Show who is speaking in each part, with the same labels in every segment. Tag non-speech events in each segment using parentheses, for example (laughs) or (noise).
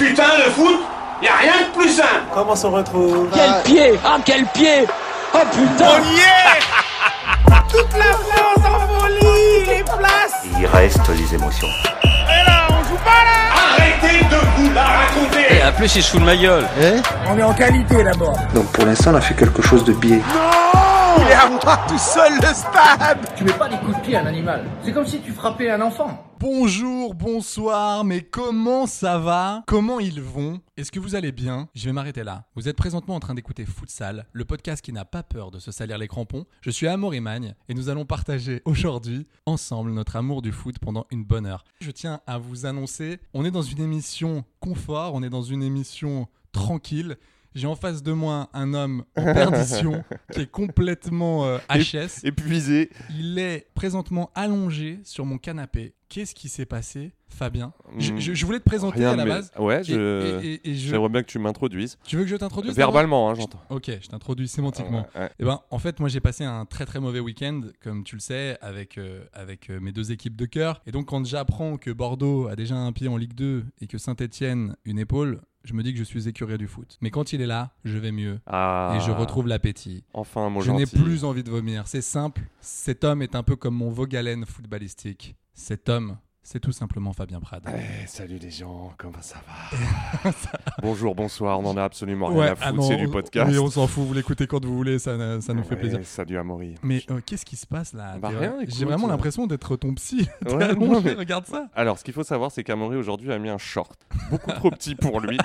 Speaker 1: Putain, le foot, y a rien de plus simple.
Speaker 2: Comment on retrouve
Speaker 3: Quel pied Ah quel pied Oh putain
Speaker 4: (laughs) toute la France en folie, les places.
Speaker 5: Il reste les émotions.
Speaker 4: Et là, on joue pas là.
Speaker 1: Arrêtez de vous la raconter.
Speaker 3: En plus il se fout de ma gueule
Speaker 6: Donc pour l'instant, on a fait quelque chose de biais.
Speaker 7: Bonjour, bonsoir, mais comment ça va Comment ils vont Est-ce que vous allez bien Je vais m'arrêter là. Vous êtes présentement en train d'écouter Futsal, le podcast qui n'a pas peur de se salir les crampons. Je suis Amour et Magne et nous allons partager aujourd'hui, ensemble, notre amour du foot pendant une bonne heure. Je tiens à vous annoncer, on est dans une émission confort, on est dans une émission tranquille. J'ai en face de moi un homme en perdition qui est complètement euh, HS.
Speaker 8: épuisé.
Speaker 7: Il est présentement allongé sur mon canapé. Qu'est-ce qui s'est passé, Fabien je, je- je voulais te présenter
Speaker 8: Rien,
Speaker 7: à la
Speaker 8: mais-
Speaker 7: base.
Speaker 8: ouais,
Speaker 7: Et-
Speaker 8: je-
Speaker 7: et- et- et je-
Speaker 8: J'aimerais bien que tu m'introduises.
Speaker 7: Tu veux que je t'introduise d'abord
Speaker 8: Verbalement, hein, j'entends. Ah
Speaker 7: Ok, je t'introduis sémantiquement.
Speaker 8: Ouais, ouais.
Speaker 7: Eh ben, en fait, moi, j'ai passé un très très mauvais week-end, comme tu le sais, avec, euh, avec euh, mes deux équipes de cœur. Et donc, quand j'apprends que Bordeaux a déjà un pied en Ligue 2 et que Saint-Etienne une épaule, je me dis que je suis écuré du foot. Mais quand il est là, je vais mieux
Speaker 8: Ah.
Speaker 7: et je retrouve l'appétit.
Speaker 8: Enfin, un mot
Speaker 7: je n'ai
Speaker 8: gentil.
Speaker 7: plus envie de vomir. C'est simple. Cet homme est un peu comme mon Vogalen footballistique. Cet homme, c'est tout simplement Fabien Prade.
Speaker 8: Eh, salut les gens, comment ça
Speaker 7: (laughs)
Speaker 8: va Bonjour, bonsoir, on en a absolument rien à foutre,
Speaker 7: ah non,
Speaker 8: c'est du
Speaker 7: on-
Speaker 8: podcast.
Speaker 7: Oui, on s'en fout. Vous l'écoutez quand vous voulez, ça, ne- ça nous fait
Speaker 8: Ouais,
Speaker 7: plaisir.
Speaker 8: Salut Amaury.
Speaker 7: Mais euh, qu'est-ce qui se passe là
Speaker 8: Bah,
Speaker 7: T'es-
Speaker 8: rien, écoute,
Speaker 7: J'ai vraiment
Speaker 8: euh.
Speaker 7: l'impression d'être ton psy. (laughs) T'es
Speaker 8: Ouais,
Speaker 7: allongé,
Speaker 8: non, mais-
Speaker 7: Regarde ça.
Speaker 8: Alors, ce qu'il faut savoir, c'est qu'Amaury aujourd'hui a mis un short beaucoup trop petit
Speaker 7: (laughs)
Speaker 8: pour lui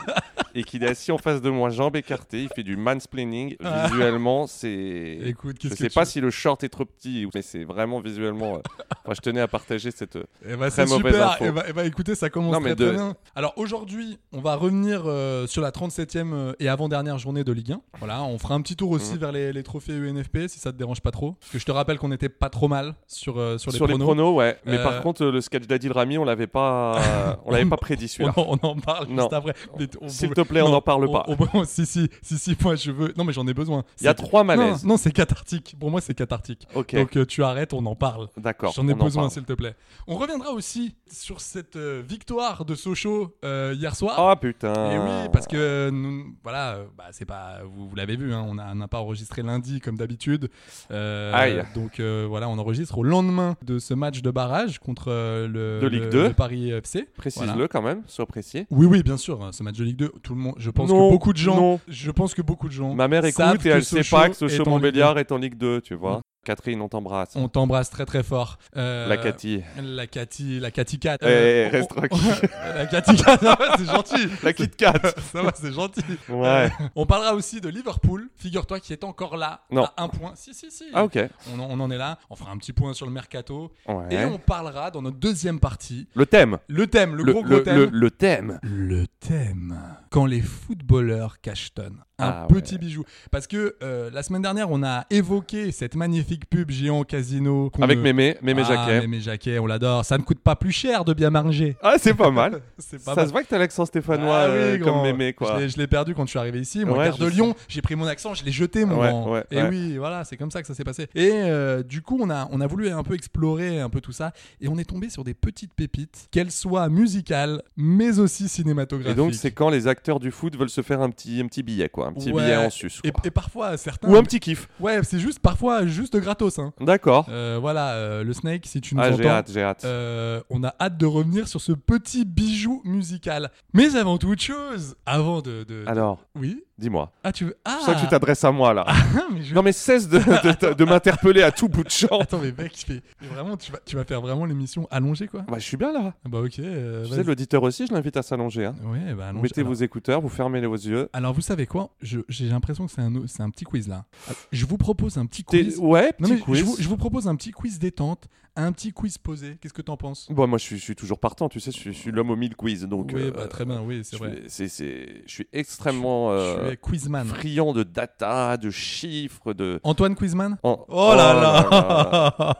Speaker 8: et qu'il est assis en face de moi, jambes écartées. Il fait
Speaker 7: (laughs)
Speaker 8: du mansplaining.
Speaker 7: Ah.
Speaker 8: Visuellement, c'est.
Speaker 7: (laughs) Écoute,
Speaker 8: Je
Speaker 7: qu'est-ce que
Speaker 8: sais
Speaker 7: tu-
Speaker 8: pas si le short est trop petit, mais c'est vraiment visuellement. euh, enfin, je tenais à partager cette. euh,
Speaker 7: Eh ben, c'est
Speaker 8: très mauvaise
Speaker 7: super.
Speaker 8: info.
Speaker 7: Eh ben, eh ben, écoutez, ça commence
Speaker 8: Non,
Speaker 7: très,
Speaker 8: mais
Speaker 7: très
Speaker 8: de-
Speaker 7: bien. Alors aujourd'hui, on va revenir euh, sur la 37e euh, et avant-dernière journée de Ligue 1. Voilà, on fera un petit tour
Speaker 8: Mhm.
Speaker 7: aussi vers les, les trophées UNFP si ça te dérange pas trop. Parce que je te rappelle qu'on était pas trop mal sur, euh, sur,
Speaker 8: Sur les
Speaker 7: pronos.
Speaker 8: pronos, ouais. Mais
Speaker 7: Euh,
Speaker 8: par contre, euh, le sketch d'Adil Rami, on l'avait pas, on l'avait
Speaker 7: (laughs)
Speaker 8: pas prédit
Speaker 7: On
Speaker 8: celui-là.
Speaker 7: en, on en parle
Speaker 8: Non.
Speaker 7: juste après. Mais t- on
Speaker 8: S'il
Speaker 7: pouvait-
Speaker 8: te plaît, on
Speaker 7: Non,
Speaker 8: n'en parle
Speaker 7: on-
Speaker 8: pas.
Speaker 7: on- (laughs) si, si, si, si, moi je veux. Non, mais j'en ai besoin.
Speaker 8: Il y a
Speaker 7: C'est-
Speaker 8: trois
Speaker 7: Non,
Speaker 8: malaises.
Speaker 7: Non, c'est cathartique. Pour moi, c'est cathartique.
Speaker 8: Ok.
Speaker 7: Donc euh, tu arrêtes, on en parle.
Speaker 8: D'accord.
Speaker 7: J'en ai
Speaker 8: on en
Speaker 7: besoin,
Speaker 8: parle.
Speaker 7: s'il te plaît. On reviendra aussi sur cette euh, victoire de Sochaux euh, hier soir.
Speaker 8: Ah putain.
Speaker 7: Et oui, parce que euh, nous, voilà, euh, bah, c'est pas, vous, vous l'avez vu, hein, on a- on n'a pas enregistré lundi comme d'habitude. Euh,
Speaker 8: Aïe.
Speaker 7: Donc euh, voilà, on enregistre au lendemain de ce match de barrage contre euh, le,
Speaker 8: De Ligue
Speaker 7: le-
Speaker 8: 2.
Speaker 7: le Paris FC.
Speaker 8: Précise-le
Speaker 7: Voilà.
Speaker 8: quand même, sois précis.
Speaker 7: Oui, oui, bien sûr, hein, ce match de Ligue 2, tout le monde, je pense
Speaker 8: Non,
Speaker 7: que beaucoup de gens,
Speaker 8: non.
Speaker 7: je pense que beaucoup de gens.
Speaker 8: Ma mère
Speaker 7: savent
Speaker 8: écoute et elle sait
Speaker 7: Sochaux
Speaker 8: pas que
Speaker 7: est en
Speaker 8: Sochaux
Speaker 7: Ligue 2.
Speaker 8: Montbéliard est en Ligue 2, tu vois.
Speaker 7: Mm.
Speaker 8: Catherine, on t'embrasse.
Speaker 7: On t'embrasse très très fort. Euh,
Speaker 8: La Cathy.
Speaker 7: La Cathy, la Cathy Cat. Euh,
Speaker 8: Eh, reste
Speaker 7: on-
Speaker 8: tranquille.
Speaker 7: (laughs) la Cathy Cat, ça va, c'est gentil.
Speaker 8: (laughs) La Kit Kat.
Speaker 7: (laughs) Ça va, c'est gentil.
Speaker 8: Ouais.
Speaker 7: On parlera aussi de Liverpool, figure-toi, qui est encore là,
Speaker 8: Non.
Speaker 7: à un point. Si, si, si.
Speaker 8: Ah ok.
Speaker 7: on, en, on en est là. On fera un petit point sur le mercato.
Speaker 8: Ouais.
Speaker 7: Et on parlera dans notre deuxième partie.
Speaker 8: Le thème.
Speaker 7: Le thème, le, gros gros thème.
Speaker 8: le- le thème.
Speaker 7: Le thème. Quand les footballeurs cachetonne. Un
Speaker 8: Ah
Speaker 7: petit bijou. Parce que euh, la semaine dernière, on a évoqué cette magnifique pub géant casino. qu'on
Speaker 8: Avec
Speaker 7: ne-
Speaker 8: Mémé, Mémé
Speaker 7: ah,
Speaker 8: Jacquet.
Speaker 7: Mémé Jacquet, on l'adore. Ça ne coûte pas plus cher de bien manger.
Speaker 8: Ah c'est pas mal.
Speaker 7: (laughs) C'est
Speaker 8: Ça
Speaker 7: pas mal.
Speaker 8: se voit que t'as l'accent stéphanois
Speaker 7: Ah oui,
Speaker 8: euh,
Speaker 7: grand.
Speaker 8: comme Mémé quoi.
Speaker 7: Je l'ai- Je l'ai perdu quand je suis arrivé ici. Moi,
Speaker 8: Ouais,
Speaker 7: quart de
Speaker 8: je
Speaker 7: Lyon, j'ai pris mon accent, je l'ai jeté, mon
Speaker 8: Ouais,
Speaker 7: grand.
Speaker 8: ouais,
Speaker 7: et
Speaker 8: ouais.
Speaker 7: oui, voilà, c'est comme ça que ça s'est passé. Et euh, du coup, on a, on a voulu un peu explorer un peu tout ça. Et on est tombé sur des petites pépites, qu'elles soient musicales, mais aussi cinématographiques.
Speaker 8: Et donc c'est quand les acteurs du foot veulent se faire un petit, un petit billet quoi, un petit
Speaker 7: Ouais.
Speaker 8: billet en sus.
Speaker 7: Et,
Speaker 8: quoi.
Speaker 7: et parfois, certains.
Speaker 8: Ou un petit kiff.
Speaker 7: Ouais, c'est juste, parfois, juste gratos. hein.
Speaker 8: D'accord.
Speaker 7: Euh, voilà, euh, le Snake, si tu nous
Speaker 8: Ah j'ai
Speaker 7: entends.
Speaker 8: hâte, j'ai hâte.
Speaker 7: Euh, on a hâte de revenir sur ce petit bijou musical. Mais avant toute chose, avant de. de-
Speaker 8: Alors,
Speaker 7: Oui.
Speaker 8: dis-moi.
Speaker 7: Ah, tu veux. Ah,
Speaker 8: Je sens que tu t'adresses à moi là.
Speaker 7: (laughs) mais je-
Speaker 8: Non mais cesse de, de- de- de m'interpeller à tout bout
Speaker 7: (laughs)
Speaker 8: de champ.
Speaker 7: Attends, mais mec, je fais- mais vraiment, tu vas, tu vas faire vraiment l'émission allongée, quoi
Speaker 8: Bah je suis bien là.
Speaker 7: Ah Bah ok. euh,
Speaker 8: Tu sais,
Speaker 7: vas-y.
Speaker 8: l'auditeur aussi, je l'invite à s'allonger. hein.
Speaker 7: Ouais, bah
Speaker 8: Vous
Speaker 7: allongée.
Speaker 8: mettez
Speaker 7: Alors-
Speaker 8: vos écouteurs, vous fermez vos yeux.
Speaker 7: Alors vous savez quoi Je- J'ai l'impression que c'est un, au- c'est un petit quiz là. Je vous propose un petit
Speaker 8: T'es-
Speaker 7: quiz.
Speaker 8: Ouais,
Speaker 7: Non,
Speaker 8: petit
Speaker 7: mais je-
Speaker 8: quiz.
Speaker 7: Je, vous, je vous propose un petit quiz détente, un petit quiz posé. Qu'est-ce que t'en penses
Speaker 8: Bon, moi je suis, je suis toujours partant, tu sais, je suis, je suis l'homme aux mille quiz. Donc,
Speaker 7: Oui,
Speaker 8: euh,
Speaker 7: bah, très bien, oui, c'est
Speaker 8: je
Speaker 7: vrai.
Speaker 8: suis- c'est- c'est- je suis extrêmement
Speaker 7: Je
Speaker 8: euh,
Speaker 7: suis quizman.
Speaker 8: friand de data, de chiffres, de...
Speaker 7: Antoine Quizman
Speaker 8: en-
Speaker 7: Oh là là,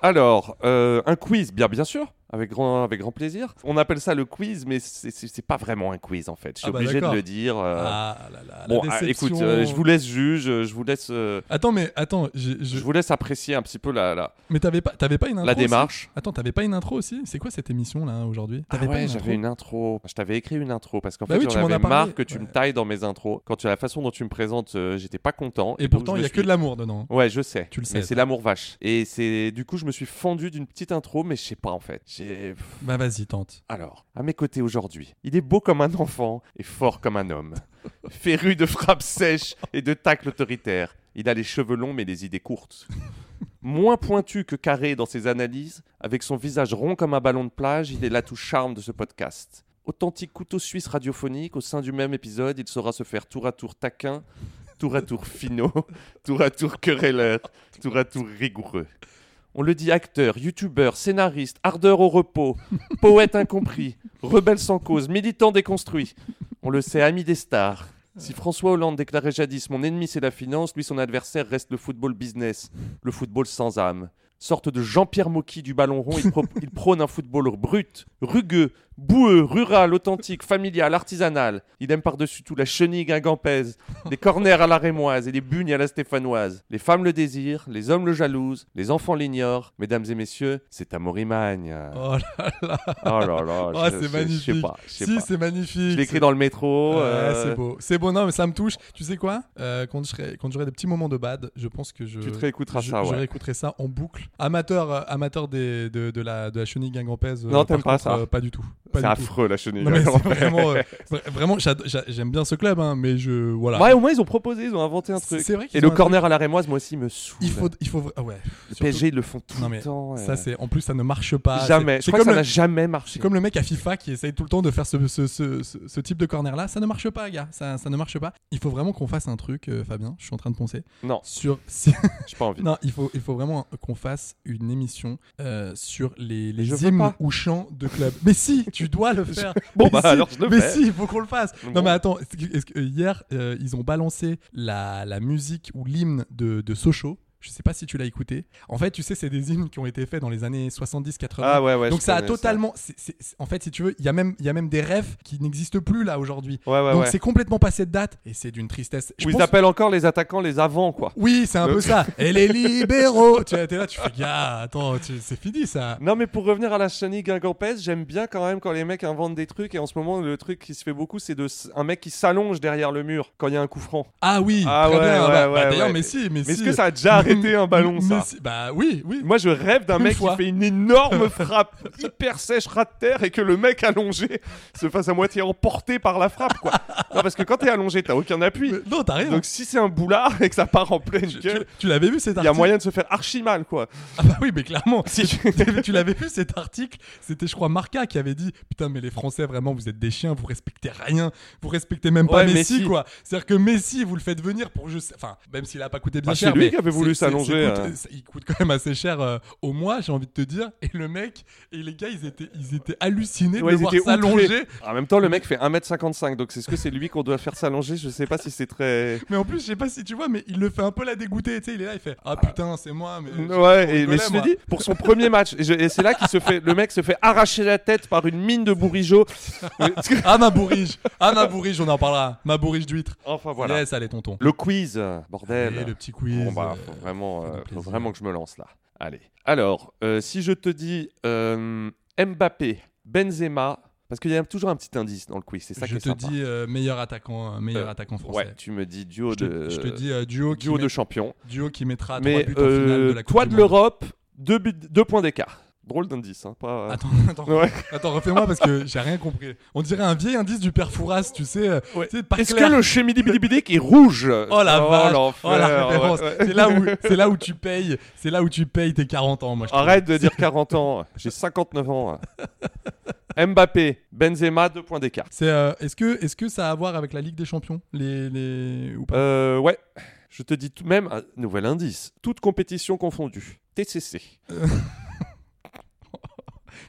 Speaker 8: Alors, euh, un quiz, bien, bien sûr, avec grand, avec grand plaisir. On appelle ça le quiz, mais c'est- c'est c'est pas vraiment un quiz en fait. Je suis
Speaker 7: Ah bah,
Speaker 8: obligé de
Speaker 7: d'accord.
Speaker 8: le dire. euh,
Speaker 7: Ah là là, la
Speaker 8: bon, ah,
Speaker 7: déception.
Speaker 8: écoute, euh, je vous laisse juge, euh, je vous laisse, euh,
Speaker 7: Attends, mais attends, j'ai- je-
Speaker 8: je vous laisse apprécier un petit peu la, la,
Speaker 7: mais t'avais pas, t'avais pas une intro
Speaker 8: la
Speaker 7: aussi
Speaker 8: démarche.
Speaker 7: Attends, t'avais pas une intro aussi C'est quoi cette émission là aujourd'hui
Speaker 8: Ah
Speaker 7: T'avais pas
Speaker 8: ouais,
Speaker 7: une intro
Speaker 8: j'avais une intro. Je t'avais écrit une intro parce qu'en
Speaker 7: Bah
Speaker 8: fait,
Speaker 7: oui,
Speaker 8: j'en
Speaker 7: tu m'en
Speaker 8: avais
Speaker 7: as parlé.
Speaker 8: marre que tu me
Speaker 7: Ouais.
Speaker 8: tailles dans mes intros. Quand tu as la façon dont tu me présentes, euh, j'étais pas content.
Speaker 7: Et
Speaker 8: donc,
Speaker 7: pourtant,
Speaker 8: je
Speaker 7: il
Speaker 8: me
Speaker 7: y a
Speaker 8: suis-
Speaker 7: que de l'amour dedans.
Speaker 8: Ouais, je sais.
Speaker 7: Tu le sais,
Speaker 8: Mais c'est
Speaker 7: ça.
Speaker 8: l'amour vache. Et c'est du coup, je me suis fendu d'une petite intro, mais je sais pas en fait. J'ai
Speaker 7: Bah vas-y, tente.
Speaker 8: Alors, à mes côtés aujourd'hui, il est beau comme un enfant et fort comme un homme. (laughs) Féru de frappes sèches et de tacles autoritaires, il a les cheveux longs mais les idées (laughs) courtes. Moins pointu que carré dans ses analyses, avec son visage rond comme un ballon de plage, il est l'atout charme de ce podcast. Authentique couteau suisse radiophonique, au sein du même épisode, il saura se faire tour à tour taquin, tour à tour finot, (laughs) tour à tour querelleur, tour à tour rigoureux. On le dit acteur, youtubeur, scénariste, ardeur au repos, poète incompris, rebelle sans cause, militant déconstruit. On le sait, ami des stars. Si François Hollande déclarait jadis Mon ennemi c'est la finance, lui son adversaire reste le football business, le football sans âme. Sorte de Jean-Pierre Mocky du ballon rond, il, pro- (laughs) il prône un football brut, rugueux, boueux, rural, authentique, familial, artisanal. Il aime par-dessus tout la chenille guingampèse, les corners à la rémoise et les bugnes à la stéphanoise. Les femmes le désirent, les hommes le jalousent, les enfants l'ignorent. Mesdames et messieurs, c'est à Magne.
Speaker 7: Oh là là.
Speaker 8: Oh là
Speaker 7: (laughs)
Speaker 8: là,
Speaker 7: Ah,
Speaker 8: je-
Speaker 7: c'est
Speaker 8: je-
Speaker 7: magnifique.
Speaker 8: Je sais pas, je sais
Speaker 7: si,
Speaker 8: pas.
Speaker 7: c'est magnifique.
Speaker 8: Je l'ai
Speaker 7: C'est-
Speaker 8: écrit dans le métro.
Speaker 7: Ouais,
Speaker 8: euh,
Speaker 7: c'est beau. C'est beau, non, mais ça me touche. Tu sais quoi Euh, Quand j'aurai quand j'aurai des petits moments de bad, je pense que je.
Speaker 8: Tu te réécouteras
Speaker 7: je-
Speaker 8: ça,
Speaker 7: Je
Speaker 8: ouais.
Speaker 7: réécouterai ça en boucle. Amateur, euh, amateur des, de, de la, de la chenille gangampèse. euh,
Speaker 8: Non,
Speaker 7: par
Speaker 8: t'aimes pas
Speaker 7: contre,
Speaker 8: ça.
Speaker 7: euh, pas du tout. Pas
Speaker 8: C'est
Speaker 7: du tout.
Speaker 8: affreux la chenille.
Speaker 7: Non, mais
Speaker 8: Alors,
Speaker 7: c'est vraiment, (laughs)
Speaker 8: (laughs)
Speaker 7: euh, vra- vraiment j'ado- j'a- j'aime bien ce club, hein, mais je. Voilà.
Speaker 8: Ouais, au moins ils ont proposé, ils ont inventé un truc.
Speaker 7: C'est vrai qu'ils
Speaker 8: Et
Speaker 7: ont
Speaker 8: le
Speaker 7: un
Speaker 8: corner à la rémoise, moi aussi, me
Speaker 7: truc-
Speaker 8: saoule.
Speaker 7: Il faut. Il faut vra- ah ouais.
Speaker 8: Le
Speaker 7: surtout-
Speaker 8: PSG, ils le font tout
Speaker 7: Non, mais
Speaker 8: le temps. euh,
Speaker 7: Ça, c'est. En plus, ça ne marche pas. C'est-
Speaker 8: Jamais. Je
Speaker 7: C'est
Speaker 8: crois que
Speaker 7: comme
Speaker 8: ça
Speaker 7: le-
Speaker 8: n'a jamais
Speaker 7: c'est
Speaker 8: marché.
Speaker 7: comme le mec à FIFA qui essaye tout le temps de faire ce, ce- ce- ce- ce type de corner là, ça ne marche pas, gars. Ça, ça ne marche pas. Il faut vraiment qu'on fasse un truc, euh, Fabien. Je suis en train de penser.
Speaker 8: Non,
Speaker 7: Sur, si-
Speaker 8: j'ai pas envie.
Speaker 7: Non, il faut, il faut vraiment qu'on fasse une émission euh, sur les, les
Speaker 8: je veux
Speaker 7: hymnes
Speaker 8: pas.
Speaker 7: ou chants de club. mais si, tu dois le faire.
Speaker 8: (laughs) Bon,
Speaker 7: Mais
Speaker 8: bah
Speaker 7: si,
Speaker 8: alors, je le
Speaker 7: Mais
Speaker 8: fais.
Speaker 7: si, il faut qu'on le fasse. Non,
Speaker 8: Bon.
Speaker 7: mais attends, est-ce que- est-ce que, euh, hier, euh, ils ont balancé la, la musique ou l'hymne de, de Sochaux. Je sais pas si tu l'as écouté. En fait, tu sais, c'est des hymnes qui ont été faits dans les années 70-80.
Speaker 8: Ah ouais, ouais.
Speaker 7: Donc
Speaker 8: je
Speaker 7: ça a
Speaker 8: connais
Speaker 7: totalement... c'est- c'est- c'est- en fait, si tu veux, il y, a même- il y a même des rêves qui n'existent plus là aujourd'hui.
Speaker 8: Ouais, Ah ouais,
Speaker 7: Donc
Speaker 8: ouais.
Speaker 7: c'est complètement passé de date et c'est d'une tristesse. Je
Speaker 8: Ou ils
Speaker 7: pense-
Speaker 8: appellent encore les attaquants les avant, quoi.
Speaker 7: oui, c'est un peu ça. Euh. (laughs) Et les libéraux Tu es là, tu fais, gars, attends, tu- c'est fini ça.
Speaker 8: Non, mais pour revenir à la chenille guingampèse, j'aime bien quand même quand les mecs inventent des trucs. Et en ce moment, le truc qui se fait beaucoup, c'est de s- un mec qui s'allonge derrière le mur quand il y a un coup franc.
Speaker 7: Ah oui,
Speaker 8: Ah
Speaker 7: très
Speaker 8: ouais,
Speaker 7: bien.
Speaker 8: ouais,
Speaker 7: bah, bah,
Speaker 8: ouais,
Speaker 7: D'ailleurs,
Speaker 8: ouais.
Speaker 7: mais si, mais,
Speaker 8: Mais
Speaker 7: si.
Speaker 8: est-ce que ça a déjà
Speaker 7: (laughs)
Speaker 8: arrêté un ballon, ça
Speaker 7: Mais si- Bah oui, oui.
Speaker 8: Moi, je rêve d'un
Speaker 7: Une
Speaker 8: mec
Speaker 7: fois.
Speaker 8: qui fait une énorme (laughs) frappe hyper sèche, ras de terre, et que le mec allongé se fasse à moitié emporté par la frappe,
Speaker 7: (laughs)
Speaker 8: quoi. Non, parce que quand t'es allongé, t'as aucun appui.
Speaker 7: Mais- Euh, Non, t'as rien.
Speaker 8: Donc, si c'est un boulard et que ça part en pleine
Speaker 7: tu
Speaker 8: gueule,
Speaker 7: tu l'avais vu cet
Speaker 8: il y a
Speaker 7: article
Speaker 8: moyen de se faire archi mal, quoi.
Speaker 7: Ah bah oui, mais clairement.
Speaker 8: Si tu-
Speaker 7: (laughs) Tu- tu l'avais vu cet article C'était, je crois, Marca qui avait dit Putain, mais les Français, vraiment, vous êtes des chiens, vous respectez rien, vous respectez même pas
Speaker 8: Ouais,
Speaker 7: Messi,
Speaker 8: Messi.
Speaker 7: quoi. C'est-à-dire que Messi, vous le faites venir pour juste. Enfin, même s'il a pas coûté bien
Speaker 8: Bah, c'est
Speaker 7: cher.
Speaker 8: lui
Speaker 7: mais
Speaker 8: qui avait voulu
Speaker 7: c'est- c'est-
Speaker 8: s'allonger,
Speaker 7: c'est-
Speaker 8: hein.
Speaker 7: c'est- Il coûte quand même assez cher euh, au mois, j'ai envie de te dire. Et le mec, et les gars, ils étaient, ils étaient hallucinés
Speaker 8: Ouais,
Speaker 7: de
Speaker 8: ils
Speaker 7: le voir
Speaker 8: étaient outrés.
Speaker 7: s'allonger.
Speaker 8: En même temps, le mec fait 1m55, donc c'est ce que c'est lui qu'on doit faire s'allonger. Je sais pas si c'est très.
Speaker 7: Mais en plus, je sais pas si tu vois, mais il le fait un peu la dégoûter. Tu sais, il est là, il fait Ah putain, c'est moi, mais.
Speaker 8: Ouais, et, mais
Speaker 7: rigolait,
Speaker 8: je
Speaker 7: moi.
Speaker 8: te dis, pour son premier match, et, je- et c'est là qu'il se fait, le mec se fait arracher la tête par une mine de bourrigeau.
Speaker 7: (laughs)
Speaker 8: Parce que-
Speaker 7: Ah ma bourrige Ah ma bourrige, on en parlera. Ma bourrige d'huître.
Speaker 8: enfin voilà.
Speaker 7: Yes, allez, tonton.
Speaker 8: Le quiz, bordel.
Speaker 7: Allez, le petit quiz.
Speaker 8: Bon bah,
Speaker 7: euh,
Speaker 8: faut vraiment,
Speaker 7: ça fait
Speaker 8: euh, faut
Speaker 7: plaisir.
Speaker 8: vraiment que je me lance là. Allez. Alors, euh, si je te dis euh, Mbappé, Benzema, parce qu'il y a toujours un petit indice dans le quiz, c'est ça
Speaker 7: je
Speaker 8: qui
Speaker 7: te
Speaker 8: est sympa.
Speaker 7: dis euh, meilleur attaquant, euh, meilleur
Speaker 8: Euh,
Speaker 7: attaquant français.
Speaker 8: ouais, tu me dis duo
Speaker 7: je, te,
Speaker 8: de
Speaker 7: je te dis euh, duo, qui
Speaker 8: duo
Speaker 7: met-
Speaker 8: de champions.
Speaker 7: duo qui mettra trois
Speaker 8: Mais
Speaker 7: buts en finale de
Speaker 8: euh,
Speaker 7: la Coupe
Speaker 8: toi
Speaker 7: du
Speaker 8: de
Speaker 7: Monde.
Speaker 8: l'Europe, deux, buts- deux points d'écart. Drôle d'indice, hein, pas.
Speaker 7: Attends, (laughs) attends,
Speaker 8: (laughs) Ouais.
Speaker 7: attends, refais-moi parce que j'ai rien compris. On dirait un vieil indice du père Fouras, tu sais. euh,
Speaker 8: Ouais.
Speaker 7: tu sais, par
Speaker 8: Est-ce que
Speaker 7: Claire.
Speaker 8: le chémidibidibidic est rouge
Speaker 7: Oh la vache,
Speaker 8: l'enfer,
Speaker 7: oh la
Speaker 8: ouais,
Speaker 7: référence.
Speaker 8: ouais.
Speaker 7: C'est là où, c'est là où tu payes, c'est là où tu payes tes 40 ans, moi. je trouve.
Speaker 8: Arrête de dire 40 ans, j'ai 59 ans. Mbappé, Benzema, deux points d'écart.
Speaker 7: C'est, euh, est-ce que, est-ce que ça a à voir avec la Ligue des Champions, les, les ou pas
Speaker 8: Euh, ouais, je te dis tout de même, un nouvel indice, toute compétition confondue, TCC.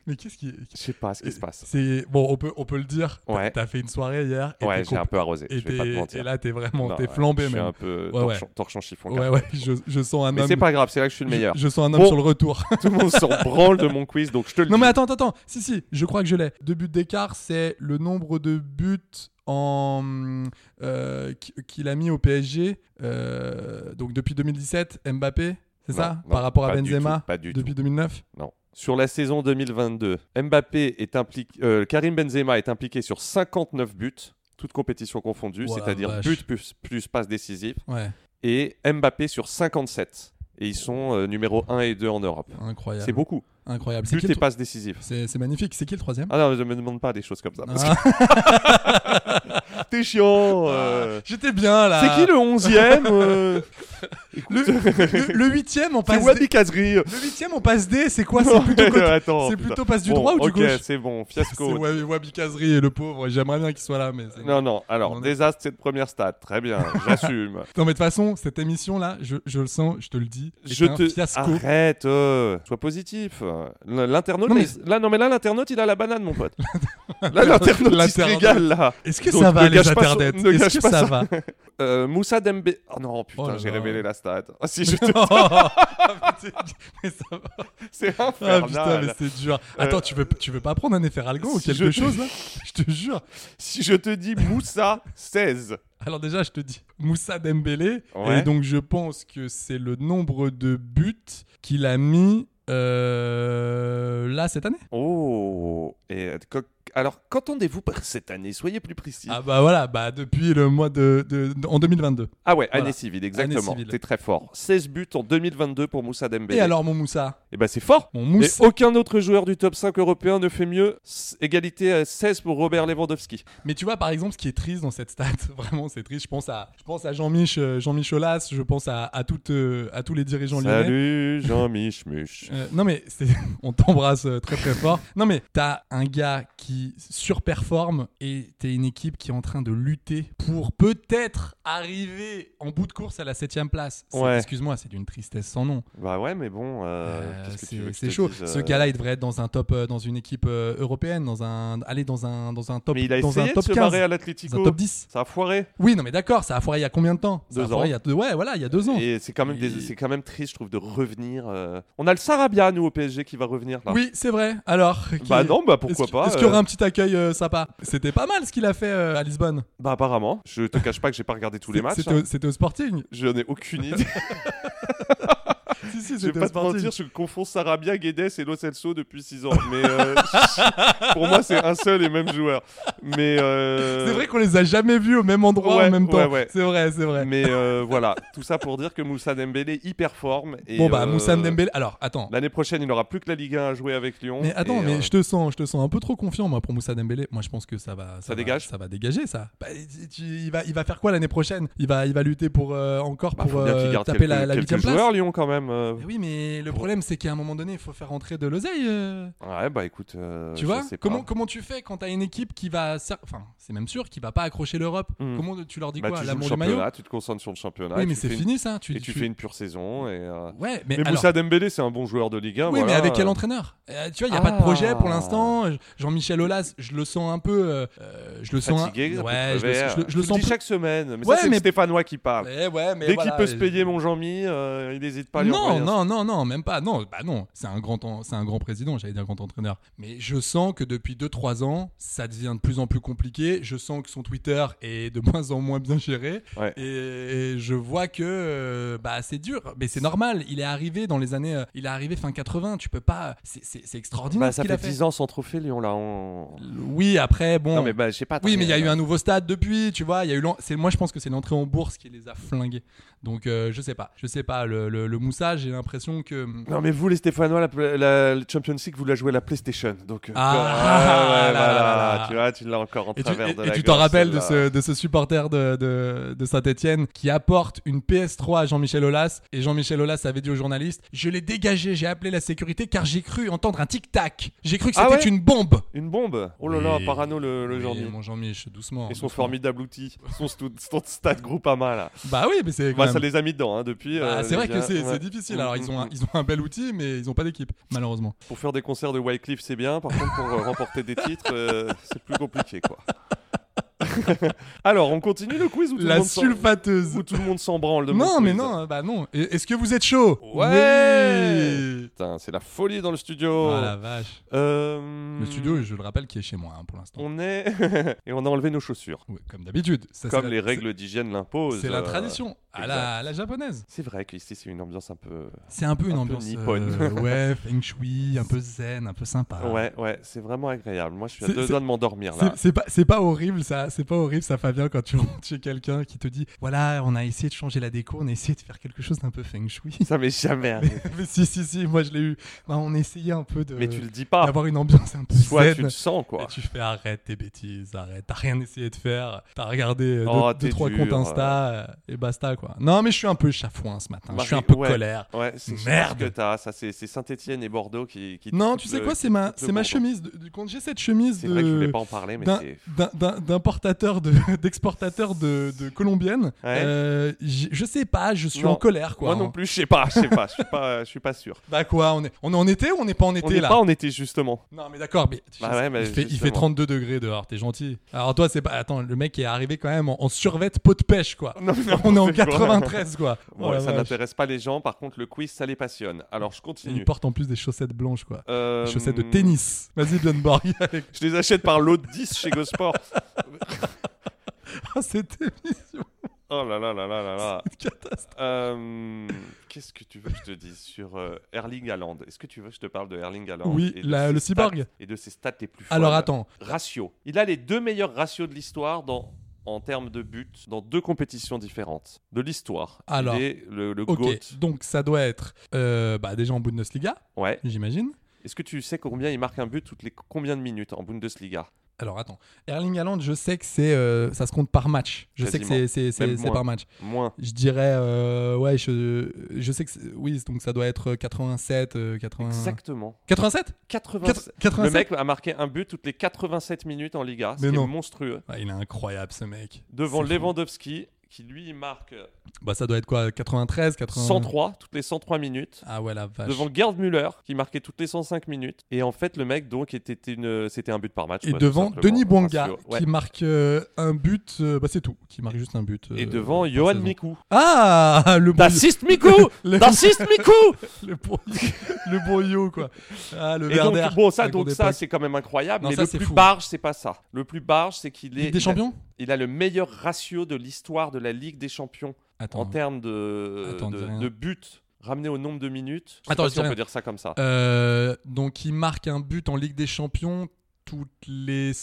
Speaker 7: Mais qu'est-ce qui,
Speaker 8: Je sais pas ce qui se passe.
Speaker 7: c'est bon, on peut, on peut le dire. T'as-
Speaker 8: Ouais.
Speaker 7: T'as fait une soirée hier. Et
Speaker 8: Ouais,
Speaker 7: t'es
Speaker 8: j'ai un
Speaker 7: compl-
Speaker 8: peu arrosé,
Speaker 7: Et,
Speaker 8: je vais pas
Speaker 7: t'es-
Speaker 8: te
Speaker 7: et
Speaker 8: mentir.
Speaker 7: là, t'es vraiment,
Speaker 8: Non,
Speaker 7: t'es
Speaker 8: ouais,
Speaker 7: flambé
Speaker 8: Je suis
Speaker 7: même.
Speaker 8: un peu
Speaker 7: Ouais, ouais.
Speaker 8: torchon, torchon chiffon.
Speaker 7: Ouais, ouais, je, je sens un
Speaker 8: Mais
Speaker 7: homme.
Speaker 8: c'est pas grave, c'est là que je suis le meilleur.
Speaker 7: Je, je sens un homme
Speaker 8: Bon.
Speaker 7: sur le retour.
Speaker 8: Tout le monde s'en branle de mon quiz, donc je te le
Speaker 7: non
Speaker 8: dis.
Speaker 7: mais attends, attends, attends. Si, si, je crois que je l'ai. Deux buts d'écart, c'est le nombre de buts en euh, qui- qu'il a mis au PSG. euh, donc depuis 2017, Mbappé, c'est
Speaker 8: Non,
Speaker 7: ça
Speaker 8: non,
Speaker 7: Par rapport à
Speaker 8: pas du
Speaker 7: Benzema
Speaker 8: tout, pas du
Speaker 7: depuis
Speaker 8: tout.
Speaker 7: 2009
Speaker 8: Non. Sur la saison 2022, Mbappé est impliqué, euh, Karim Benzema est impliqué sur 59 buts, toutes compétitions confondues,
Speaker 7: Ouah, la
Speaker 8: c'est-à-dire
Speaker 7: vache.
Speaker 8: but plus, plus passe décisive,
Speaker 7: Ouais,
Speaker 8: et Mbappé sur 57. Et ils sont euh, numéro 1 et 2 en Europe.
Speaker 7: incroyable.
Speaker 8: C'est beaucoup.
Speaker 7: Incroyable. C'est
Speaker 8: But
Speaker 7: qui le
Speaker 8: et
Speaker 7: tro-
Speaker 8: passes décisives.
Speaker 7: C'est c'est magnifique. C'est qui le troisième
Speaker 8: Ah non, ne me demande pas des choses comme ça. Parce
Speaker 7: Ah,
Speaker 8: que (laughs) t'es chiant. euh.
Speaker 7: J'étais bien là.
Speaker 8: C'est qui le 11e
Speaker 7: (laughs)
Speaker 8: euh, (laughs)
Speaker 7: le, le huitième on
Speaker 8: C'est
Speaker 7: passe
Speaker 8: Wabi
Speaker 7: D.
Speaker 8: Kazri.
Speaker 7: Le huitième on passe D. C'est
Speaker 8: (laughs)
Speaker 7: quoi C'est plutôt côté-
Speaker 8: Attends,
Speaker 7: c'est
Speaker 8: putain.
Speaker 7: plutôt passe du
Speaker 8: Bon,
Speaker 7: droit ou du
Speaker 8: ok,
Speaker 7: gauche (laughs)
Speaker 8: c'est bon,
Speaker 7: C'est
Speaker 8: fiasco.
Speaker 7: Wabi Wabi Kazri et le pauvre. J'aimerais bien qu'il soit là, mais. c'est-
Speaker 8: Non, non, alors,
Speaker 7: On est-
Speaker 8: désastre cette première stat, très bien,
Speaker 7: (laughs)
Speaker 8: j'assume.
Speaker 7: Non mais de toute façon, cette émission là, je, je le sens, je te le dis, c'est
Speaker 8: Je
Speaker 7: un
Speaker 8: te...
Speaker 7: fiasco.
Speaker 8: Arrête, euh, sois positif. Euh, L'internaute,
Speaker 7: Non, mais-
Speaker 8: il- là, non mais là, l'internaute, il a la banane, mon
Speaker 7: (laughs)
Speaker 8: pote. Là, l'internaute, il se
Speaker 7: L'internaute.
Speaker 8: régale, là.
Speaker 7: Est-ce que
Speaker 8: Donc,
Speaker 7: ça va
Speaker 8: ne
Speaker 7: les
Speaker 8: gâche pas son-
Speaker 7: internets
Speaker 8: ne
Speaker 7: Est-ce
Speaker 8: gâche
Speaker 7: que
Speaker 8: pas
Speaker 7: ça
Speaker 8: ça.
Speaker 7: va
Speaker 8: Euh, Moussa Dembé... Oh non, putain,
Speaker 7: Oh là
Speaker 8: j'ai
Speaker 7: là.
Speaker 8: révélé la stat. Ah
Speaker 7: (laughs)
Speaker 8: si, (laughs) je te...
Speaker 7: Ah, Oh, putain, mais ça va.
Speaker 8: (laughs) C'est
Speaker 7: Ah
Speaker 8: infernal. Euh,
Speaker 7: putain, mais c'est dur. Attends, tu veux, tu veux pas prendre un effet algo ou
Speaker 8: si
Speaker 7: quelque
Speaker 8: je- (laughs)
Speaker 7: chose là Je te jure.
Speaker 8: Si je te dis Moussa 16,
Speaker 7: Alors déjà, je te dis Moussa Dembélé
Speaker 8: Ouais.
Speaker 7: et donc je pense que c'est le nombre de buts qu'il a mis euh, là cette année.
Speaker 8: oh, et euh, co- alors qu'entendez-vous par cette année Soyez plus précis.
Speaker 7: Ah bah voilà, bah depuis le mois de, de- de- en 2022.
Speaker 8: Ah ouais,
Speaker 7: Voilà.
Speaker 8: année civile, exactement.
Speaker 7: civile.
Speaker 8: T'es très fort. 16 buts en 2022 pour Moussa Dembélé.
Speaker 7: Et alors mon Moussa,
Speaker 8: Eh ben c'est fort.
Speaker 7: mon
Speaker 8: Mais
Speaker 7: Moussa.
Speaker 8: aucun autre joueur du top 5 européen ne fait mieux. S- Égalité à 16 pour Robert Lewandowski.
Speaker 7: Mais tu vois, par exemple, ce qui est triste dans cette stat, (laughs) vraiment, c'est triste. Je pense à, je pense à Jean-Mich, euh, Jean-Mich Aulas, je pense à, à, toutes, euh, à tous les dirigeants lyonnais.
Speaker 8: Salut Jean-Michmuch.
Speaker 7: Euh, non mais c'est- (laughs) on t'embrasse euh, très très fort. Non mais t'as un gars qui surperforme et t'es une équipe qui est en train de lutter pour peut-être arriver en bout de course à la septième place. C'est-
Speaker 8: Ouais.
Speaker 7: Excuse-moi, c'est d'une tristesse sans nom.
Speaker 8: bah ouais, mais bon, euh,
Speaker 7: Euh,
Speaker 8: qu'est-ce que tu
Speaker 7: c'est-
Speaker 8: veux que je
Speaker 7: c'est
Speaker 8: te
Speaker 7: chaud.
Speaker 8: dise,
Speaker 7: Ce
Speaker 8: euh,
Speaker 7: gars-là, il devrait être dans un top, euh, dans une équipe euh, européenne, dans un, aller dans un, dans un top,
Speaker 8: Mais il a
Speaker 7: dans
Speaker 8: essayé
Speaker 7: un
Speaker 8: de
Speaker 7: top
Speaker 8: se
Speaker 7: 15,
Speaker 8: barrer à
Speaker 7: dans un
Speaker 8: l'Atlético.
Speaker 7: top 10.
Speaker 8: Ça a foiré.
Speaker 7: Oui, non, mais d'accord, ça a foiré il y a combien de temps Ça a
Speaker 8: Deux
Speaker 7: foiré
Speaker 8: ans.
Speaker 7: Il y a deux... Ouais, voilà, il y a deux ans.
Speaker 8: Et c'est quand même, des-
Speaker 7: Il-
Speaker 8: c'est quand même triste, je trouve, de revenir. euh. On a le Sarabia nous au PSG qui va revenir là.
Speaker 7: Oui, c'est vrai. Alors. qui-
Speaker 8: Bah non, bah pourquoi
Speaker 7: est-ce-
Speaker 8: pas,
Speaker 7: Est-ce qu'il y aura
Speaker 8: euh.
Speaker 7: un petit accueil euh, sympa C'était pas mal ce qu'il a fait euh, à Lisbonne.
Speaker 8: Bah apparemment. Je te cache pas que j'ai pas regardé tous les
Speaker 7: C'est-
Speaker 8: matchs.
Speaker 7: C'était
Speaker 8: hein.
Speaker 7: au- c'était au Sporting.
Speaker 8: Je n'ai
Speaker 7: (laughs)
Speaker 8: aucune idée.
Speaker 7: si, si,
Speaker 8: Je vais
Speaker 7: c'était
Speaker 8: pas
Speaker 7: au
Speaker 8: te
Speaker 7: Sporting.
Speaker 8: mentir, je confonds Sarabia, Guedes et Lo Celso depuis 6 ans. Mais euh, (laughs) je- pour moi, c'est un seul et même joueur. Mais euh,
Speaker 7: C'est vrai qu'on les a jamais vus au même endroit
Speaker 8: Ouais,
Speaker 7: en même temps.
Speaker 8: ouais, ouais.
Speaker 7: C'est vrai, c'est vrai.
Speaker 8: Mais euh, voilà, tout ça pour dire que Moussa Dembélé hyper forme. Et,
Speaker 7: bon, bah,
Speaker 8: euh,
Speaker 7: Moussa Dembélé. Alors, attends.
Speaker 8: L'année prochaine, il n'aura plus que la Ligue 1 à jouer avec Lyon.
Speaker 7: Mais attends,
Speaker 8: Et,
Speaker 7: mais
Speaker 8: euh,
Speaker 7: je te sens, je te sens un peu trop confiant moi pour Moussa Dembélé. Moi, je pense que ça va, ça, va-
Speaker 8: dégage
Speaker 7: ça va dégager ça. Bah, tu- tu- il va, il va faire quoi l'année prochaine Il va, il va lutter pour euh, encore
Speaker 8: bah,
Speaker 7: pour
Speaker 8: faut bien qu'il
Speaker 7: euh,
Speaker 8: garde
Speaker 7: taper
Speaker 8: quelques,
Speaker 7: la, la
Speaker 8: quelques
Speaker 7: huitième place.
Speaker 8: joueurs Lyon quand même. euh.
Speaker 7: Mais oui, mais le problème, c'est qu'à un moment donné, il faut faire rentrer de l'oseille. euh.
Speaker 8: Ouais, bah écoute. euh,
Speaker 7: tu
Speaker 8: je
Speaker 7: vois
Speaker 8: sais pas.
Speaker 7: comment, comment tu fais quand t'as une équipe qui va. cer- Enfin, c'est même sûr, qui va pas accrocher l'Europe.
Speaker 8: Mm.
Speaker 7: Comment tu leur dis
Speaker 8: Bah,
Speaker 7: quoi
Speaker 8: tu joues le
Speaker 7: L'amour du maillot
Speaker 8: championnat, tu te concentres sur le championnat.
Speaker 7: Oui,
Speaker 8: et
Speaker 7: mais
Speaker 8: tu
Speaker 7: c'est
Speaker 8: fais une-
Speaker 7: fini ça. Tu,
Speaker 8: Et tu fais une pure saison. Et, euh,
Speaker 7: Ouais, mais,
Speaker 8: Mais
Speaker 7: alors.
Speaker 8: Moussa Dembélé, c'est un bon joueur de Ligue 1.
Speaker 7: Oui, mais
Speaker 8: voilà.
Speaker 7: avec quel entraîneur Euh, Tu vois, il n'y a pas de
Speaker 8: Ah.
Speaker 7: projet pour l'instant. Je- Jean-Michel Aulas, je le sens un peu. euh, euh, je le sens. un-
Speaker 8: fatigué, un peu
Speaker 7: ouais, je le,
Speaker 8: crevé.
Speaker 7: je le- je
Speaker 8: hein. Tu
Speaker 7: le
Speaker 8: le
Speaker 7: sens.
Speaker 8: dis
Speaker 7: plus-
Speaker 8: chaque semaine. Mais
Speaker 7: Ouais,
Speaker 8: ça, c'est
Speaker 7: mais-
Speaker 8: le Stéphanois qui parle.
Speaker 7: Ouais, ouais, mais
Speaker 8: Dès
Speaker 7: voilà,
Speaker 8: qu'il peut se
Speaker 7: euh,
Speaker 8: payer mon Jean-Mi, euh, il n'hésite pas à lui
Speaker 7: Non,
Speaker 8: envoyer un-
Speaker 7: non, non, non, même pas. Non, bah non, c'est un grand, en- c'est un grand président, j'allais dire grand entraîneur. Mais je sens que depuis 2-3 ans, ça devient de plus en plus compliqué. Je sens que son Twitter est de (laughs) moins en moins bien géré.
Speaker 8: Ouais.
Speaker 7: Et, et je vois que euh, bah, c'est dur. Mais c'est normal. Il est arrivé dans les années. euh, il est arrivé fin 80. Tu peux pas. C'est, c'est- c'est extraordinaire.
Speaker 8: Bah, ça
Speaker 7: ce qu'il
Speaker 8: fait
Speaker 7: a fait.
Speaker 8: 10 ans sans trophée, Lyon, là. on-
Speaker 7: Oui, après, bon.
Speaker 8: Non, mais bah, je sais pas.
Speaker 7: Oui, mais il y a
Speaker 8: t'as-
Speaker 7: eu un nouveau stade depuis, tu vois. Il y a eu l'en- c'est moi je pense que c'est l'entrée en bourse qui les a flingués. Donc euh, je sais pas, je sais pas le, le, le Moussa, j'ai l'impression que. hum,
Speaker 8: hein. Non, mais vous, les Stéphanois, la, pla- la- la Champions League, vous la jouez à la PlayStation. Donc, euh,
Speaker 7: Ah,
Speaker 8: ouais, ouais,
Speaker 7: là,
Speaker 8: voilà,
Speaker 7: là, là.
Speaker 8: tu vois, tu l'as encore en
Speaker 7: Et tu,
Speaker 8: travers
Speaker 7: et-
Speaker 8: de
Speaker 7: et
Speaker 8: la
Speaker 7: tu t'en
Speaker 8: gorge,
Speaker 7: rappelles de ce,
Speaker 8: celle-là.
Speaker 7: de ce supporter de, de, Saint-Etienne qui apporte une PS3 à Jean-Michel Aulas. Et Jean-Michel Aulas avait dit au journaliste Je l'ai dégagé, j'ai appelé la sécurité car j'ai cru entendre un tic-tac. J'ai cru que
Speaker 8: Ah
Speaker 7: c'était
Speaker 8: ouais
Speaker 7: une bombe.
Speaker 8: Une bombe Oh là là,
Speaker 7: Oui.
Speaker 8: parano le, le
Speaker 7: Oui,
Speaker 8: Jordi.
Speaker 7: Mon Jean-Mich, doucement.
Speaker 8: Et son
Speaker 7: doucement.
Speaker 8: formidable outil, son, stu- son stade Groupama là.
Speaker 7: Bah oui, mais c'est quand
Speaker 8: Bah,
Speaker 7: même-
Speaker 8: ça les a mis dedans hein, depuis.
Speaker 7: Bah,
Speaker 8: euh,
Speaker 7: c'est
Speaker 8: les
Speaker 7: vrai que
Speaker 8: gars,
Speaker 7: c'est
Speaker 8: ouais.
Speaker 7: c'est difficile.
Speaker 8: Mm,
Speaker 7: Alors,
Speaker 8: mm,
Speaker 7: ils ont,
Speaker 8: (laughs)
Speaker 7: un,
Speaker 8: mm.
Speaker 7: ils ont un bel outil, mais ils n'ont pas d'équipe, malheureusement.
Speaker 8: Pour faire des concerts de Wycliffe, c'est bien. Par contre, pour euh, remporter des titres, euh, c'est plus compliqué quoi. (laughs) Alors, on continue le quiz où tout, le
Speaker 7: La
Speaker 8: monde s'en-
Speaker 7: sulfateuse.
Speaker 8: où tout le monde s'en branle de mon
Speaker 7: Non, mais
Speaker 8: quiz.
Speaker 7: non, bah non. Et- Est-ce que vous êtes chaud
Speaker 8: Ouais. Oh.
Speaker 7: Oui.
Speaker 8: Putain, c'est la folie dans le studio.
Speaker 7: Ah la vache.
Speaker 8: Euh,
Speaker 7: Le studio, je le rappelle, qui est chez moi hein, pour l'instant.
Speaker 8: On est (laughs) et on a enlevé nos chaussures,
Speaker 7: Ouais, comme d'habitude. Ça,
Speaker 8: comme
Speaker 7: c'est la-
Speaker 8: les règles d'hygiène
Speaker 7: c'est-
Speaker 8: l'imposent.
Speaker 7: C'est la
Speaker 8: euh,
Speaker 7: tradition, à la, à la japonaise.
Speaker 8: C'est vrai qu'ici c'est une ambiance un peu.
Speaker 7: C'est un peu une
Speaker 8: Un peu
Speaker 7: ambiance euh,
Speaker 8: (laughs) nippone.
Speaker 7: ouais, feng shui, un peu zen, un peu sympa.
Speaker 8: Ouais, ouais, c'est vraiment agréable. Moi, je suis à
Speaker 7: Ah C'est-
Speaker 8: deux
Speaker 7: c'est-
Speaker 8: doigts de m'endormir là.
Speaker 7: C'est- C'est pas, c'est pas horrible ça, c'est pas horrible ça Fabien quand tu (laughs) rentres chez quelqu'un qui te dit voilà on a essayé de changer la déco, on a essayé de faire quelque chose d'un peu feng
Speaker 8: (laughs)
Speaker 7: shui.
Speaker 8: Ça m'est jamais arrivé.
Speaker 7: Mais si si si, moi je l'ai eu. Bah, on essayait un peu de
Speaker 8: Mais tu le dis pas.
Speaker 7: d'avoir une ambiance un peu
Speaker 8: Soit
Speaker 7: zen.
Speaker 8: tu le sens,
Speaker 7: Et
Speaker 8: quoi.
Speaker 7: tu fais arrête tes bêtises, arrête, t'as rien essayé de faire, t'as regardé euh, deux,
Speaker 8: Oh,
Speaker 7: deux,
Speaker 8: t'es
Speaker 7: trois
Speaker 8: dur,
Speaker 7: comptes Insta euh, et basta quoi. Non mais je suis un peu chafouin ce matin, je suis un
Speaker 8: Marie-
Speaker 7: peu
Speaker 8: ouais,
Speaker 7: colère.
Speaker 8: Ouais, c'est je sais pas
Speaker 7: Merde.
Speaker 8: ce que t'as. Ça, c'est Saint-Etienne et Bordeaux qui. qui
Speaker 7: Non
Speaker 8: te-
Speaker 7: tu sais
Speaker 8: le-
Speaker 7: quoi,
Speaker 8: qui
Speaker 7: c'est ma,
Speaker 8: te
Speaker 7: c'est ma
Speaker 8: bombent.
Speaker 7: chemise, de- de- quand j'ai cette chemise
Speaker 8: C'est vrai que je voulais
Speaker 7: de-
Speaker 8: pas en parler, mais
Speaker 7: d'un-
Speaker 8: c'est.
Speaker 7: d'un- d'un- d'importateur de- (laughs) d'exportateur de, de colombienne,
Speaker 8: Ouais.
Speaker 7: euh, j'ai- je sais pas, je suis
Speaker 8: Non,
Speaker 7: en colère (laughs) quoi.
Speaker 8: Moi non
Speaker 7: hein.
Speaker 8: plus, je sais pas, je sais pas, je suis pas, je suis
Speaker 7: (laughs)
Speaker 8: pas sûr.
Speaker 7: Bah quoi, on est, on est en été ou on n'est pas en
Speaker 8: On
Speaker 7: été
Speaker 8: n'est
Speaker 7: là
Speaker 8: pas en été justement.
Speaker 7: Non mais d'accord, mais,
Speaker 8: Bah ouais, mais
Speaker 7: il, fait, il fait
Speaker 8: justement.
Speaker 7: 32 degrés dehors, t'es gentil. Alors toi c'est pas, attends, le mec est arrivé quand même en, en survette peau de pêche quoi.
Speaker 8: Non, mais
Speaker 7: on est en
Speaker 8: n'importe quoi.
Speaker 7: 93
Speaker 8: (laughs)
Speaker 7: quoi.
Speaker 8: Bon,
Speaker 7: Oh la
Speaker 8: ça
Speaker 7: vache.
Speaker 8: n'intéresse pas les gens. Par contre, le quiz, ça les passionne. Alors, je
Speaker 7: Il
Speaker 8: continue.
Speaker 7: porte en plus des chaussettes blanches quoi.
Speaker 8: Euh,
Speaker 7: Des chaussettes de tennis. Vas-y Björn (laughs) avec
Speaker 8: (laughs) Je les achète par lot de 10 chez GoSport.
Speaker 7: cette émission.
Speaker 8: Oh là là là là
Speaker 7: (laughs)
Speaker 8: là là.
Speaker 7: de catastrophe.
Speaker 8: Euh, Qu'est-ce que tu veux que je te dise sur euh, Erling Haaland Est-ce que tu veux que je te parle de Erling Haaland
Speaker 7: Oui,
Speaker 8: et de
Speaker 7: la-
Speaker 8: ses
Speaker 7: le
Speaker 8: stats-
Speaker 7: cyborg.
Speaker 8: Et de ses stats les plus folles.
Speaker 7: Alors attends.
Speaker 8: Ratio. Il a les deux meilleurs ratios de l'histoire dans en termes de buts dans deux compétitions différentes de l'histoire.
Speaker 7: Alors,
Speaker 8: Il est le, le
Speaker 7: Ok,
Speaker 8: GOAT.
Speaker 7: donc ça doit être euh, bah, déjà en Bundesliga,
Speaker 8: Ouais.
Speaker 7: j'imagine.
Speaker 8: Est-ce que tu sais combien il marque un but toutes les combien de minutes en Bundesliga
Speaker 7: Alors attends, Erling Haaland, je sais que c'est euh, ça se compte par match. Je sais que c'est-
Speaker 8: Quasiment.
Speaker 7: c'est c'est-
Speaker 8: Même
Speaker 7: c'est
Speaker 8: moins.
Speaker 7: par match.
Speaker 8: Moins.
Speaker 7: Je dirais euh, ouais, je, je sais que c'est- oui, donc ça doit être 87, euh, 80.
Speaker 8: Exactement.
Speaker 7: 87
Speaker 8: 87.
Speaker 7: Quatre-
Speaker 8: Le mec a marqué un but toutes les 87 minutes en Liga,
Speaker 7: Mais
Speaker 8: c'est
Speaker 7: non.
Speaker 8: monstrueux.
Speaker 7: Ah, il est incroyable ce mec.
Speaker 8: Devant
Speaker 7: C'est fou.
Speaker 8: Lewandowski, qui lui marque
Speaker 7: Bah ça doit être quoi 93, 80.
Speaker 8: 103 toutes les 103 minutes.
Speaker 7: Ah ouais la vache.
Speaker 8: Devant Gerd Müller, qui marquait toutes les 105 minutes. Et en fait, le mec, donc, était une... c'était un but par match.
Speaker 7: Et
Speaker 8: quoi,
Speaker 7: devant
Speaker 8: tout simplement.
Speaker 7: Denis Bonga
Speaker 8: Ratio. Ouais.
Speaker 7: qui marque euh, un but, euh, bah c'est tout, qui marque juste un but. euh,
Speaker 8: Et devant
Speaker 7: par
Speaker 8: Johan
Speaker 7: saison.
Speaker 8: Mikou.
Speaker 7: Ah le bon,
Speaker 3: D'assiste Mikou
Speaker 7: (laughs) Le-
Speaker 3: D'assiste Mikou
Speaker 7: le bon, le bon yo, quoi. Ah le
Speaker 8: Et donc,
Speaker 7: Verder.
Speaker 8: bon, ça,
Speaker 7: la grande
Speaker 8: donc, ça
Speaker 7: époque.
Speaker 8: c'est quand même incroyable.
Speaker 7: Non,
Speaker 8: mais
Speaker 7: ça, c'est
Speaker 8: le plus
Speaker 7: fou.
Speaker 8: barge, c'est pas ça. Le plus barge, c'est qu'il est.
Speaker 7: Ligue des
Speaker 8: il a-
Speaker 7: champions
Speaker 8: il a le meilleur ratio de l'histoire de la Ligue des champions.
Speaker 7: Attends.
Speaker 8: en termes de,
Speaker 7: Attends, dis
Speaker 8: de,
Speaker 7: rien.
Speaker 8: de buts ramenés au nombre de minutes. Je sais
Speaker 7: Attends, je
Speaker 8: pas si
Speaker 7: dis
Speaker 8: on
Speaker 7: rien.
Speaker 8: peut dire ça comme ça.
Speaker 7: Euh, donc il marque un but en Ligue des Champions toutes les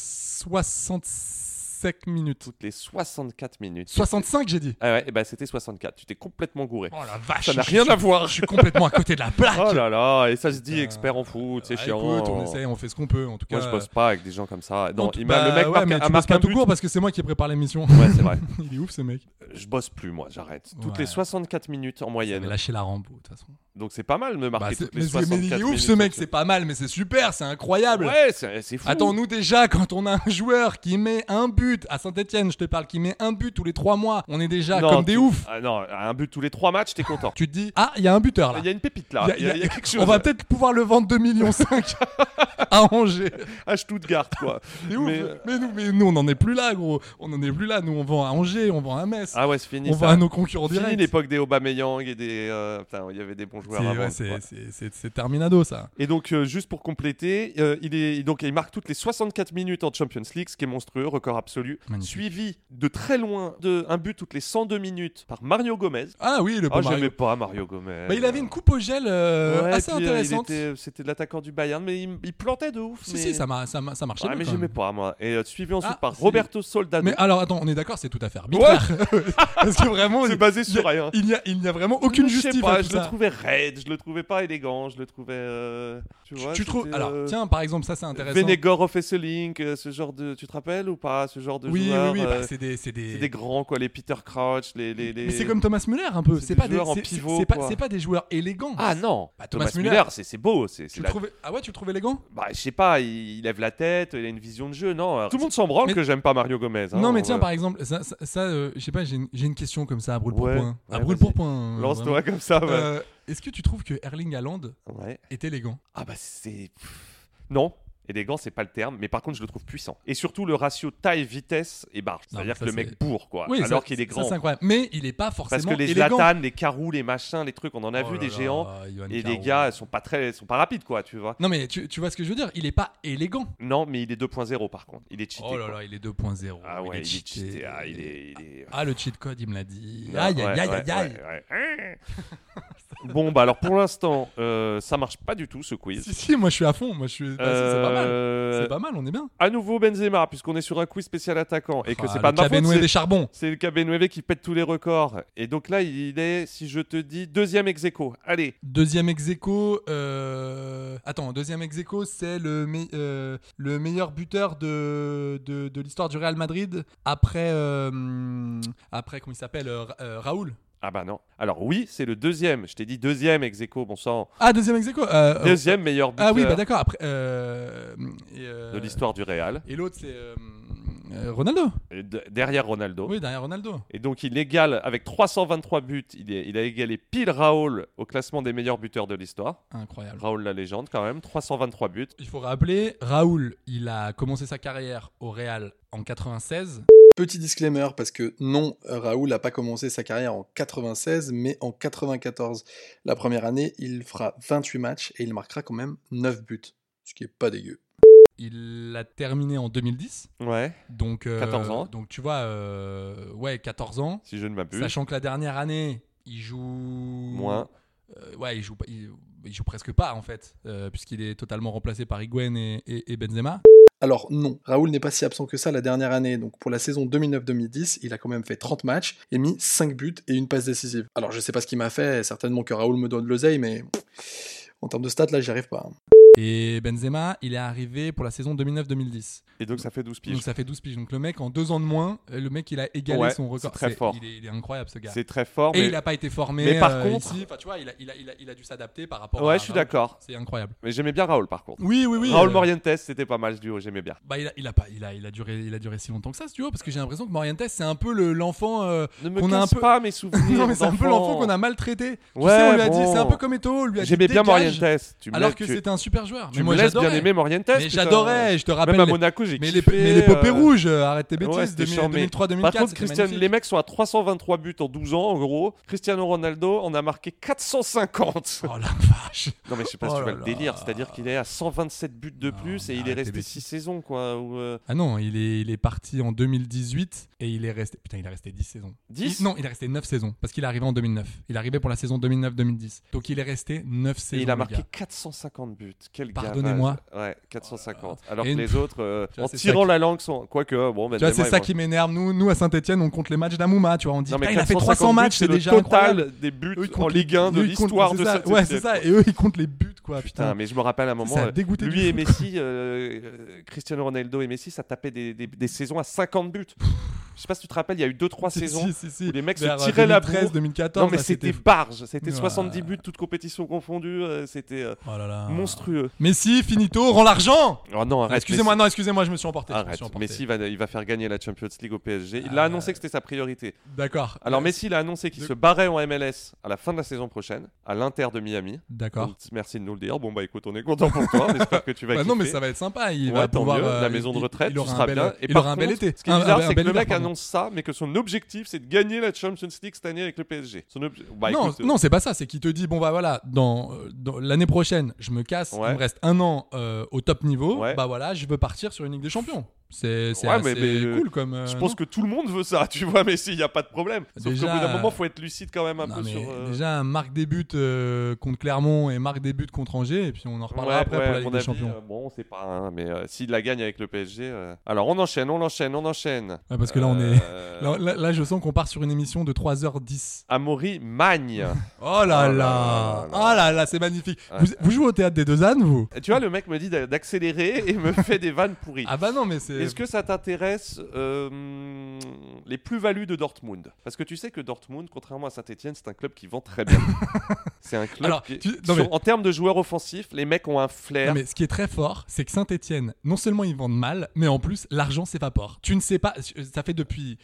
Speaker 7: 65 minutes.
Speaker 8: Toutes les 64 minutes.
Speaker 7: 65 j'ai dit.
Speaker 8: Ah ouais, et ben c'était 64. Tu t'es complètement gouré.
Speaker 7: Oh la vache.
Speaker 8: ça n'a
Speaker 7: je
Speaker 8: rien
Speaker 7: suis-
Speaker 8: à voir.
Speaker 7: Je suis complètement à côté de
Speaker 8: (laughs)
Speaker 7: la plaque.
Speaker 8: Oh là là, et ça se dit
Speaker 7: Putain.
Speaker 8: expert en foot, c'est
Speaker 7: Ah,
Speaker 8: chiant.
Speaker 7: écoute, on essaye, on fait ce qu'on peut en tout cas.
Speaker 8: Moi je bosse pas avec des gens comme ça. Non,
Speaker 7: En tout-
Speaker 8: il m'a- le
Speaker 7: bah,
Speaker 8: mec
Speaker 7: ouais,
Speaker 8: marque-
Speaker 7: mais tu
Speaker 8: a
Speaker 7: bosses
Speaker 8: marqué
Speaker 7: pas
Speaker 8: un
Speaker 7: tout
Speaker 8: but.
Speaker 7: court parce que c'est moi qui ai préparé l'émission.
Speaker 8: Ouais, c'est vrai.
Speaker 7: (laughs) Il est ouf ce mec.
Speaker 8: Je bosse plus moi, j'arrête. Toutes
Speaker 7: Ouais.
Speaker 8: les 64 minutes en
Speaker 7: Il
Speaker 8: moyenne.
Speaker 7: avait lâché la Rambo de toute façon.
Speaker 8: Donc c'est pas mal de
Speaker 7: Bah,
Speaker 8: marquer
Speaker 7: c'est-
Speaker 8: toutes les
Speaker 7: mais, c'est-
Speaker 8: 64
Speaker 7: mais il est ouf
Speaker 8: minutes
Speaker 7: ce mec,
Speaker 8: en-
Speaker 7: c'est pas mal, mais c'est super, c'est incroyable.
Speaker 8: Ouais, c'est c'est fou.
Speaker 7: Attends, nous déjà, quand on a un joueur qui met un but, à Saint-Etienne, je te parle, qui met un but tous les trois mois, on est déjà
Speaker 8: Non,
Speaker 7: comme des
Speaker 8: tu-
Speaker 7: oufs.
Speaker 8: Ah non, un but tous les 3 matchs, t'es content.
Speaker 7: (laughs) Tu te dis, ah, il y a un buteur là.
Speaker 8: Il y a une pépite là.
Speaker 7: Il y a-
Speaker 8: Il y a- il y a quelque chose.
Speaker 7: (laughs) On va peut-être pouvoir le vendre 2,5 millions (laughs) à Angers.
Speaker 8: à Stuttgart,
Speaker 7: (laughs)
Speaker 8: quoi.
Speaker 7: C'est ouf.
Speaker 8: Mais- euh,
Speaker 7: Mais, nous, mais nous, on n'en est plus là, gros. On n'en est plus là. Nous, on vend à Angers, on vend à Metz.
Speaker 8: Ah ouais, c'est fini.
Speaker 7: on
Speaker 8: ça.
Speaker 7: vend à nos concurrents
Speaker 8: Fini
Speaker 7: directs.
Speaker 8: l'époque des Aubameyang et des. euh, putain, il y avait des bons
Speaker 7: C'est
Speaker 8: joueurs avant.
Speaker 7: ouais, c'est-
Speaker 8: quoi.
Speaker 7: c'est- c'est- c'est terminado, ça.
Speaker 8: Et donc, euh, juste pour compléter, euh, il, est, donc, il marque toutes les 64 minutes en Champions League, ce qui est monstrueux, record absolu.
Speaker 7: Magnifique.
Speaker 8: Suivi de très loin de un but toutes les 102 minutes par Mario Gomez.
Speaker 7: Ah oui, le
Speaker 8: Ah,
Speaker 7: bon Mario.
Speaker 8: j'aimais pas Mario Gomez.
Speaker 7: Bah, il avait une coupe au gel euh,
Speaker 8: Ouais,
Speaker 7: assez
Speaker 8: puis, euh, il
Speaker 7: intéressante.
Speaker 8: était- C'était de l'attaquant du Bayern, mais il, il plantait de ouf.
Speaker 7: Si,
Speaker 8: mais...
Speaker 7: si, ça, m'a- ça, m'a- ça marchait.
Speaker 8: Ah,
Speaker 7: bien,
Speaker 8: mais
Speaker 7: quand
Speaker 8: j'aimais
Speaker 7: même.
Speaker 8: pas, moi. Et euh, suivi ensuite
Speaker 7: Ah,
Speaker 8: par
Speaker 7: c'est-
Speaker 8: Roberto Soldado.
Speaker 7: Mais ah, alors, attends, on est d'accord, c'est tout à fait arbitraire. Parce que vraiment,
Speaker 8: (laughs) C'est
Speaker 7: il-
Speaker 8: basé
Speaker 7: il y
Speaker 8: sur
Speaker 7: a-
Speaker 8: rien.
Speaker 7: Il n'y a, il n'y a vraiment aucune
Speaker 8: Je sais
Speaker 7: justification.
Speaker 8: pas, je le trouvais ouais, je le trouvais pas élégant, je le trouvais. euh, tu
Speaker 7: Tu,
Speaker 8: vois,
Speaker 7: tu trouves
Speaker 8: c'était,
Speaker 7: alors
Speaker 8: euh,
Speaker 7: tiens par exemple ça c'est intéressant.
Speaker 8: Venegor Fesselink, euh, ce genre de. Tu te rappelles ou pas Ce genre de
Speaker 7: oui, oui
Speaker 8: joueurs.
Speaker 7: oui bah,
Speaker 8: euh,
Speaker 7: c'est des c'est des,
Speaker 8: c'est des grands, quoi, les Peter Crouch, les. les, les-
Speaker 7: mais c'est comme Thomas Muller un peu.
Speaker 8: c'est
Speaker 7: C'est
Speaker 8: des
Speaker 7: pas des
Speaker 8: joueurs en
Speaker 7: c'est- c'est-
Speaker 8: pivot,
Speaker 7: c'est pas
Speaker 8: quoi.
Speaker 7: c'est pas des joueurs élégants.
Speaker 8: Ah non
Speaker 7: Bah, Thomas
Speaker 8: Thomas,
Speaker 7: Müller.
Speaker 8: Müller, c'est c'est beau. c'est c'est
Speaker 7: tu le
Speaker 8: la-
Speaker 7: trouves ah ouais tu le trouves élégant
Speaker 8: Bah, je sais pas, il, il lève la tête, il a une vision de jeu, non alors, Tout le monde s'en branle
Speaker 7: Mais-
Speaker 8: que j'aime pas Mario Gomez. hein,
Speaker 7: Non mais
Speaker 8: on
Speaker 7: tiens
Speaker 8: va-
Speaker 7: par exemple ça ça, ça, euh, je sais pas j'ai une, j'ai une question comme ça à brûle pour
Speaker 8: Ouais,
Speaker 7: point. À
Speaker 8: ouais,
Speaker 7: brûle
Speaker 8: vas-y.
Speaker 7: pour point. euh, vraiment.
Speaker 8: Lance-toi comme ça, ouais.
Speaker 7: Euh, Est-ce que tu trouves que Erling Haaland
Speaker 8: Ouais.
Speaker 7: est élégant
Speaker 8: Ah bah c'est... pff. Non Élégant, c'est pas le terme, mais par contre, je le trouve puissant. Et surtout, le ratio taille-vitesse est barre.
Speaker 7: Non,
Speaker 8: C'est-à-dire
Speaker 7: ça,
Speaker 8: que le
Speaker 7: c'est-
Speaker 8: mec bourre, quoi.
Speaker 7: Oui,
Speaker 8: Ah, alors
Speaker 7: ça-
Speaker 8: qu'il est
Speaker 7: ça,
Speaker 8: grand.
Speaker 7: c'est incroyable. Mais il est pas forcément
Speaker 8: Parce que les
Speaker 7: élégant.
Speaker 8: Zlatan, les Carou, les machins, les trucs, on en a
Speaker 7: Oh
Speaker 8: vu
Speaker 7: là
Speaker 8: des
Speaker 7: là,
Speaker 8: géants.
Speaker 7: Johan
Speaker 8: Et les
Speaker 7: Caro.
Speaker 8: gars, ils sont pas très, ils sont pas rapides, quoi, tu vois.
Speaker 7: Non mais tu, tu vois ce que je veux dire, il est pas élégant.
Speaker 8: Non, mais il est 2.0 par contre. Il est cheaté.
Speaker 7: oh là
Speaker 8: quoi.
Speaker 7: là, il est 2.0.
Speaker 8: Ah ouais, il est
Speaker 7: cheaté.
Speaker 8: cheaté. Ah, il est, il est-
Speaker 7: Ah, le cheat code, il me l'a dit.
Speaker 8: Non,
Speaker 7: Aïe,
Speaker 8: ouais,
Speaker 7: aïe, aïe,
Speaker 8: ouais,
Speaker 7: aïe, aïe.
Speaker 8: ouais, ouais. bon, bah alors pour l'instant, euh, ça marche pas du tout ce
Speaker 7: (laughs)
Speaker 8: quiz.
Speaker 7: Si, si, moi je suis à fond, moi je suis. bah, c'est- C'est pas mal.
Speaker 8: Euh,
Speaker 7: C'est pas mal, on est bien.
Speaker 8: À nouveau Benzema, puisqu'on est sur un quiz spécial attaquant et que
Speaker 7: Ah,
Speaker 8: c'est pas
Speaker 7: le
Speaker 8: de ma faute,
Speaker 7: Cabernet
Speaker 8: c'est-
Speaker 7: des charbons.
Speaker 8: C'est le Cabernet qui pète tous les records. Et donc là, il est, si je te dis, deuxième ex aequo. Allez,
Speaker 7: Deuxième ex aequo, euh... Attends, deuxième ex aequo, c'est le, me- euh, le meilleur buteur de, de, de l'histoire du Real Madrid après. euh, hum, Après, comment il s'appelle euh, Ra- euh, Raoul.
Speaker 8: Ah bah non. Alors oui, c'est le deuxième. Je t'ai dit deuxième ex aequo, bon sang.
Speaker 7: Ah, deuxième ex aequo. euh, euh,
Speaker 8: Deuxième meilleur buteur
Speaker 7: Ah oui, bah d'accord, après. euh, et, euh,
Speaker 8: de l'histoire du Real.
Speaker 7: Et l'autre, c'est euh, euh, Ronaldo.
Speaker 8: Et de- derrière Ronaldo.
Speaker 7: Oui, derrière Ronaldo.
Speaker 8: Et donc il égale, avec 323 buts, il, est- il a égalé pile Raoul au classement des meilleurs buteurs de l'histoire.
Speaker 7: Incroyable.
Speaker 8: Raoul la légende quand même, 323 buts.
Speaker 7: Il faut rappeler, Raoul, il a commencé sa carrière au Real en 96.
Speaker 2: Petit disclaimer, parce que non, Raoul n'a pas commencé sa carrière en 96, mais en 94. La première année, il fera 28 matchs et il marquera quand même 9 buts, ce qui est pas dégueu.
Speaker 7: Il a terminé en 2010.
Speaker 8: Ouais,
Speaker 7: Donc, euh,
Speaker 8: 14 ans.
Speaker 7: Donc tu vois, euh, ouais, 14 ans.
Speaker 8: si je ne m'abuse.
Speaker 7: Sachant que la dernière année, il joue.
Speaker 8: Moins.
Speaker 7: Euh, ouais, il joue, pas- il, il joue presque pas en fait, euh, puisqu'il est totalement remplacé par Higuain et, et- et Benzema.
Speaker 2: Alors non, Raoul n'est pas si absent que ça la dernière année, donc pour la saison 2009-2010, il a quand même fait 30 matchs et mis 5 buts et une passe décisive. Alors je sais pas ce qu'il m'a fait, certainement que Raoul me donne de l'oseille, mais pff, en termes de stats, là, j'y arrive pas.
Speaker 7: Et Benzema, il est arrivé pour la saison 2009-2010.
Speaker 8: Et donc ça fait 12 piges.
Speaker 7: Donc ça fait 12 piges. Donc le mec, en deux ans de moins, euh, le mec, il a égalé
Speaker 8: Ouais,
Speaker 7: son record.
Speaker 8: c'est très fort.
Speaker 7: Il est, il est incroyable ce gars.
Speaker 8: C'est très fort.
Speaker 7: Et
Speaker 8: mais-
Speaker 7: il n'a pas été formé.
Speaker 8: mais par
Speaker 7: euh,
Speaker 8: contre-
Speaker 7: ici. Enfin, tu vois, il a, il a- il a- il a dû s'adapter par rapport à.
Speaker 8: Ouais, je suis
Speaker 7: Raoul.
Speaker 8: d'accord.
Speaker 7: C'est incroyable.
Speaker 8: Mais j'aimais bien Raoul par contre.
Speaker 7: Oui, oui, oui.
Speaker 8: Raoul
Speaker 7: euh,
Speaker 8: Morientes, c'était pas mal ce duo, j'aimais bien.
Speaker 7: Bah, il a, il a pas, il a, il a duré, il a duré si longtemps que ça, si tu vois, parce que j'ai l'impression que Morientes, c'est un peu le- l'enfant. euh,
Speaker 8: Ne me
Speaker 7: qu'on a un
Speaker 8: casse
Speaker 7: peu... (laughs)
Speaker 8: pas mes souvenirs.
Speaker 7: non, mais c'est un peu l'enfant
Speaker 8: d'enfant.
Speaker 7: qu'on a maltraité. Tu
Speaker 8: Ouais,
Speaker 7: sais, on lui a dit,
Speaker 8: bon.
Speaker 7: c'est un peu comme Eto, on lui a dit.
Speaker 8: J'aimais bien
Speaker 7: dégage,
Speaker 8: Morientes. Tu me
Speaker 7: Alors
Speaker 8: laisses-
Speaker 7: que
Speaker 8: tu-
Speaker 7: c'était un super joueur.
Speaker 8: Tu
Speaker 7: moi,
Speaker 8: me laisses
Speaker 7: j'adorais.
Speaker 8: bien aimer Morientes.
Speaker 7: Mais
Speaker 8: putain.
Speaker 7: j'adorais, je te rappelle.
Speaker 8: Même à
Speaker 7: les-
Speaker 8: Monaco, j'ai
Speaker 7: Mais les,
Speaker 8: kiffé.
Speaker 7: mais les popées
Speaker 8: euh,
Speaker 7: rouges, euh, arrête tes
Speaker 8: ouais,
Speaker 7: bêtises,
Speaker 8: c'était
Speaker 7: 2000-
Speaker 8: charmé.
Speaker 7: 2003, 2004.
Speaker 8: Par contre,
Speaker 7: c'était
Speaker 8: Christian,
Speaker 7: magnifique.
Speaker 8: les mecs sont à 323 buts en 12 ans, en gros. Cristiano Ronaldo en a marqué 450.
Speaker 7: Oh la vache.
Speaker 8: Non, mais je sais pas
Speaker 7: Oh
Speaker 8: si tu vois
Speaker 7: là
Speaker 8: le
Speaker 7: là.
Speaker 8: délire. C'est-à-dire qu'il est à 127 buts de
Speaker 7: Non,
Speaker 8: plus
Speaker 7: mais
Speaker 8: et il est
Speaker 7: arrête tes
Speaker 8: resté
Speaker 7: bêtises.
Speaker 8: 6 saisons, quoi. Ou, euh,
Speaker 7: Ah non, il est, il est parti en 2018 et il est resté. Putain, il est resté 10 saisons.
Speaker 8: 10
Speaker 7: Il- non, il est resté 9 saisons parce qu'il est arrivé en 2009. Il est arrivé pour la saison 2009-2010. Donc il est resté 9
Speaker 8: Et
Speaker 7: saisons.
Speaker 8: il a
Speaker 7: le
Speaker 8: marqué
Speaker 7: gars.
Speaker 8: 450 buts. Quel
Speaker 7: Pardonnez-moi.
Speaker 8: gavage. Ouais, 450.
Speaker 7: Oh là là.
Speaker 8: Alors
Speaker 7: Et
Speaker 8: que
Speaker 7: une-
Speaker 8: les autres, euh,
Speaker 7: vois,
Speaker 8: en
Speaker 7: c'est ça
Speaker 8: tirant
Speaker 7: qui-
Speaker 8: la langue, sont. Quoique, euh, bon, ben.
Speaker 7: Tu vois, c'est ça qui m'énerve. Nous, nous, à Saint-Etienne, on compte les matchs d'Amouma. Tu vois, on dit,
Speaker 8: Non, mais
Speaker 7: putain, il a fait 300
Speaker 8: buts,
Speaker 7: matchs,
Speaker 8: c'est
Speaker 7: c'est
Speaker 8: le
Speaker 7: déjà
Speaker 8: total
Speaker 7: incroyable.
Speaker 8: des buts
Speaker 7: Eux, ils
Speaker 8: en
Speaker 7: comptent-
Speaker 8: Ligue 1 de
Speaker 7: eux, ils comptent-
Speaker 8: l'histoire
Speaker 7: c'est
Speaker 8: de
Speaker 7: ça.
Speaker 8: cette
Speaker 7: Ouais, c'est ça. Et eux, ils comptent les buts, quoi.
Speaker 8: Ah, Putain,
Speaker 7: Putain.
Speaker 8: mais je me rappelle à un moment,
Speaker 7: Ça a
Speaker 8: euh,
Speaker 7: dégoûté du
Speaker 8: lui et
Speaker 7: foot,
Speaker 8: Messi, euh, euh, Cristiano Ronaldo et Messi, ça tapait des, des- des saisons à 50 buts. Je sais pas si tu te rappelles, il y a eu 2-3
Speaker 7: Si,
Speaker 8: saisons
Speaker 7: si, si, si.
Speaker 8: où les mecs se
Speaker 7: Vers, euh,
Speaker 8: tiraient la
Speaker 7: 2013,
Speaker 8: bourre.
Speaker 7: 2014.
Speaker 8: Non, mais
Speaker 7: là, Ah.
Speaker 8: c'était barge, c'était
Speaker 7: Ouais.
Speaker 8: 70 buts, toutes compétitions confondues, euh, c'était euh,
Speaker 7: Oh là là.
Speaker 8: monstrueux.
Speaker 7: Messi, finito, rends l'argent
Speaker 8: Oh non, arrête.
Speaker 7: Ah, Excusez-moi,
Speaker 8: Messi.
Speaker 7: non, excusez-moi, je me suis emporté. je me suis
Speaker 8: Arrête,
Speaker 7: emporté.
Speaker 8: Messi va, il va faire gagner la Champions League au PSG. Il
Speaker 7: Ah.
Speaker 8: a annoncé que c'était sa priorité.
Speaker 7: D'accord.
Speaker 8: Alors Messi, il a annoncé qu'il
Speaker 7: de-
Speaker 8: se barrait en MLS à la fin de la saison prochaine, à l'Inter de Miami.
Speaker 7: D'accord.
Speaker 8: Donc, merci de nous le dire. Bon bah écoute, on est content pour toi. On espère que tu vas
Speaker 7: Bah non, mais
Speaker 8: kiffer.
Speaker 7: ça va être sympa. Il
Speaker 8: Ouais,
Speaker 7: va
Speaker 8: tant
Speaker 7: pouvoir.
Speaker 8: mieux,
Speaker 7: euh,
Speaker 8: la maison de
Speaker 7: il-
Speaker 8: retraite,
Speaker 7: il
Speaker 8: tu
Speaker 7: aura un
Speaker 8: seras
Speaker 7: bel-
Speaker 8: bien. Et
Speaker 7: il
Speaker 8: par
Speaker 7: aura un
Speaker 8: contre,
Speaker 7: bel été.
Speaker 8: Ce qui est
Speaker 7: Un- un
Speaker 8: bizarre,
Speaker 7: bel- un
Speaker 8: c'est que
Speaker 7: bel
Speaker 8: le
Speaker 7: hiver,
Speaker 8: mec
Speaker 7: pardon.
Speaker 8: annonce ça, mais que son objectif, c'est de gagner la Champions League cette année avec le PSG. Son obje- bah,
Speaker 7: non,
Speaker 8: écoute, euh,
Speaker 7: non, c'est pas ça. C'est qu'il te dit bon bah voilà, dans, euh, dans- l'année prochaine, je me casse.
Speaker 8: Ouais.
Speaker 7: Il me reste un an euh, au top niveau.
Speaker 8: Ouais.
Speaker 7: Bah voilà, je veux partir sur une Ligue des Champions. C'est c'est
Speaker 8: Ouais, mais-
Speaker 7: assez
Speaker 8: mais, euh,
Speaker 7: cool comme. euh,
Speaker 8: Je pense
Speaker 7: non
Speaker 8: que tout le monde veut ça, (laughs) tu vois, mais s'il n'y a pas de problème. Sauf
Speaker 7: Déjà,
Speaker 8: qu'au bout d'un
Speaker 7: euh,
Speaker 8: moment, faut être lucide quand même un
Speaker 7: Non,
Speaker 8: peu
Speaker 7: mais
Speaker 8: sur. euh,
Speaker 7: Déjà, Marc débute euh, contre Clermont et Marc débute contre Angers, et puis on en reparlera
Speaker 8: ouais,
Speaker 7: après
Speaker 8: ouais,
Speaker 7: pour
Speaker 8: à
Speaker 7: la
Speaker 8: mon
Speaker 7: Ligue des
Speaker 8: avis,
Speaker 7: Champions.
Speaker 8: euh, bon, c'est pas, hein, mais euh, s'il la gagne avec le PSG. euh, Alors on enchaîne, on enchaîne, on enchaîne.
Speaker 7: Ouais, parce que là, on est-
Speaker 8: Euh,
Speaker 7: (laughs) Là, là- là, je sens qu'on part sur une émission de 3h10.
Speaker 8: Amaury
Speaker 7: (laughs)
Speaker 8: Magne.
Speaker 7: Oh là
Speaker 8: là
Speaker 7: là
Speaker 8: là là.
Speaker 7: Oh là là, c'est magnifique vous, vous jouez au théâtre des deux ânes, vous
Speaker 8: tu vois, le mec me dit d'a- d'accélérer et me fait des vannes pourries.
Speaker 7: Ah bah non, mais c'est...
Speaker 8: Est-ce que ça t'intéresse euh, les plus-values de Dortmund Parce que tu sais que Dortmund, contrairement à Saint-Etienne, c'est un club qui vend
Speaker 7: (laughs)
Speaker 8: très bien. c'est un club
Speaker 7: Alors,
Speaker 8: qui-
Speaker 7: tu- non,
Speaker 8: sur-
Speaker 7: mais-
Speaker 8: En termes de joueurs offensifs, les mecs ont un
Speaker 7: Non,
Speaker 8: flair.
Speaker 7: mais ce qui est très fort, c'est que Saint-Etienne, non seulement ils vendent mal, mais en plus, l'argent s'évapore. Tu ne sais pas, euh, ça fait depuis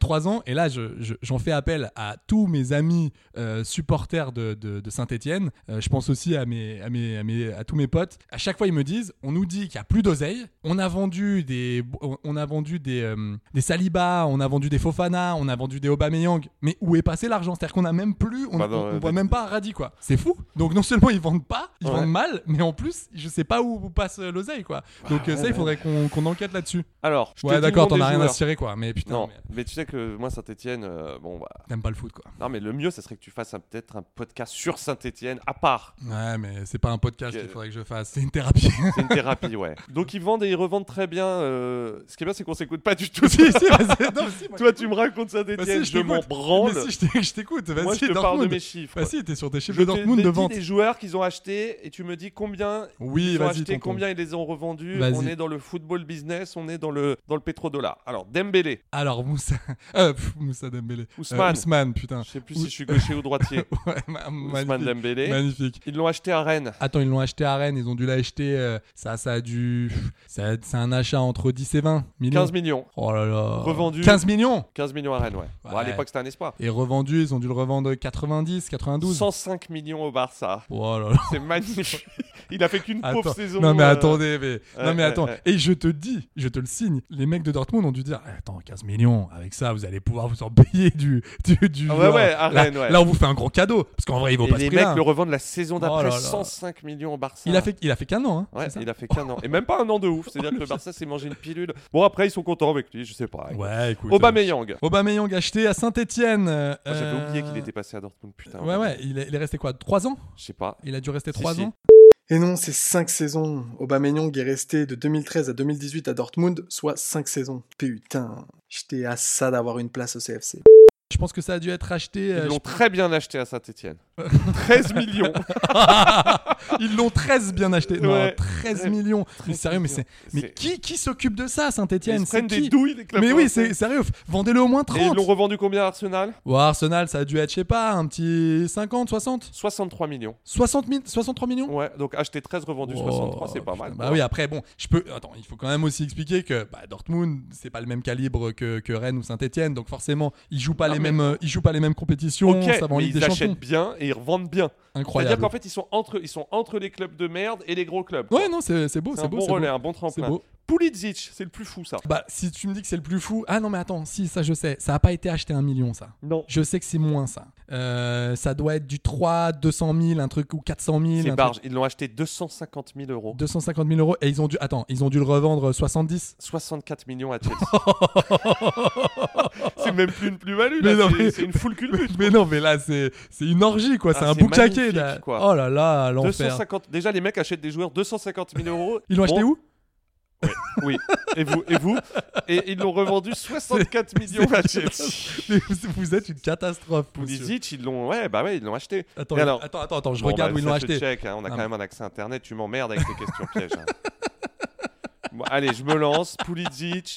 Speaker 7: 3 ans, et là, je- je- j'en fais appel à tous mes amis euh, supporters de, de, Saint-Etienne. je pense aussi à, mes, à, mes, à, mes- à tous mes potes. À chaque fois, ils me disent on nous dit qu'il n'y a plus d'oseille, on a vendu des, on- on a vendu des, euh, des Saliba, on a vendu des Fofana, on a vendu des Aubameyang, mais où est passé l'argent C'est-à-dire qu'on n'a même plus, on,
Speaker 8: Bah non,
Speaker 7: on- on
Speaker 8: euh,
Speaker 7: voit
Speaker 8: des-
Speaker 7: même pas un radis, quoi. C'est fou Donc non seulement ils vendent pas, ils
Speaker 8: Ouais.
Speaker 7: vendent mal, mais en plus, je sais pas où, où passe euh, l'oseille, quoi. Donc euh, ça, il faudrait qu'on qu'on enquête là-dessus.
Speaker 8: Alors, je te
Speaker 7: Ouais,
Speaker 8: dis
Speaker 7: d'accord,
Speaker 8: le nom
Speaker 7: t'en
Speaker 8: des
Speaker 7: as rien à
Speaker 8: joueurs.
Speaker 7: cirer, quoi. Mais putain,
Speaker 8: Non,
Speaker 7: mais
Speaker 8: mais tu sais que moi, Saint-Etienne, bon, bah,
Speaker 7: t'aimes pas le foot, quoi.
Speaker 8: Non, mais le mieux, ça serait que tu fasses un- peut-être un podcast sur Saint-Etienne, à part.
Speaker 7: Ouais, mais c'est pas un podcast
Speaker 8: Ok.
Speaker 7: qu'il faudrait que je fasse, c'est une thérapie. (laughs)
Speaker 8: C'est une thérapie, ouais. Donc, ils vendent et ils revendent très bien. euh, Ce qui est bien, c'est qu'on s'écoute
Speaker 7: (laughs)
Speaker 8: pas du tout.
Speaker 7: si, si, vas-y, non, si, moi-
Speaker 8: Toi, tu me racontes Saint-Etienne,
Speaker 7: Bah si,
Speaker 8: je m'en
Speaker 7: t'écoute.
Speaker 8: branle.
Speaker 7: Mais si, je t'é- je t'écoute, vas-y,
Speaker 8: Moi, je te
Speaker 7: Dortmund.
Speaker 8: parle de mes chiffres.
Speaker 7: Bah si, t'es sur tes chiffres
Speaker 8: je
Speaker 7: de
Speaker 8: te
Speaker 7: Dortmund de
Speaker 8: dédie
Speaker 7: vente.
Speaker 8: des joueurs qu'ils ont achetés et tu me dis combien
Speaker 7: Oui,
Speaker 8: ils ont
Speaker 7: vas-y,
Speaker 8: acheté,
Speaker 7: tonton.
Speaker 8: combien ils les ont revendus.
Speaker 7: Vas-y.
Speaker 8: On est dans le football business, on est dans le, dans le pétrodollar. Alors, Dembélé,
Speaker 7: Alors, Moussa... (laughs) euh, pff, Moussa Dembélé. Euh,
Speaker 8: Ousmane.
Speaker 7: Ousmane, putain.
Speaker 8: je sais plus
Speaker 7: Ou-
Speaker 8: si je suis gaucher
Speaker 7: (laughs)
Speaker 8: ou droitier.
Speaker 7: Ouais, ma-
Speaker 8: Ousmane
Speaker 7: magnifique.
Speaker 8: Dembélé.
Speaker 7: Magnifique.
Speaker 8: Ils l'ont acheté à Rennes.
Speaker 7: Attends, ils l'ont acheté à Rennes, ils ont dû l'acheter. euh, ça, ça a dû. ça- C'est un achat entre 10 et 20 millions.
Speaker 8: 15 millions.
Speaker 7: Oh là là.
Speaker 8: Revendu.
Speaker 7: 15 millions
Speaker 8: 15 millions à Rennes, ouais. Bon, à
Speaker 7: Ouais.
Speaker 8: l'époque, c'était un espoir.
Speaker 7: Et revendu, ils ont dû le revendre 90, 92.
Speaker 8: 105 millions au Barça.
Speaker 7: Oh là là.
Speaker 8: C'est
Speaker 7: (laughs)
Speaker 8: magnifique. Il a fait qu'une pauvre
Speaker 7: Attends.
Speaker 8: saison.
Speaker 7: non mais
Speaker 8: euh,
Speaker 7: attendez, mais non mais
Speaker 8: ouais,
Speaker 7: attends.
Speaker 8: ouais.
Speaker 7: Et je te dis, je te le signe, les mecs de Dortmund ont dû dire, Eh, attends, 15 millions, avec ça, vous allez pouvoir vous en payer du du, du
Speaker 8: Ah ouais,
Speaker 7: joueur.
Speaker 8: ouais, à
Speaker 7: là,
Speaker 8: Rennes, ouais.
Speaker 7: là, on vous fait un gros cadeau, parce qu'en vrai, il vaut
Speaker 8: Et
Speaker 7: pas ce
Speaker 8: les
Speaker 7: prix-là,
Speaker 8: mecs
Speaker 7: hein.
Speaker 8: le revendent la saison
Speaker 7: Oh
Speaker 8: d'après
Speaker 7: là là.
Speaker 8: 105 millions au Barça.
Speaker 7: Il a fait, il a fait qu'un an. Hein,
Speaker 8: Ouais,
Speaker 7: c'est ça
Speaker 8: il a fait qu'un
Speaker 7: (laughs)
Speaker 8: an. Et même pas un an de ouf. C'est-à-dire que le Barça s'est mangé une pilule. Bon, après, ils sont contents avec lui, je sais pas.
Speaker 7: Ouais, écoute. euh,
Speaker 8: Aubameyang.
Speaker 7: Aubameyang acheté à Saint-Etienne.
Speaker 8: Oh, J'avais oublié qu'il était passé à Dortmund, putain.
Speaker 7: Euh, Ouais, ouais, Euh, il est, il est resté quoi 3 ans
Speaker 8: Je sais pas.
Speaker 7: Il a dû rester
Speaker 8: Si,
Speaker 7: 3
Speaker 8: si.
Speaker 7: ans
Speaker 2: Et non, c'est 5 saisons. Aubameyang est resté de 2013 à 2018 à Dortmund, soit 5 saisons. Putain, j'étais à ça d'avoir une place au CFC.
Speaker 7: Je pense que ça a dû être acheté.
Speaker 8: Ils
Speaker 7: euh,
Speaker 8: l'ont très bien acheté
Speaker 7: (laughs)
Speaker 8: à Saint-Etienne. 13 millions. (laughs)
Speaker 7: je- Ils l'ont 13 bien acheté. Non,
Speaker 8: Ouais.
Speaker 7: 13 millions. Mais
Speaker 8: 13
Speaker 7: sérieux, mais
Speaker 8: millions.
Speaker 7: c'est. Mais
Speaker 8: C'est-
Speaker 7: qui, qui s'occupe de ça, Saint-Etienne
Speaker 8: Ils se
Speaker 7: C'est
Speaker 8: prennent
Speaker 7: qui
Speaker 8: des douilles, les clubs
Speaker 7: Mais oui,
Speaker 8: français.
Speaker 7: c'est sérieux. Vendez-le au moins
Speaker 8: Et ils
Speaker 7: 30.
Speaker 8: l'ont revendu combien à Arsenal
Speaker 7: Ou Arsenal, ça a dû être, je sais pas, un petit 50, 60
Speaker 8: 63 millions.
Speaker 7: 60 000, 63 millions
Speaker 8: Ouais, donc acheté 13, revendu
Speaker 7: Oh,
Speaker 8: 63, c'est pas
Speaker 7: putain,
Speaker 8: mal.
Speaker 7: Bah oui, après, bon, je peux. Attends, il faut quand même aussi expliquer que bah, Dortmund, c'est pas le même calibre que, que Rennes ou Saint-Etienne, donc forcément, ils jouent pas
Speaker 8: Non,
Speaker 7: les
Speaker 8: Ah, mais-
Speaker 7: mêmes, euh, ils jouent pas les mêmes compétitions.
Speaker 8: Ok,
Speaker 7: ça va en
Speaker 8: mais
Speaker 7: Ligue
Speaker 8: ils
Speaker 7: des Champions.
Speaker 8: achètent bien et ils revendent bien.
Speaker 7: Incroyable.
Speaker 8: C'est-à-dire qu'en fait, ils sont, entre, ils sont entre les clubs de merde et les gros clubs. quoi.
Speaker 7: Ouais, non, c'est c'est beau,
Speaker 8: c'est
Speaker 7: c'est
Speaker 8: un
Speaker 7: beau.
Speaker 8: bon
Speaker 7: c'est
Speaker 8: relais, hein.
Speaker 7: beau.
Speaker 8: un bon
Speaker 7: C'est
Speaker 8: tremplin.
Speaker 7: beau.
Speaker 8: Pulisic, c'est le plus fou, ça.
Speaker 7: Bah, si tu me dis que c'est le plus fou. Ah non, mais attends, si, ça je sais. Ça a pas été acheté un million, ça.
Speaker 8: Non.
Speaker 7: Je sais que c'est moins, ça. Euh, ça doit être du 3, 200 000, un truc, ou 400 000.
Speaker 8: C'est
Speaker 7: un
Speaker 8: Barge, ils l'ont acheté 250 000 euros.
Speaker 7: truc- 250 000 euros. Et ils ont dû. Attends, ils ont dû le revendre 70.
Speaker 8: 64 millions à Chelsea.
Speaker 7: (laughs)
Speaker 8: (laughs) c'est même plus une plus-value,
Speaker 7: Mais
Speaker 8: là,
Speaker 7: non,
Speaker 8: c'est-
Speaker 7: mais-
Speaker 8: c'est une foule
Speaker 7: (laughs)
Speaker 8: culbute.
Speaker 7: Mais non, mais là, c'est c'est une orgie, quoi. C'est
Speaker 8: Ah,
Speaker 7: un
Speaker 8: c'est
Speaker 7: boucaquet,
Speaker 8: magnifique,
Speaker 7: là.
Speaker 8: quoi.
Speaker 7: Oh là là, l'enfer.
Speaker 8: 250... Déjà, les mecs achètent des joueurs 250 000 euros.
Speaker 7: Ils l'ont acheté
Speaker 8: Bon,
Speaker 7: où
Speaker 8: Oui, et vous, et vous Et ils l'ont revendu 64 millions à Chelsea.
Speaker 7: (laughs) Mais vous- Vous êtes une catastrophe, monsieur.
Speaker 8: Pulisic, ils l'ont... Ouais, bah ouais, ils l'ont acheté.
Speaker 7: Attends,
Speaker 8: Et alors-
Speaker 7: attends, attends, attends, je
Speaker 8: Bon,
Speaker 7: regarde
Speaker 8: bah,
Speaker 7: où ils
Speaker 8: ça,
Speaker 7: l'ont
Speaker 8: je
Speaker 7: acheté. Ah
Speaker 8: check, hein, on a
Speaker 7: Non,
Speaker 8: quand même un accès internet, tu m'emmerdes avec tes questions pièges.
Speaker 7: (laughs)
Speaker 8: hein. Bon, allez, je me lance. Pulisic,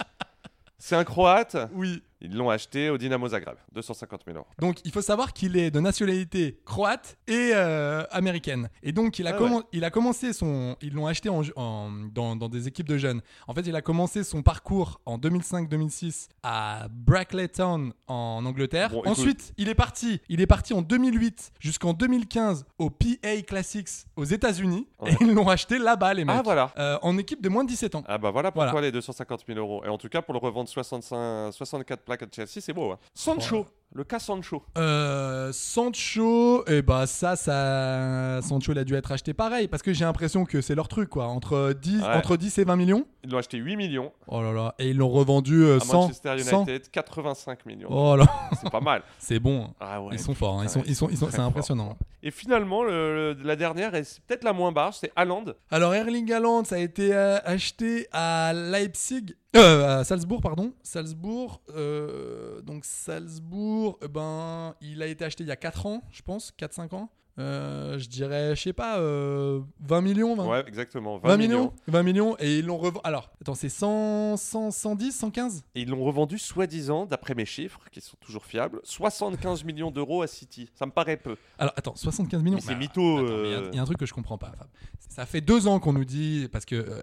Speaker 8: c'est un croate.
Speaker 7: Oui.
Speaker 8: Ils l'ont acheté au Dynamo Zagreb, 250 000 euros.
Speaker 7: Donc il faut savoir qu'il est de nationalité croate et euh, américaine. Et donc il a,
Speaker 8: Ah
Speaker 7: commen-
Speaker 8: ouais.
Speaker 7: il a commencé son... Ils l'ont acheté en ju- en- dans, dans des équipes de jeunes. En fait, il a commencé son parcours en 2005-2006 à Brackleytown en Angleterre.
Speaker 8: Bon, écoute.
Speaker 7: Ensuite, il est parti. Il est parti en 2008 jusqu'en 2015 au PA Classics aux États-Unis. Et ils l'ont acheté là-bas, les mecs.
Speaker 8: Ah, voilà.
Speaker 7: Euh, en équipe de moins de 17 ans.
Speaker 8: Ah bah voilà pourquoi
Speaker 7: Voilà.
Speaker 8: les 250 000 euros. Et en tout cas, pour le revendre 65, 64 plaques à Chelsea, c'est beau. hein. Sancho, Le cas Sancho.
Speaker 7: Euh, Sancho, et bah ça, ça, Sancho, il a dû être acheté pareil parce que j'ai l'impression que c'est leur truc quoi, entre 10,
Speaker 8: Ouais.
Speaker 7: entre 10 et 20 millions.
Speaker 8: Ils l'ont acheté 8 millions
Speaker 7: Oh là là, et ils l'ont revendu euh,
Speaker 8: à
Speaker 7: 100,
Speaker 8: Manchester
Speaker 7: 100.
Speaker 8: United, 85 millions.
Speaker 7: Oh là, (laughs)
Speaker 8: C'est pas mal.
Speaker 7: c'est bon.
Speaker 8: Ah ouais,
Speaker 7: ils sont forts, hein, ils
Speaker 8: putain,
Speaker 7: sont, ils sont, ils sont,
Speaker 8: très
Speaker 7: c'est impressionnant. hein.
Speaker 8: forts. Et finalement, le- le- la dernière, et c'est peut-être la moins barre, c'est Haaland.
Speaker 7: Alors Erling Haaland, ça a été euh, acheté à Leipzig, euh, à Salzbourg pardon, Salzbourg. euh, donc Salzbourg, euh, ben il a été acheté il y a 4 ans, je pense, 4-5 ans. Euh, je dirais, je sais pas, euh, 20 millions, 20,
Speaker 8: Ouais, exactement. 20,
Speaker 7: 20
Speaker 8: millions.
Speaker 7: millions, 20 millions et ils l'ont revendu. Alors, attends, c'est 100, 100, 110, 115
Speaker 8: Et ils l'ont revendu, soi-disant, d'après mes chiffres, qui sont toujours fiables, 75 millions d'euros à City. Ça me paraît peu.
Speaker 7: Alors, attends, 75 millions.
Speaker 8: Mais c'est
Speaker 7: Bah,
Speaker 8: mytho,
Speaker 7: attends, mais Il y a-
Speaker 8: euh.
Speaker 7: il y, a un truc que je comprends pas, Fab. Ça fait deux ans qu'on nous dit, parce que euh,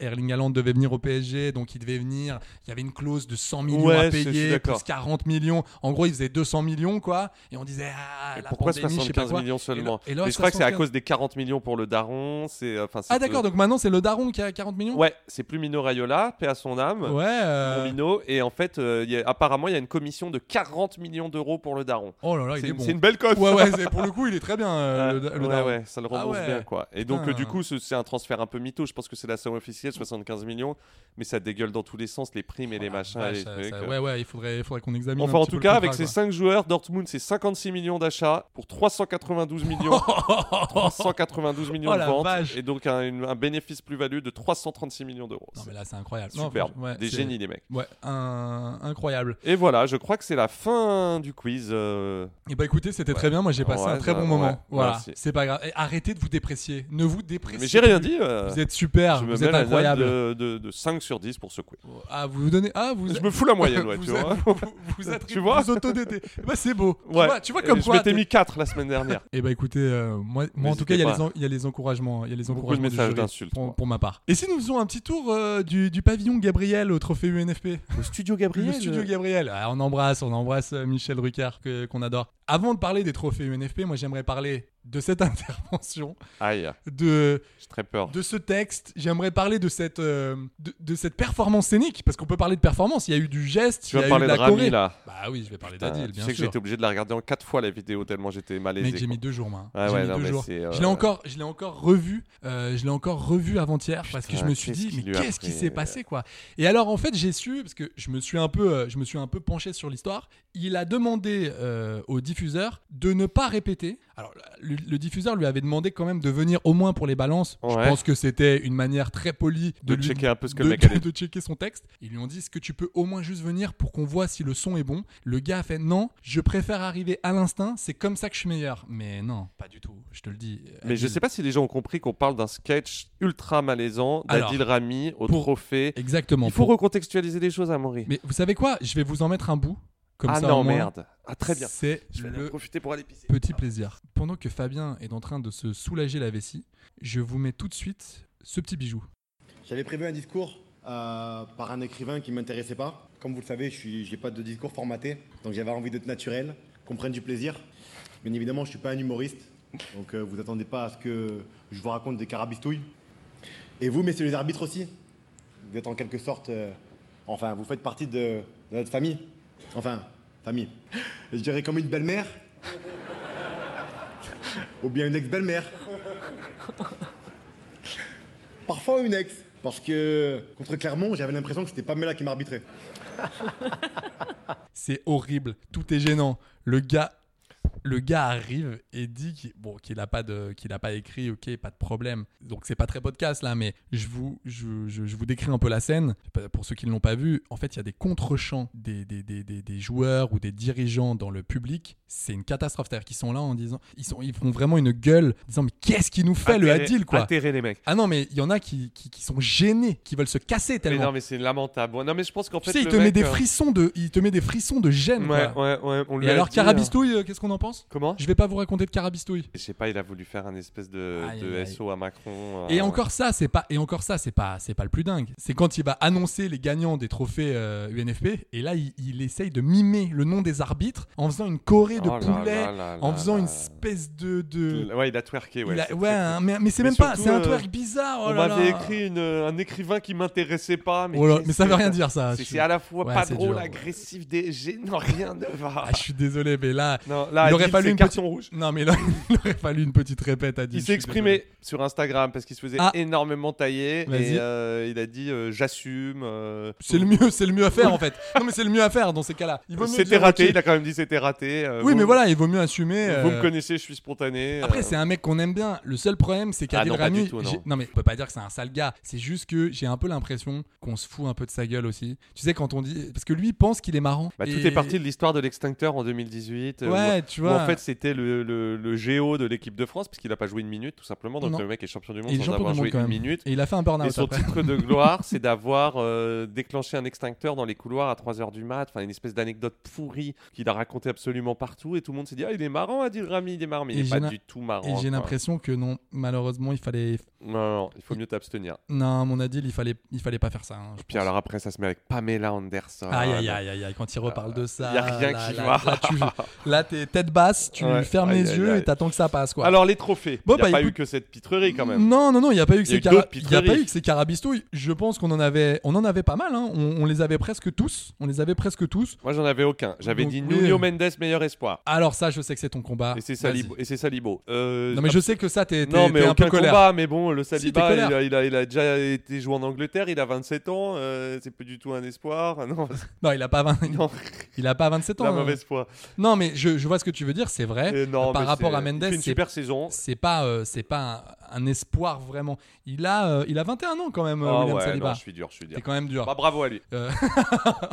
Speaker 7: Er- Erling Haaland devait venir au PSG, donc il devait venir. Il y avait une clause de 100 millions
Speaker 8: Ouais,
Speaker 7: à
Speaker 8: je- je suis
Speaker 7: payer,
Speaker 8: d'accord.
Speaker 7: plus 40 millions. En gros, il faisait 200 millions, quoi. Et on disait, ah,
Speaker 8: Et
Speaker 7: la
Speaker 8: pourquoi
Speaker 7: pandémie, je sais pas
Speaker 8: 75
Speaker 7: quoi.
Speaker 8: millions
Speaker 7: Et
Speaker 8: seulement
Speaker 7: le- et le
Speaker 8: Mais Je crois que c'est à
Speaker 7: 75
Speaker 8: cause des 40 millions pour le daron. C'est, euh, enfin, c'est
Speaker 7: Ah, d'accord,
Speaker 8: tout-
Speaker 7: donc maintenant c'est le daron qui a 40 millions
Speaker 8: Ouais, c'est plus Mino Raiola, paix à son âme.
Speaker 7: Mmh. Ouais, euh,
Speaker 8: Bon Mino, et en fait, euh, il y a- apparemment, il y a une commission de 40 millions d'euros pour le daron.
Speaker 7: Oh là là, il
Speaker 8: C'est
Speaker 7: est
Speaker 8: une,
Speaker 7: bon.
Speaker 8: c'est une belle cote.
Speaker 7: Ouais,
Speaker 8: (laughs)
Speaker 7: ouais, c'est- pour le coup, il est très bien, euh,
Speaker 8: Ouais,
Speaker 7: le, da- le
Speaker 8: ouais,
Speaker 7: daron.
Speaker 8: ouais, ça le
Speaker 7: Ah
Speaker 8: remonte
Speaker 7: ouais.
Speaker 8: bien quoi. Et donc
Speaker 7: Putain.
Speaker 8: euh, du coup, ce- c'est un transfert un peu mytho. Je pense que c'est la somme officielle, 75 millions, mais ça dégueule dans tous les sens, les primes et les machins.
Speaker 7: Ah, Ouais,
Speaker 8: et les
Speaker 7: ça-
Speaker 8: trucs,
Speaker 7: ça-
Speaker 8: euh.
Speaker 7: ouais, ouais, il faudrait, il faudrait qu'on examine.
Speaker 8: Enfin,
Speaker 7: un
Speaker 8: en
Speaker 7: petit
Speaker 8: tout
Speaker 7: peu
Speaker 8: cas,
Speaker 7: le
Speaker 8: avec
Speaker 7: contrat,
Speaker 8: ces
Speaker 7: quoi.
Speaker 8: 5 joueurs, Dortmund, c'est 56 millions d'achats pour 392
Speaker 7: (laughs)
Speaker 8: millions, (laughs) 392 millions
Speaker 7: Oh
Speaker 8: de
Speaker 7: la
Speaker 8: ventes,
Speaker 7: vache.
Speaker 8: et donc un, une- un bénéfice plus-value de 336 millions d'euros.
Speaker 7: Non, mais là, c'est incroyable. Non,
Speaker 8: Superbe,
Speaker 7: franchement, ouais,
Speaker 8: des
Speaker 7: c'est-
Speaker 8: génies les mecs.
Speaker 7: Ouais, un- incroyable.
Speaker 8: Et voilà, je crois que c'est la fin du quiz. euh,
Speaker 7: Et bah écoutez, c'était très bien. Moi, j'ai passé
Speaker 8: Ouais,
Speaker 7: un très
Speaker 8: bah,
Speaker 7: bon moment.
Speaker 8: ouais,
Speaker 7: voilà,
Speaker 8: merci.
Speaker 7: c'est pas grave. Et arrêtez de vous déprécier. Ne vous dépréciez.
Speaker 8: Mais j'ai rien
Speaker 7: plus.
Speaker 8: dit. euh,
Speaker 7: Vous êtes super.
Speaker 8: je me
Speaker 7: Vous
Speaker 8: mets
Speaker 7: êtes
Speaker 8: la note
Speaker 7: incroyable.
Speaker 8: de, de- de 5 sur 10 pour ce quiz.
Speaker 7: Ah, vous vous donnez. Ah, vous.
Speaker 8: Je me fous
Speaker 7: (laughs)
Speaker 8: la moyenne, ouais,
Speaker 7: vous
Speaker 8: tu
Speaker 7: êtes-
Speaker 8: vois.
Speaker 7: Vous, vous, vous attribuez-
Speaker 8: (laughs) Tu vois
Speaker 7: vous autodétez. Eh Bah c'est beau. Tu vois, tu vois
Speaker 8: Et
Speaker 7: comme quoi.
Speaker 8: Je m'étais mis 4 la semaine dernière.
Speaker 7: Et bah écoutez, euh, moi, moi en tout
Speaker 8: N'hésitez
Speaker 7: cas, il y, a
Speaker 8: pas.
Speaker 7: les en- il y a les encouragements. Il y a les
Speaker 8: Beaucoup de
Speaker 7: encouragements du
Speaker 8: messages
Speaker 7: jury
Speaker 8: d'insultes,
Speaker 7: pour,
Speaker 8: moi.
Speaker 7: pour ma part. Et si nous faisons un petit tour euh, du, du pavillon Gabriel au trophée UNFP
Speaker 8: Au studio
Speaker 7: Le studio Gabriel. Ah, on embrasse, on embrasse euh, Michel Rucard que- qu'on adore. Avant de parler des trophées UNFP, moi j'aimerais parler de cette (laughs) intervention,
Speaker 8: Aïe,
Speaker 7: de,
Speaker 8: j'ai très
Speaker 7: (laughs)
Speaker 8: peur.
Speaker 7: de ce texte. J'aimerais parler de cette, euh, de, de cette performance scénique, parce qu'on peut parler de performance. Il y a eu du geste,
Speaker 8: Tu
Speaker 7: il y
Speaker 8: vas
Speaker 7: a eu
Speaker 8: parler
Speaker 7: de la
Speaker 8: de Rami,
Speaker 7: choré.
Speaker 8: là.
Speaker 7: Bah oui, je vais parler
Speaker 8: Putain,
Speaker 7: d'Adil,
Speaker 8: tu
Speaker 7: bien
Speaker 8: sais que j'ai
Speaker 7: sûr.
Speaker 8: été obligé de la regarder en 4 fois la vidéo tellement j'étais malaisé.
Speaker 7: Mec, j'ai
Speaker 8: quoi.
Speaker 7: mis deux jours, moi. hein.
Speaker 8: Ah
Speaker 7: j'ai
Speaker 8: ouais,
Speaker 7: mis
Speaker 8: non,
Speaker 7: deux
Speaker 8: mais
Speaker 7: jours.
Speaker 8: c'est, euh,
Speaker 7: Je l'ai encore, je l'ai encore revu. euh, je l'ai encore revu avant-hier parce que je
Speaker 8: Putain,
Speaker 7: me suis
Speaker 8: qu'est-ce
Speaker 7: dit,
Speaker 8: qu'il
Speaker 7: mais
Speaker 8: lui a
Speaker 7: qu'est-ce qui
Speaker 8: pris,
Speaker 7: s'est
Speaker 8: euh.
Speaker 7: passé, quoi Et alors, en fait, j'ai su parce que je me suis un peu, euh, je me suis un peu penché sur l'histoire. Il a demandé euh, au diffuseur de ne pas répéter. Alors, le, le diffuseur lui avait demandé quand même de venir au moins pour les balances. Je
Speaker 8: Ouais.
Speaker 7: pense que c'était une manière très polie de,
Speaker 8: De
Speaker 7: lui-
Speaker 8: checker un peu ce que
Speaker 7: de-
Speaker 8: le mec allait-
Speaker 7: de checker son texte. Ils lui ont dit, est-ce que tu peux au moins juste venir pour qu'on voit si le son est bon Le gars a fait, non, je préfère arriver à l'instinct, c'est comme ça que je suis meilleur. Mais non, pas du tout, je te le dis.
Speaker 8: Mais je
Speaker 7: Adil.
Speaker 8: sais pas si les gens ont compris qu'on parle d'un sketch ultra malaisant
Speaker 7: Alors,
Speaker 8: d'Adil Rami au
Speaker 7: pour-
Speaker 8: trophée.
Speaker 7: Exactement.
Speaker 8: Il faut
Speaker 7: Pour-
Speaker 8: recontextualiser les choses à Maury.
Speaker 7: Mais vous savez quoi Je vais vous en mettre un bout. Comme
Speaker 8: ah
Speaker 7: ça,
Speaker 8: non,
Speaker 7: au moins,
Speaker 8: merde. Ah très bien.
Speaker 7: C'est
Speaker 8: Je vais en
Speaker 7: le
Speaker 8: profiter pour aller pisser.
Speaker 7: petit plaisir. Pendant que Fabien est en train de se soulager la vessie, je vous mets tout de suite ce petit bijou.
Speaker 5: J'avais prévu un discours euh, par un écrivain qui ne m'intéressait pas. Comme vous le savez, je n'ai pas de discours formaté, donc j'avais envie d'être naturel, qu'on prenne du plaisir. Bien évidemment, je ne suis pas un humoriste, donc euh, vous attendez pas à ce que je vous raconte des carabistouilles. Et vous, messieurs les arbitres aussi, vous êtes en quelque sorte, euh, enfin, vous faites partie de, de notre famille. Enfin, famille. Je dirais comme une belle-mère. Ou bien une ex-belle-mère. Parfois une ex. Parce que contre Clermont, j'avais l'impression que c'était Pamela qui m'arbitrait.
Speaker 7: C'est horrible, tout est gênant. Le gars, le gars arrive et dit qu'il bon, qu'il n'a pas, de- qu'il a pas écrit, ok, pas de problème. Donc c'est pas très podcast là, mais je vous, je, je- je vous décris un peu la scène. Pour ceux qui ne l'ont pas vu, en fait, il y a des contre-champs des, des, des- des- des joueurs ou des dirigeants dans le public. C'est une catastrophe. C'est-à-dire qu'ils sont là en disant, ils, sont, ils font vraiment une gueule en disant, mais qu'est-ce qu'il nous fait le
Speaker 8: Atterré-
Speaker 7: Adil quoi
Speaker 8: atterré, les mecs.
Speaker 7: Ah non, mais il y en a qui, qui, qui sont gênés, qui veulent se casser
Speaker 8: Mais
Speaker 7: tellement.
Speaker 8: non mais c'est lamentable. Non mais je pense qu'en
Speaker 7: tu
Speaker 8: fait
Speaker 7: sais, il
Speaker 8: le
Speaker 7: te met
Speaker 8: mec,
Speaker 7: des
Speaker 8: euh,
Speaker 7: frissons de, il te met des frissons de gêne.
Speaker 8: Ouais,
Speaker 7: quoi.
Speaker 8: ouais, ouais, on lui
Speaker 7: Et
Speaker 8: a
Speaker 7: alors,
Speaker 8: dit, euh,
Speaker 7: Carabistouille, euh, qu'est-ce qu'on en penses
Speaker 8: Comment
Speaker 7: Je vais pas vous raconter de carabistouille.
Speaker 8: Je sais pas, il a voulu faire un espèce de,
Speaker 7: Aïe,
Speaker 8: de
Speaker 7: aïe, aïe.
Speaker 8: SO à Macron. euh,
Speaker 7: Et encore ça, c'est pas et encore ça, c'est pas c'est pas le plus dingue. C'est quand il va annoncer les gagnants des trophées euh, UNFP et là il, il essaye de mimer le nom des arbitres en faisant une chorée de
Speaker 8: Oh là
Speaker 7: poulet,
Speaker 8: là là
Speaker 7: en
Speaker 8: là
Speaker 7: faisant
Speaker 8: là
Speaker 7: une
Speaker 8: là.
Speaker 7: espèce de, de...
Speaker 8: Il- Ouais, il a twerké, ouais.
Speaker 7: il a-
Speaker 8: c'est
Speaker 7: ouais,
Speaker 8: très
Speaker 7: un-
Speaker 8: cool.
Speaker 7: mais, mais c'est
Speaker 8: Mais
Speaker 7: même pas,
Speaker 8: surtout,
Speaker 7: c'est un
Speaker 8: euh,
Speaker 7: twerk bizarre. Oh
Speaker 8: on
Speaker 7: là
Speaker 8: m'avait
Speaker 7: là.
Speaker 8: écrit une- un écrivain qui m'intéressait pas. Mais,
Speaker 7: Oh là,
Speaker 8: qu'est-ce
Speaker 7: mais ça
Speaker 8: que
Speaker 7: veut rien dire, ça.
Speaker 8: C'est
Speaker 7: Je-
Speaker 8: c'est à la fois
Speaker 7: Ouais,
Speaker 8: pas
Speaker 7: c'est
Speaker 8: drôle,
Speaker 7: dur, ouais.
Speaker 8: agressif, DG, non, (laughs) rien ne va.
Speaker 7: Ah, je suis désolé, mais là,
Speaker 8: Non, là,
Speaker 7: il aurait
Speaker 8: Adil,
Speaker 7: fallu
Speaker 8: c'est
Speaker 7: une
Speaker 8: carton
Speaker 7: petite-
Speaker 8: rouge.
Speaker 7: Non, mais là, (laughs) il aurait fallu une petite répète à dire.
Speaker 8: Il s'est exprimé sur Instagram parce qu'il se faisait
Speaker 7: Ah.
Speaker 8: énormément tailler
Speaker 7: Vas-y.
Speaker 8: et euh, il a dit euh, j'assume. euh,
Speaker 7: C'est le mieux, c'est le mieux à faire en fait. Non, mais c'est le mieux à faire dans ces cas-là. Il vaut mieux
Speaker 8: C'était
Speaker 7: dire,
Speaker 8: raté,
Speaker 7: ok.
Speaker 8: il a quand même dit c'était raté. euh,
Speaker 7: Oui,
Speaker 8: vous-
Speaker 7: mais voilà, il vaut mieux assumer.
Speaker 8: Vous
Speaker 7: euh,
Speaker 8: me connaissez, je suis spontané.
Speaker 7: Après,
Speaker 8: euh,
Speaker 7: c'est un mec qu'on aime bien. Le seul problème, c'est
Speaker 8: Ah
Speaker 7: qu'Adil
Speaker 8: non, pas
Speaker 7: Rami.
Speaker 8: du tout,
Speaker 7: j'ai-
Speaker 8: non.
Speaker 7: mais on peut pas dire que c'est un sale gars. C'est juste que j'ai un peu l'impression qu'on se fout un peu de sa gueule aussi. Tu sais, quand on dit. Parce que lui, il pense qu'il est marrant.
Speaker 8: Bah, Tout
Speaker 7: Et-
Speaker 8: est parti de l'histoire de l'extincteur en 2018. euh,
Speaker 7: Ouais,
Speaker 8: où-
Speaker 7: tu
Speaker 8: où
Speaker 7: vois.
Speaker 8: en fait, c'était le, le, le géo de l'équipe de France, puisqu'il n'a pas joué une minute, tout simplement. Donc
Speaker 7: Non.
Speaker 8: le mec est champion du monde
Speaker 7: Il est
Speaker 8: sans
Speaker 7: champion
Speaker 8: avoir
Speaker 7: du monde,
Speaker 8: joué
Speaker 7: quand
Speaker 8: une
Speaker 7: même.
Speaker 8: minute.
Speaker 7: Et il a fait un burn-out
Speaker 8: Et son
Speaker 7: après.
Speaker 8: titre
Speaker 7: (laughs)
Speaker 8: de gloire, c'est d'avoir euh, déclenché un extincteur dans les couloirs à 3h du mat. Enfin, une espèce d'anecdote pourrie qu'il a raconté absolument partout. Et tout le monde s'est dit Ah, il est marrant, Adil Rami, il est marrant. Mais
Speaker 7: Et
Speaker 8: il n'est
Speaker 7: j'ai
Speaker 8: pas
Speaker 7: l'im-
Speaker 8: du tout marrant.
Speaker 7: Et j'ai
Speaker 8: quoi.
Speaker 7: l'impression que non, malheureusement, il fallait.
Speaker 8: Non, non, non, il faut mieux t'abstenir.
Speaker 7: Non, mon Adil, il fallait, il fallait pas faire ça. hein, je
Speaker 8: Puis alors après, ça se met avec Pamela Anderson.
Speaker 7: Aïe, aïe, aïe, aïe, aïe, quand il reparle de ça.
Speaker 8: Ah, y a rien
Speaker 7: là,
Speaker 8: qui
Speaker 7: là,
Speaker 8: va.
Speaker 7: Là,
Speaker 8: (laughs)
Speaker 7: tu- là, t'es tête basse, tu
Speaker 8: Ouais,
Speaker 7: fermes
Speaker 8: aïe,
Speaker 7: les
Speaker 8: aïe,
Speaker 7: yeux
Speaker 8: aïe.
Speaker 7: et t'attends que ça passe, quoi.
Speaker 8: Alors les trophées.
Speaker 7: Bon,
Speaker 8: il n'y a
Speaker 7: bah,
Speaker 8: pas eu
Speaker 7: écoute-
Speaker 8: que cette pitrerie quand même.
Speaker 7: Non, non, non, il n'y a pas eu que
Speaker 8: Il y a
Speaker 7: ces
Speaker 8: eu
Speaker 7: cara-
Speaker 8: d'autres
Speaker 7: il y a pas
Speaker 8: pitreries.
Speaker 7: eu que ces carabistouilles. Je pense qu'on en avait, on en avait pas mal. hein. On, on les avait presque tous. On les avait presque tous.
Speaker 8: Moi, j'en avais aucun. J'avais
Speaker 7: Donc,
Speaker 8: dit
Speaker 7: oui.
Speaker 8: Nuno Mendes, meilleur espoir.
Speaker 7: Alors ça, je sais que c'est ton combat.
Speaker 8: Et c'est
Speaker 7: Vas-y.
Speaker 8: Salibo. Et c'est Salibo. Euh,
Speaker 7: Non mais je sais que ça, t'es, t'es-
Speaker 8: Non, mais
Speaker 7: t'es un peu
Speaker 8: aucun
Speaker 7: colère.
Speaker 8: combat, mais bon, le
Speaker 7: Si, t'es
Speaker 8: Saliba, il,
Speaker 7: colère.
Speaker 8: a, il a- il a déjà été joué en Angleterre, il a 27 ans, euh, c'est plus du tout un espoir. (laughs) Non,
Speaker 7: Non, il a pas 20
Speaker 8: non
Speaker 7: (laughs) il a pas 27 ans.
Speaker 8: la
Speaker 7: hein.
Speaker 8: mauvaise foi.
Speaker 7: Non, mais je, je vois ce que tu veux dire. C'est vrai.
Speaker 8: Et non,
Speaker 7: Par
Speaker 8: mais
Speaker 7: rapport
Speaker 8: c'est- euh,
Speaker 7: à Mendes,
Speaker 8: il fait une
Speaker 7: c'est
Speaker 8: super saison.
Speaker 7: c'est pas euh, c'est pas un, un espoir vraiment. Il a euh, il a 21 ans quand même euh,
Speaker 8: Ah
Speaker 7: William
Speaker 8: ouais,
Speaker 7: Saliba.
Speaker 8: non, je suis dur, je suis dur.
Speaker 7: C'est quand même dur.
Speaker 8: Bah, bravo à lui.
Speaker 7: Euh, (laughs)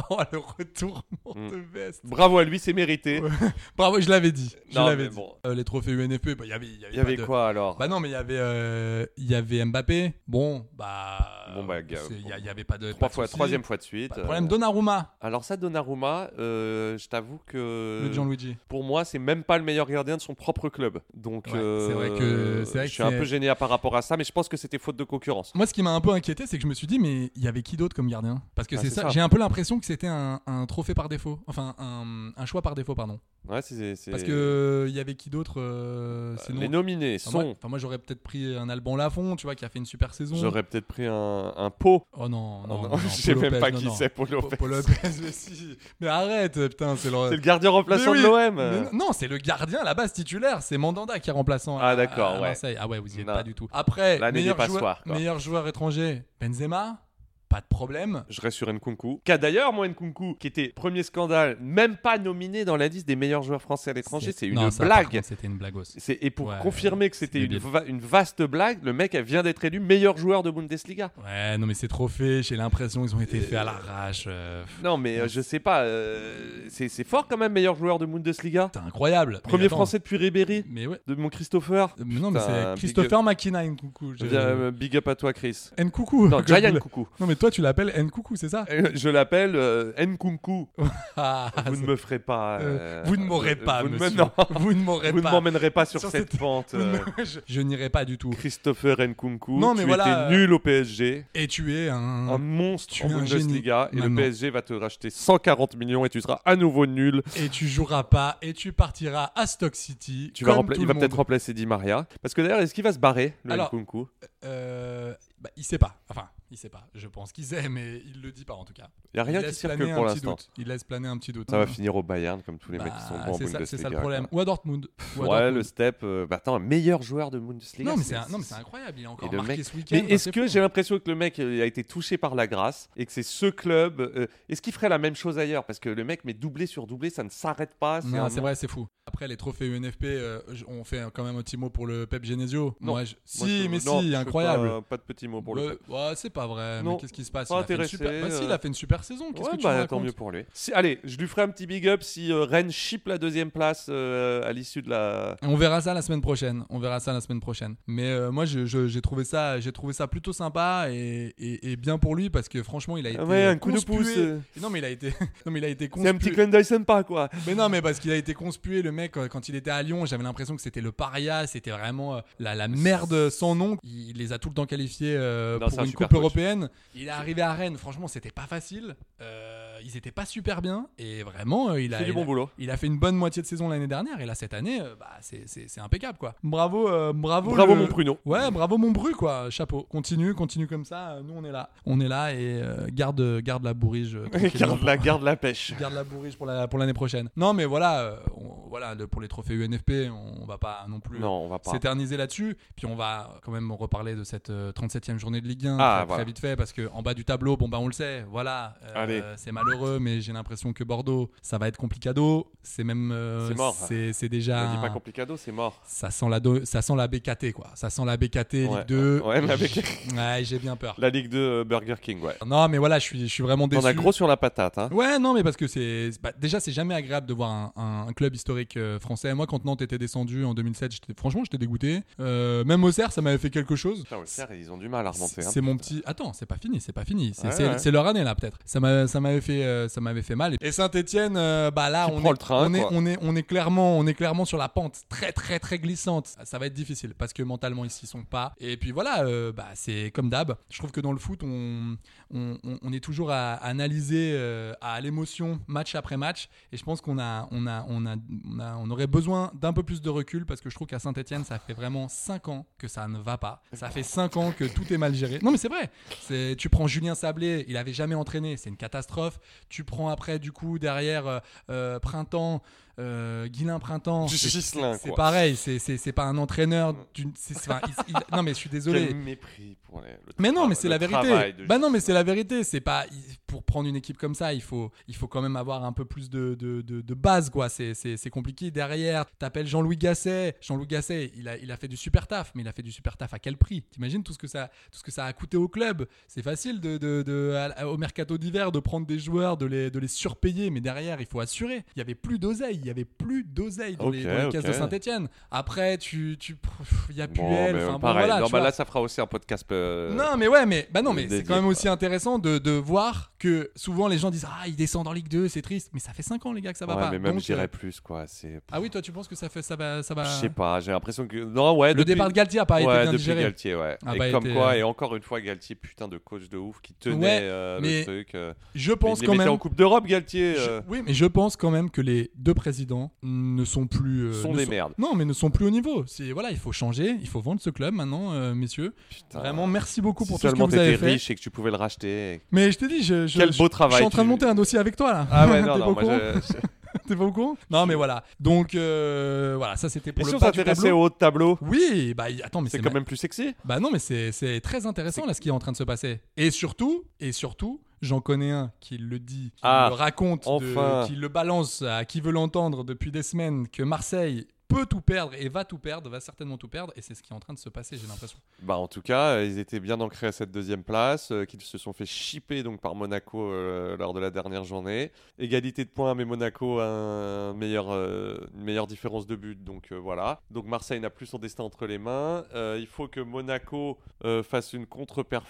Speaker 7: oh le retournement
Speaker 8: hmm.
Speaker 7: de veste.
Speaker 8: Bravo à lui, c'est mérité.
Speaker 7: Ouais. Bravo, je l'avais dit. Je
Speaker 8: Non,
Speaker 7: l'avais
Speaker 8: mais
Speaker 7: dit.
Speaker 8: bon.
Speaker 7: Euh, les trophées UNFP, bah, il y avait il y avait,
Speaker 8: Il y
Speaker 7: pas
Speaker 8: avait
Speaker 7: de-
Speaker 8: quoi alors
Speaker 7: Bah non, mais il y avait euh, il y avait Mbappé. Bon, bah
Speaker 8: Bon, bah,
Speaker 7: c'est-
Speaker 8: gars,
Speaker 7: il y, a- il y avait pas de
Speaker 8: Trois
Speaker 7: pas de
Speaker 8: fois,
Speaker 7: soucis.
Speaker 8: troisième fois de suite.
Speaker 7: Pas de problème
Speaker 8: euh,
Speaker 7: Donnarumma,
Speaker 8: Alors ça, Donnarumma, euh, je t'avoue que...
Speaker 7: le Gianluigi.
Speaker 8: pour moi, c'est même pas le meilleur gardien de son propre club. Donc,
Speaker 7: Ouais,
Speaker 8: euh,
Speaker 7: c'est vrai que- c'est vrai que
Speaker 8: je suis un
Speaker 7: c'est-
Speaker 8: peu gêné par rapport à ça, mais je pense que c'était faute de concurrence.
Speaker 7: Moi, ce qui m'a un peu inquiété, c'est que je me suis dit, mais il y avait qui d'autre comme gardien Parce que
Speaker 8: Ah,
Speaker 7: c'est
Speaker 8: c'est
Speaker 7: ça,
Speaker 8: ça.
Speaker 7: j'ai un peu l'impression que c'était un, un trophée par défaut, enfin un, un choix par défaut, pardon.
Speaker 8: Ouais, c'est, c'est- Euh,
Speaker 7: Parce que il y avait qui d'autre euh, sinon
Speaker 8: les nominés
Speaker 7: Enfin, moi-
Speaker 8: sont.
Speaker 7: Enfin, moi, j'aurais peut-être pris un Alban Lafont, tu vois, qui a fait une super saison.
Speaker 8: J'aurais peut-être pris un, un pot.
Speaker 7: Oh non, non,
Speaker 8: Oh non,
Speaker 7: non,
Speaker 8: (laughs) je sais
Speaker 7: Paul
Speaker 8: même
Speaker 7: Lopez,
Speaker 8: pas
Speaker 7: non,
Speaker 8: qui
Speaker 7: non.
Speaker 8: c'est, Paul
Speaker 7: Pa-
Speaker 8: Lopez.
Speaker 7: Paul Lopez, (laughs) mais si. Mais arrête, putain, c'est le.
Speaker 8: C'est le gardien remplaçant
Speaker 7: Mais oui,
Speaker 8: de l'OM.
Speaker 7: mais non, non, c'est le gardien à la base titulaire, c'est Mandanda qui est remplaçant. à-
Speaker 8: Ah, d'accord,
Speaker 7: à
Speaker 8: ouais.
Speaker 7: Marseille. Ah ouais, vous y êtes
Speaker 8: Non.
Speaker 7: pas du tout. Après,
Speaker 8: L'année
Speaker 7: meilleur,
Speaker 8: des passoires,
Speaker 7: joueur,
Speaker 8: quoi.
Speaker 7: meilleur joueur étranger, Benzema, pas de problème.
Speaker 8: Je reste sur Nkunku. Qu'a d'ailleurs, moi, Nkunku, qui était premier scandale, même pas nominé dans la liste des meilleurs joueurs français à l'étranger. C'est une
Speaker 7: Non, ça, par
Speaker 8: blague.
Speaker 7: contre, C'était une blague aussi.
Speaker 8: C'est- Et pour
Speaker 7: Ouais,
Speaker 8: confirmer que
Speaker 7: c'est
Speaker 8: c'était une,
Speaker 7: débile.
Speaker 8: va- une vaste blague, le mec vient d'être élu meilleur joueur de Bundesliga.
Speaker 7: Ouais, non, mais ces trophées, j'ai l'impression qu'ils ont été faits à l'arrache. euh, pff,
Speaker 8: Non, mais euh, je sais pas. euh, c'est c'est fort quand même, meilleur joueur de Bundesliga.
Speaker 7: C'est incroyable. Mais
Speaker 8: Premier
Speaker 7: attends,
Speaker 8: français depuis Ribéry.
Speaker 7: Mais ouais.
Speaker 8: De mon Christopher.
Speaker 7: Euh, mais non, mais
Speaker 8: Putain,
Speaker 7: c'est
Speaker 8: big
Speaker 7: Christopher McKinnon, coucou.
Speaker 8: up- Bien, euh, Big up à
Speaker 7: (laughs)
Speaker 8: toi, Chris.
Speaker 7: Nkoukou.
Speaker 8: Non,
Speaker 7: comme tu
Speaker 8: Giant
Speaker 7: l'as-
Speaker 8: Coucou.
Speaker 7: Non, mais toi, tu l'appelles Nkoukou, c'est ça
Speaker 8: Euh, Je l'appelle euh, Nkunku.
Speaker 7: Ah,
Speaker 8: vous ne me ferez pas.
Speaker 7: Euh,
Speaker 8: euh,
Speaker 7: vous ne m'aurez
Speaker 8: euh,
Speaker 7: pas,
Speaker 8: vous ne me-
Speaker 7: monsieur.
Speaker 8: non.
Speaker 7: (laughs) Vous ne m'aurez
Speaker 8: Vous ne
Speaker 7: pas.
Speaker 8: m'emmènerez pas sur,
Speaker 7: Sur
Speaker 8: cette,
Speaker 7: cette- (laughs)
Speaker 8: pente.
Speaker 7: Vous ne
Speaker 8: euh,
Speaker 7: me- je je n'irai pas du tout.
Speaker 8: Christopher Nkunku,
Speaker 7: Non, mais
Speaker 8: tu
Speaker 7: voilà,
Speaker 8: étais
Speaker 7: euh,
Speaker 8: nul au PSG,
Speaker 7: Et tu es un.
Speaker 8: un monstre
Speaker 7: tu
Speaker 8: en
Speaker 7: es un
Speaker 8: Bundesliga,
Speaker 7: génie,
Speaker 8: et le
Speaker 7: maintenant.
Speaker 8: PSG va te racheter 140 millions et tu seras à nouveau nul.
Speaker 7: Et tu joueras pas. Et tu partiras à Stock City.
Speaker 8: Tu vas
Speaker 7: comme
Speaker 8: rempla-
Speaker 7: tout
Speaker 8: il
Speaker 7: le
Speaker 8: va peut-être
Speaker 7: monde.
Speaker 8: remplacer Di Maria. Parce que d'ailleurs, est-ce qu'il va se barrer, le
Speaker 7: Alors-
Speaker 8: Nkunku
Speaker 7: Euh, bah, il sait pas. Enfin, il sait pas. Je pense qu'il sait, mais il le dit pas en tout cas.
Speaker 8: Il n'y a rien qui
Speaker 7: laisse
Speaker 8: circule
Speaker 7: planer
Speaker 8: pour
Speaker 7: un petit
Speaker 8: l'instant.
Speaker 7: doute. Il laisse planer un petit doute.
Speaker 8: Ça va finir au Bayern, comme tous les mecs
Speaker 7: Bah,
Speaker 8: qui sont bons en
Speaker 7: c'est ça-
Speaker 8: Bundesliga.
Speaker 7: C'est ça le problème. Ou à Dortmund. Ou à
Speaker 8: hein. Ouais,
Speaker 7: Dortmund.
Speaker 8: le step. euh, bah, attends, meilleur joueur de Bundesliga.
Speaker 7: Non, mais c'est un- non, mais c'est incroyable. Il a
Speaker 8: Et
Speaker 7: encore
Speaker 8: le
Speaker 7: marqué
Speaker 8: mec-
Speaker 7: ce week-end.
Speaker 8: Mais
Speaker 7: Enfin,
Speaker 8: est-ce
Speaker 7: c'est
Speaker 8: que
Speaker 7: fou.
Speaker 8: j'ai l'impression que le mec euh, a été touché par la grâce et que c'est ce club euh, Est-ce qu'il ferait la même chose ailleurs Parce que le mec met doublé sur doublé, ça ne s'arrête pas. Ah, c'est
Speaker 7: Non,
Speaker 8: un-
Speaker 7: c'est vrai, c'est fou. Après, les trophées UNFP, euh, j- on fait quand même un petit mot pour le Pep Genesio.
Speaker 8: Non.
Speaker 7: Moi, je-
Speaker 8: Moi,
Speaker 7: Si,
Speaker 8: je-
Speaker 7: mais
Speaker 8: non, je
Speaker 7: si,
Speaker 8: fais
Speaker 7: incroyable.
Speaker 8: Pas, pas de petit Griezmann pour
Speaker 7: Bah,
Speaker 8: le coup.
Speaker 7: ouais, c'est pas vrai.
Speaker 8: Non.
Speaker 7: mais qu'est-ce qui se passe
Speaker 8: Pas
Speaker 7: il a, fait une
Speaker 8: intéressé,
Speaker 7: super... bah, si, il
Speaker 8: euh.
Speaker 7: a fait une super saison. Qu'est-ce
Speaker 8: Ouais,
Speaker 7: que tu me
Speaker 8: bah, tant
Speaker 7: racontes
Speaker 8: mieux pour lui. Si- allez, je lui ferai un petit big up si euh, Rennes chip la deuxième place euh, à l'issue de la.
Speaker 7: On verra ça la semaine prochaine. On verra ça la semaine prochaine. Mais euh, moi, je- je- j'ai trouvé ça, j'ai trouvé ça plutôt sympa et, et- et bien pour lui parce que franchement, il a été
Speaker 8: Ah ouais, un coup de
Speaker 7: conspué.
Speaker 8: pouce, euh.
Speaker 7: Non, mais il a été, (laughs) non mais il a été
Speaker 8: C'est un petit
Speaker 7: conspué.
Speaker 8: clin d'œil sympa, quoi.
Speaker 7: Mais non, mais parce qu'il a été conspué, le mec, euh, quand il était à Lyon, j'avais l'impression que c'était le paria, c'était vraiment euh, la, la merde sans nom. Il, il les a tout le temps qualifiés euh,
Speaker 8: Non, c'est
Speaker 7: pour
Speaker 8: un
Speaker 7: une Coupe
Speaker 8: super coach.
Speaker 7: européenne. Il est arrivé à Rennes, franchement, c'était pas facile. Euh, ils étaient pas super bien et vraiment, euh, il a.
Speaker 8: C'est du
Speaker 7: il
Speaker 8: bon
Speaker 7: a-
Speaker 8: boulot.
Speaker 7: Il a fait une bonne moitié de saison l'année dernière et là, cette année, euh, bah, c'est- c'est c'est impeccable, quoi. Bravo, euh, bravo.
Speaker 8: Bravo,
Speaker 7: le-
Speaker 8: mon pruneau.
Speaker 7: Ouais, bravo mon bru quoi, chapeau. Continue, continue comme ça, euh, nous on est là. On est là et euh, garde, garde la bourrige.
Speaker 8: (laughs)
Speaker 7: euh, tranquillement.
Speaker 8: garde, la, garde
Speaker 7: (laughs)
Speaker 8: la pêche.
Speaker 7: Je garde la bourrige pour la pour l'année prochaine. Non, mais voilà, euh, on- voilà le- pour les trophées UNFP, on va pas non plus
Speaker 8: Non, on va pas.
Speaker 7: s'éterniser là-dessus. Puis on va quand même reparler de cette euh, 37e journée de Ligue 1
Speaker 8: Ah,
Speaker 7: très,
Speaker 8: voilà.
Speaker 7: vite fait parce que en bas du tableau, bon bah on le sait, voilà, euh,
Speaker 8: Allez.
Speaker 7: c'est malheureux, mais j'ai l'impression que Bordeaux, ça va être complicado. C'est même, euh,
Speaker 8: C'est mort.
Speaker 7: c'est c'est déjà.
Speaker 8: Ne dis pas complicado, c'est mort.
Speaker 7: ça sent la do- ça sent la BKT quoi, ça sent la BKT
Speaker 8: Ouais.
Speaker 7: Ligue 2.
Speaker 8: Ouais, la BKT.
Speaker 7: Ouais, j'ai bien peur.
Speaker 8: La Ligue 2 euh, Burger King, ouais.
Speaker 7: Non, mais voilà, je suis je suis vraiment déçu.
Speaker 8: T'en as gros sur la patate, hein.
Speaker 7: Ouais, non, mais parce que c'est. bah, déjà, c'est jamais agréable de voir un, un- un club historique euh, français. Moi, quand Nantes était descendu en 2007, j'étais- franchement, j'étais dégoûté. Euh, même Auxerre, ça m'avait fait quelque chose.
Speaker 8: Putain, le Serre, ils ont du mal à remonter. hein.
Speaker 7: C'est mon petit. Attends, c'est pas fini, c'est pas fini. C'est
Speaker 8: Ouais,
Speaker 7: c'est-
Speaker 8: ouais.
Speaker 7: c'est leur année là, peut-être. Ça m'a- ça m'avait fait, euh, ça m'avait fait mal. Et Saint-Étienne, euh, bah là,
Speaker 8: Qui
Speaker 7: on
Speaker 8: prend
Speaker 7: est,
Speaker 8: le train,
Speaker 7: on, est,
Speaker 8: quoi.
Speaker 7: on est, on est clairement, on est clairement sur la pente très, très, très glissante. Ça va être difficile parce que mentalement ils s'y sont pas. Et puis voilà, euh, bah c'est comme d'hab. Je trouve que dans le foot, on, on, on- on est toujours à analyser euh, à l'émotion match après match. Et je pense qu'on a, on a, on a, on a- on aurait besoin d'un peu plus de recul parce que je trouve qu'à Saint-Etienne, ça fait vraiment 5 ans que ça ne va pas. Ça fait 5 ans que tout est mal géré. Non, mais c'est vrai. C'est, tu prends Julien Sablé, il avait jamais entraîné, c'est une catastrophe. Tu prends après, du coup, derrière euh, euh, Printemps, euh, Guilain Printemps.
Speaker 8: Du
Speaker 7: c'est-
Speaker 8: Gislain,
Speaker 7: c'est- C'est
Speaker 8: quoi.
Speaker 7: pareil, c'est, c'est, c'est pas un entraîneur. d'une- c'est- c'est- enfin, il- il- non, mais je suis désolé.
Speaker 8: (laughs) Quel mépris pour les- le
Speaker 7: Mais non,
Speaker 8: tra-
Speaker 7: mais c'est
Speaker 8: Ah, le
Speaker 7: la
Speaker 8: travail
Speaker 7: vérité.
Speaker 8: de
Speaker 7: Bah non, mais
Speaker 8: Gislain.
Speaker 7: c'est la vérité. C'est pas il- pour prendre une équipe comme ça, il faut, il faut quand même avoir un peu plus de, de, de- de base, quoi. C'est, c'est, c'est compliqué. Derrière, t'appelles Jean-Louis Gasset. Jean-Louis Gasset, il a, il a fait du super taf, mais il a fait du super taf à quel prix T'imagines tout ce que ça, tout ce que ça a coûté au club. C'est facile de, de, de- à- au mercato d'hiver de prendre des joueurs, de les, de les surpayer, mais derrière, il faut assurer. Il y avait plus d'oseille. Il y avait plus d'oseille dans, les,
Speaker 8: Ok,
Speaker 7: dans les caisses
Speaker 8: ok.
Speaker 7: de Saint-Etienne. Après, tu, tu, pff, il y a plus
Speaker 8: Bon,
Speaker 7: elle.
Speaker 8: mais, euh,
Speaker 7: Enfin, bon,
Speaker 8: pareil.
Speaker 7: voilà,
Speaker 8: non,
Speaker 7: tu
Speaker 8: bah,
Speaker 7: vois.
Speaker 8: là, ça fera aussi un podcast. euh,
Speaker 7: Non, mais ouais, mais bah non,
Speaker 8: le
Speaker 7: mais c'est
Speaker 8: dédié,
Speaker 7: quand même
Speaker 8: quoi.
Speaker 7: aussi intéressant de, de voir que souvent les gens disent ah il descend dans Ligue 2, c'est triste, mais ça fait 5 ans les gars que ça va
Speaker 8: ouais,
Speaker 7: pas.
Speaker 8: mais même
Speaker 7: Donc,
Speaker 8: je dirais
Speaker 7: euh,
Speaker 8: plus quoi. C'est.
Speaker 7: Ah oui, toi tu penses que ça fait ça va ça va.
Speaker 8: Je sais pas. J'ai l'impression que non ouais.
Speaker 7: Le départ de Galtier a pas été
Speaker 8: ouais,
Speaker 7: bien
Speaker 8: depuis
Speaker 7: digéré.
Speaker 8: Galtier ouais.
Speaker 7: Ah
Speaker 8: et
Speaker 7: bah,
Speaker 8: comme
Speaker 7: était,
Speaker 8: quoi
Speaker 7: euh,
Speaker 8: et encore une fois Galtier putain de coach de ouf qui tenait
Speaker 7: Ouais,
Speaker 8: euh,
Speaker 7: mais
Speaker 8: le truc. euh,
Speaker 7: Je pense
Speaker 8: il les
Speaker 7: quand
Speaker 8: mettait
Speaker 7: même.
Speaker 8: en Coupe d'Europe Galtier.
Speaker 7: Je-
Speaker 8: euh,
Speaker 7: oui, mais je pense quand même que les deux présidents ne sont plus. euh,
Speaker 8: Sont
Speaker 7: ne
Speaker 8: des merdes.
Speaker 7: Non, mais ne sont plus au niveau. C'est voilà, il faut changer, il faut vendre ce club maintenant, euh, messieurs.
Speaker 8: putain.
Speaker 7: Vraiment, merci beaucoup
Speaker 8: Si
Speaker 7: pour tout ce que
Speaker 8: seulement
Speaker 7: vous avez
Speaker 8: t'étais
Speaker 7: fait.
Speaker 8: riche et que tu pouvais le racheter.
Speaker 7: Mais je t'ai dit, je, je,
Speaker 8: Quel
Speaker 7: je-
Speaker 8: beau travail
Speaker 7: Je suis en train de
Speaker 8: tu-
Speaker 7: monter un dossier avec toi là.
Speaker 8: (laughs) Ah ouais non
Speaker 7: T'es pas au
Speaker 8: non. moi,
Speaker 7: courant
Speaker 8: je- je-
Speaker 7: (laughs) T'es pas au courant Non, mais voilà. Donc euh, voilà, ça c'était
Speaker 8: Et
Speaker 7: pour
Speaker 8: si
Speaker 7: le
Speaker 8: on
Speaker 7: bas du
Speaker 8: s'intéressait
Speaker 7: tableau.
Speaker 8: au haut de tableau,
Speaker 7: Oui, bah y- attends, mais
Speaker 8: c'est
Speaker 7: c'est
Speaker 8: quand
Speaker 7: ma-
Speaker 8: même plus sexy.
Speaker 7: Bah non, mais c'est c'est très intéressant là ce qui est en train de se passer. Et surtout, et surtout, j'en connais un qui le dit, qui
Speaker 8: Ah,
Speaker 7: le raconte, de-
Speaker 8: enfin.
Speaker 7: qui le balance à qui veut l'entendre depuis des semaines que Marseille peut tout perdre et va tout perdre, va certainement tout perdre, et c'est ce qui est en train de se passer, j'ai l'impression.
Speaker 8: Bah en tout cas, euh, ils étaient bien ancrés à cette deuxième place, euh, qu'ils se sont fait chipper donc par Monaco euh, lors de la dernière journée. Égalité de points, mais Monaco a un meilleur, euh, une meilleure différence de but, donc euh, voilà. Donc Marseille n'a plus son destin entre les mains. Euh, il faut que Monaco euh, fasse une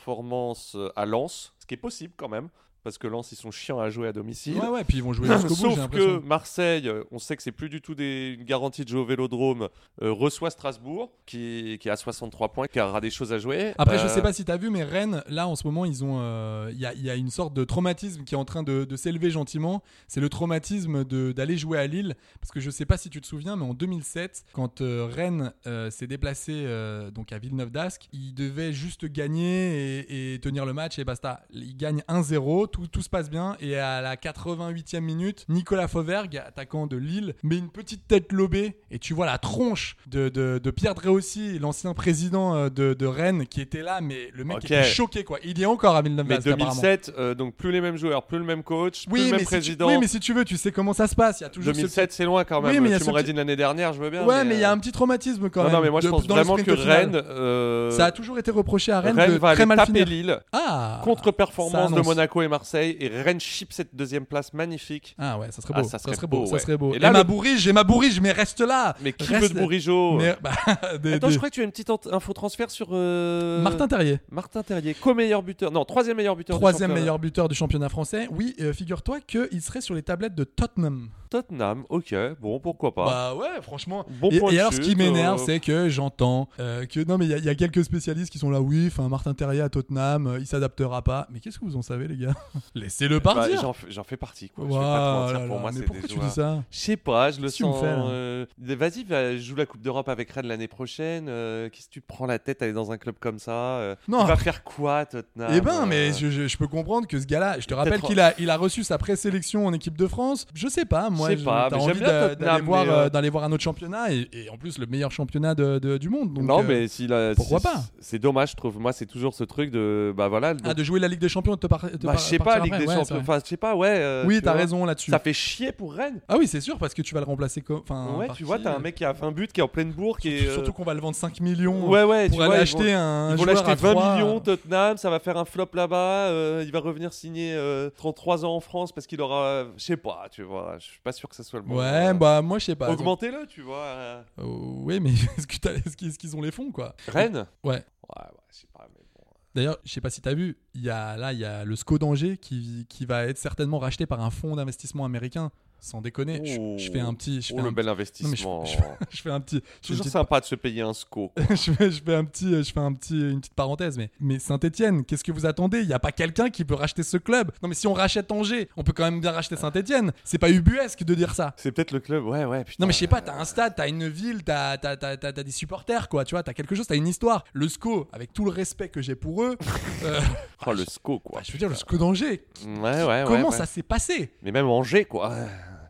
Speaker 8: contre-performance euh, à Lens, ce qui est possible quand même, parce que Lens ils sont chiants à jouer à domicile.
Speaker 7: Ouais, ouais, puis ils vont jouer jusqu'au bout, j'ai
Speaker 8: Sauf que
Speaker 7: l'impression.
Speaker 8: Marseille, euh, on sait que c'est plus du tout des, une garantie de jouer au Vélodrome, euh, reçoit Strasbourg, qui, qui a 63 points, qui aura des choses à jouer.
Speaker 7: Après, je
Speaker 8: Euh,
Speaker 7: sais pas si t'as vu, mais Rennes, là, en ce moment, ils ont, euh, il y, a, il y a une sorte de traumatisme qui est en train de, de s'élever gentiment. C'est le traumatisme de- d'aller jouer à Lille, parce que je sais pas si tu te souviens, mais en 2007, quand euh, Rennes euh, s'est déplacé euh, donc à Villeneuve d'Ascq, ils devaient juste gagner et, et tenir le match et basta. Ils gagnent 1-0, tout, tout se passe bien. Et à la 88e minute, Nicolas Fauvergue, attaquant de Lille, met une petite tête lobée. Et tu vois la tronche de, de, de Pierre Dréossi, l'ancien président euh, de, de Rennes, qui était là. Mais le mec
Speaker 8: Ok.
Speaker 7: était choqué, quoi. Il y est encore à Villeneuve.
Speaker 8: Mais
Speaker 7: apparemment.
Speaker 8: 2007, euh, donc plus les mêmes joueurs, plus le même coach, plus
Speaker 7: Oui,
Speaker 8: le même
Speaker 7: mais si tu,
Speaker 8: président.
Speaker 7: oui, mais si tu veux, tu sais comment ça se passe. Il y a toujours ce
Speaker 8: 2007, c'est loin quand même.
Speaker 7: Oui, mais il y a
Speaker 8: tu
Speaker 7: ce
Speaker 8: m'aurais
Speaker 7: petit-
Speaker 8: dit l'année dernière, je veux bien.
Speaker 7: Ouais, mais il y a
Speaker 8: euh,
Speaker 7: un petit traumatisme quand
Speaker 8: non,
Speaker 7: même.
Speaker 8: non, mais moi je
Speaker 7: de-
Speaker 8: pense
Speaker 7: dans le
Speaker 8: vraiment que
Speaker 7: sprint final.
Speaker 8: Rennes. euh,
Speaker 7: Ça a toujours été reproché à Rennes,
Speaker 8: Rennes
Speaker 7: de
Speaker 8: va
Speaker 7: très
Speaker 8: aller
Speaker 7: mal
Speaker 8: taper
Speaker 7: finir.
Speaker 8: Lille.
Speaker 7: Ah, ça
Speaker 8: Contre-performance de
Speaker 7: annonce.
Speaker 8: Monaco et Marseille. Et Rennes chip cette deuxième place magnifique.
Speaker 7: Ah ouais, ça serait beau. ça,
Speaker 8: Ah,
Speaker 7: serait beau, ça
Speaker 8: ouais.
Speaker 7: serait beau.
Speaker 8: Et
Speaker 7: Et,
Speaker 8: là,
Speaker 7: ma
Speaker 8: le-
Speaker 7: bourrige, et ma bourrige, mais reste là.
Speaker 8: Mais qui
Speaker 7: Reste-
Speaker 8: veut de Bourigeau
Speaker 7: Mais- bah, (laughs) des-
Speaker 8: Attends,
Speaker 7: des-
Speaker 8: je crois que tu as une petite ent- info transfert sur. euh,
Speaker 7: Martin Terrier.
Speaker 8: Martin Terrier, co-meilleur buteur. Non, troisième meilleur buteur. du
Speaker 7: Troisième
Speaker 8: championnat.
Speaker 7: meilleur buteur du championnat français. Oui, euh, figure-toi qu'il serait sur les tablettes de Tottenham.
Speaker 8: Tottenham, ok, bon, pourquoi pas.
Speaker 7: Bah ouais, franchement.
Speaker 8: Bon
Speaker 7: et,
Speaker 8: point
Speaker 7: et
Speaker 8: de
Speaker 7: alors, ce qui
Speaker 8: chute,
Speaker 7: m'énerve,
Speaker 8: euh,
Speaker 7: c'est que j'entends euh, que non, mais il y a- il y, a quelques spécialistes qui sont là. Oui, enfin, Martin Terrier à Tottenham, euh, il s'adaptera pas. Mais qu'est-ce que vous en savez, les gars (laughs) Laissez-le
Speaker 8: Bah,
Speaker 7: partir.
Speaker 8: j'en, fais- j'en fais partie, quoi. Je vais pas te
Speaker 7: Ouah,
Speaker 8: mentir,
Speaker 7: là,
Speaker 8: pour
Speaker 7: là,
Speaker 8: moi,
Speaker 7: mais
Speaker 8: c'est
Speaker 7: pourquoi
Speaker 8: des
Speaker 7: tu dis
Speaker 8: joueurs-
Speaker 7: ça
Speaker 8: Je sais pas, je le
Speaker 7: Qu'est-ce que tu me
Speaker 8: sens.
Speaker 7: fais, là
Speaker 8: euh, Vas-y, va, joue la Coupe d'Europe avec Rennes l'année prochaine. euh, Qu'est-ce que tu te prends la tête à aller dans un club comme ça euh,
Speaker 7: Non.
Speaker 8: Il va faire quoi, Tottenham
Speaker 7: Eh ben, mais
Speaker 8: euh,
Speaker 7: je, je- je peux comprendre que ce gars-là, je te
Speaker 8: peut-être
Speaker 7: rappelle qu'il a, il a reçu sa présélection en équipe de France. Je sais pas, moi,
Speaker 8: Je sais pas,
Speaker 7: t'as
Speaker 8: mais j'aime
Speaker 7: envie
Speaker 8: bien
Speaker 7: d'a-
Speaker 8: Tottenham,
Speaker 7: d'aller voir,
Speaker 8: mais,
Speaker 7: euh,
Speaker 8: euh,
Speaker 7: d'aller voir un autre championnat et, et en plus le meilleur championnat de- de- du monde. donc,
Speaker 8: non,
Speaker 7: euh,
Speaker 8: mais s'il a-
Speaker 7: pourquoi
Speaker 8: c'est-
Speaker 7: pas
Speaker 8: C'est dommage, je trouve. Moi, c'est toujours ce truc de. Bah voilà. donc-
Speaker 7: ah, de jouer la Ligue des Champions, te par, te
Speaker 8: bah,
Speaker 7: par-
Speaker 8: je sais
Speaker 7: partir
Speaker 8: pas, Ligue
Speaker 7: après,
Speaker 8: des
Speaker 7: ouais, c'est
Speaker 8: Champions.
Speaker 7: vrai.
Speaker 8: Enfin, je sais pas, ouais. euh,
Speaker 7: oui,
Speaker 8: tu
Speaker 7: t'as
Speaker 8: vois,
Speaker 7: raison là-dessus.
Speaker 8: Ça fait chier pour Rennes.
Speaker 7: Ah oui, c'est sûr parce que tu vas le remplacer comme. Enfin,
Speaker 8: ouais,
Speaker 7: par
Speaker 8: tu vois,
Speaker 7: qui,
Speaker 8: t'as
Speaker 7: euh,
Speaker 8: un mec qui a 20 buts, qui est en pleine bourre, qui est.
Speaker 7: Surtout,
Speaker 8: euh,
Speaker 7: surtout qu'on va le vendre 5 millions.
Speaker 8: Ouais, ouais,
Speaker 7: Pour
Speaker 8: tu
Speaker 7: aller
Speaker 8: vois, ils
Speaker 7: acheter
Speaker 8: vont-
Speaker 7: un.
Speaker 8: Ils vont
Speaker 7: joueur
Speaker 8: l'acheter
Speaker 7: à
Speaker 8: 20
Speaker 7: trois. hein.
Speaker 8: millions, Tottenham, ça va faire un flop là-bas, euh, il va revenir signer euh, 33 ans en France parce qu'il aura, euh, je sais pas, tu vois, je suis pas sûr que ça soit le bon.
Speaker 7: Ouais,
Speaker 8: euh,
Speaker 7: bah moi je sais pas.
Speaker 8: Augmentez-le, tu vois. euh.
Speaker 7: Euh, ouais, mais (laughs) est-ce que t'as- est-ce qu'ils est-ce qu'ils ont les fonds quoi
Speaker 8: Rennes
Speaker 7: Ouais.
Speaker 8: Ouais, ouais, je sais pas, mais bon.
Speaker 7: D'ailleurs, je sais pas si tu as vu, il y a, là, il y a le SCO d'Angers qui, qui va être certainement racheté par un fonds d'investissement américain. Sans déconner, je-
Speaker 8: Oh.
Speaker 7: je, fais un petit. Je
Speaker 8: Oh,
Speaker 7: fais
Speaker 8: le
Speaker 7: un
Speaker 8: bel
Speaker 7: petit- non, mais je-
Speaker 8: investissement.
Speaker 7: je, fais- (laughs) je fais un petit. je fais une
Speaker 8: (laughs) Toujours
Speaker 7: petite-
Speaker 8: sympa de se payer un SCO. quoi.
Speaker 7: (laughs) je, fais, je fais un petit, je fais un petit, une petite parenthèse, mais, mais Saint-Etienne, qu'est-ce que vous attendez Il n'y a pas quelqu'un qui peut racheter ce club. Non, mais si on rachète Angers, on peut quand même bien racheter Saint-Etienne. C'est pas ubuesque de dire ça.
Speaker 8: C'est peut-être le club, ouais, ouais, putain.
Speaker 7: Non mais je sais pas, t'as un stade, t'as une ville, t'as t'as- t'as- t'as- t'as des supporters quoi, tu vois, t'as quelque chose, t'as une histoire. Le SCO, avec tout le respect que j'ai pour eux, euh,
Speaker 8: Oh, le SCO, quoi.
Speaker 7: bah, je veux dire le SCO d'Angers,
Speaker 8: Ouais, ouais, Ah ouais.
Speaker 7: comment
Speaker 8: ouais.
Speaker 7: ça s'est passé
Speaker 8: Mais même Angers, quoi.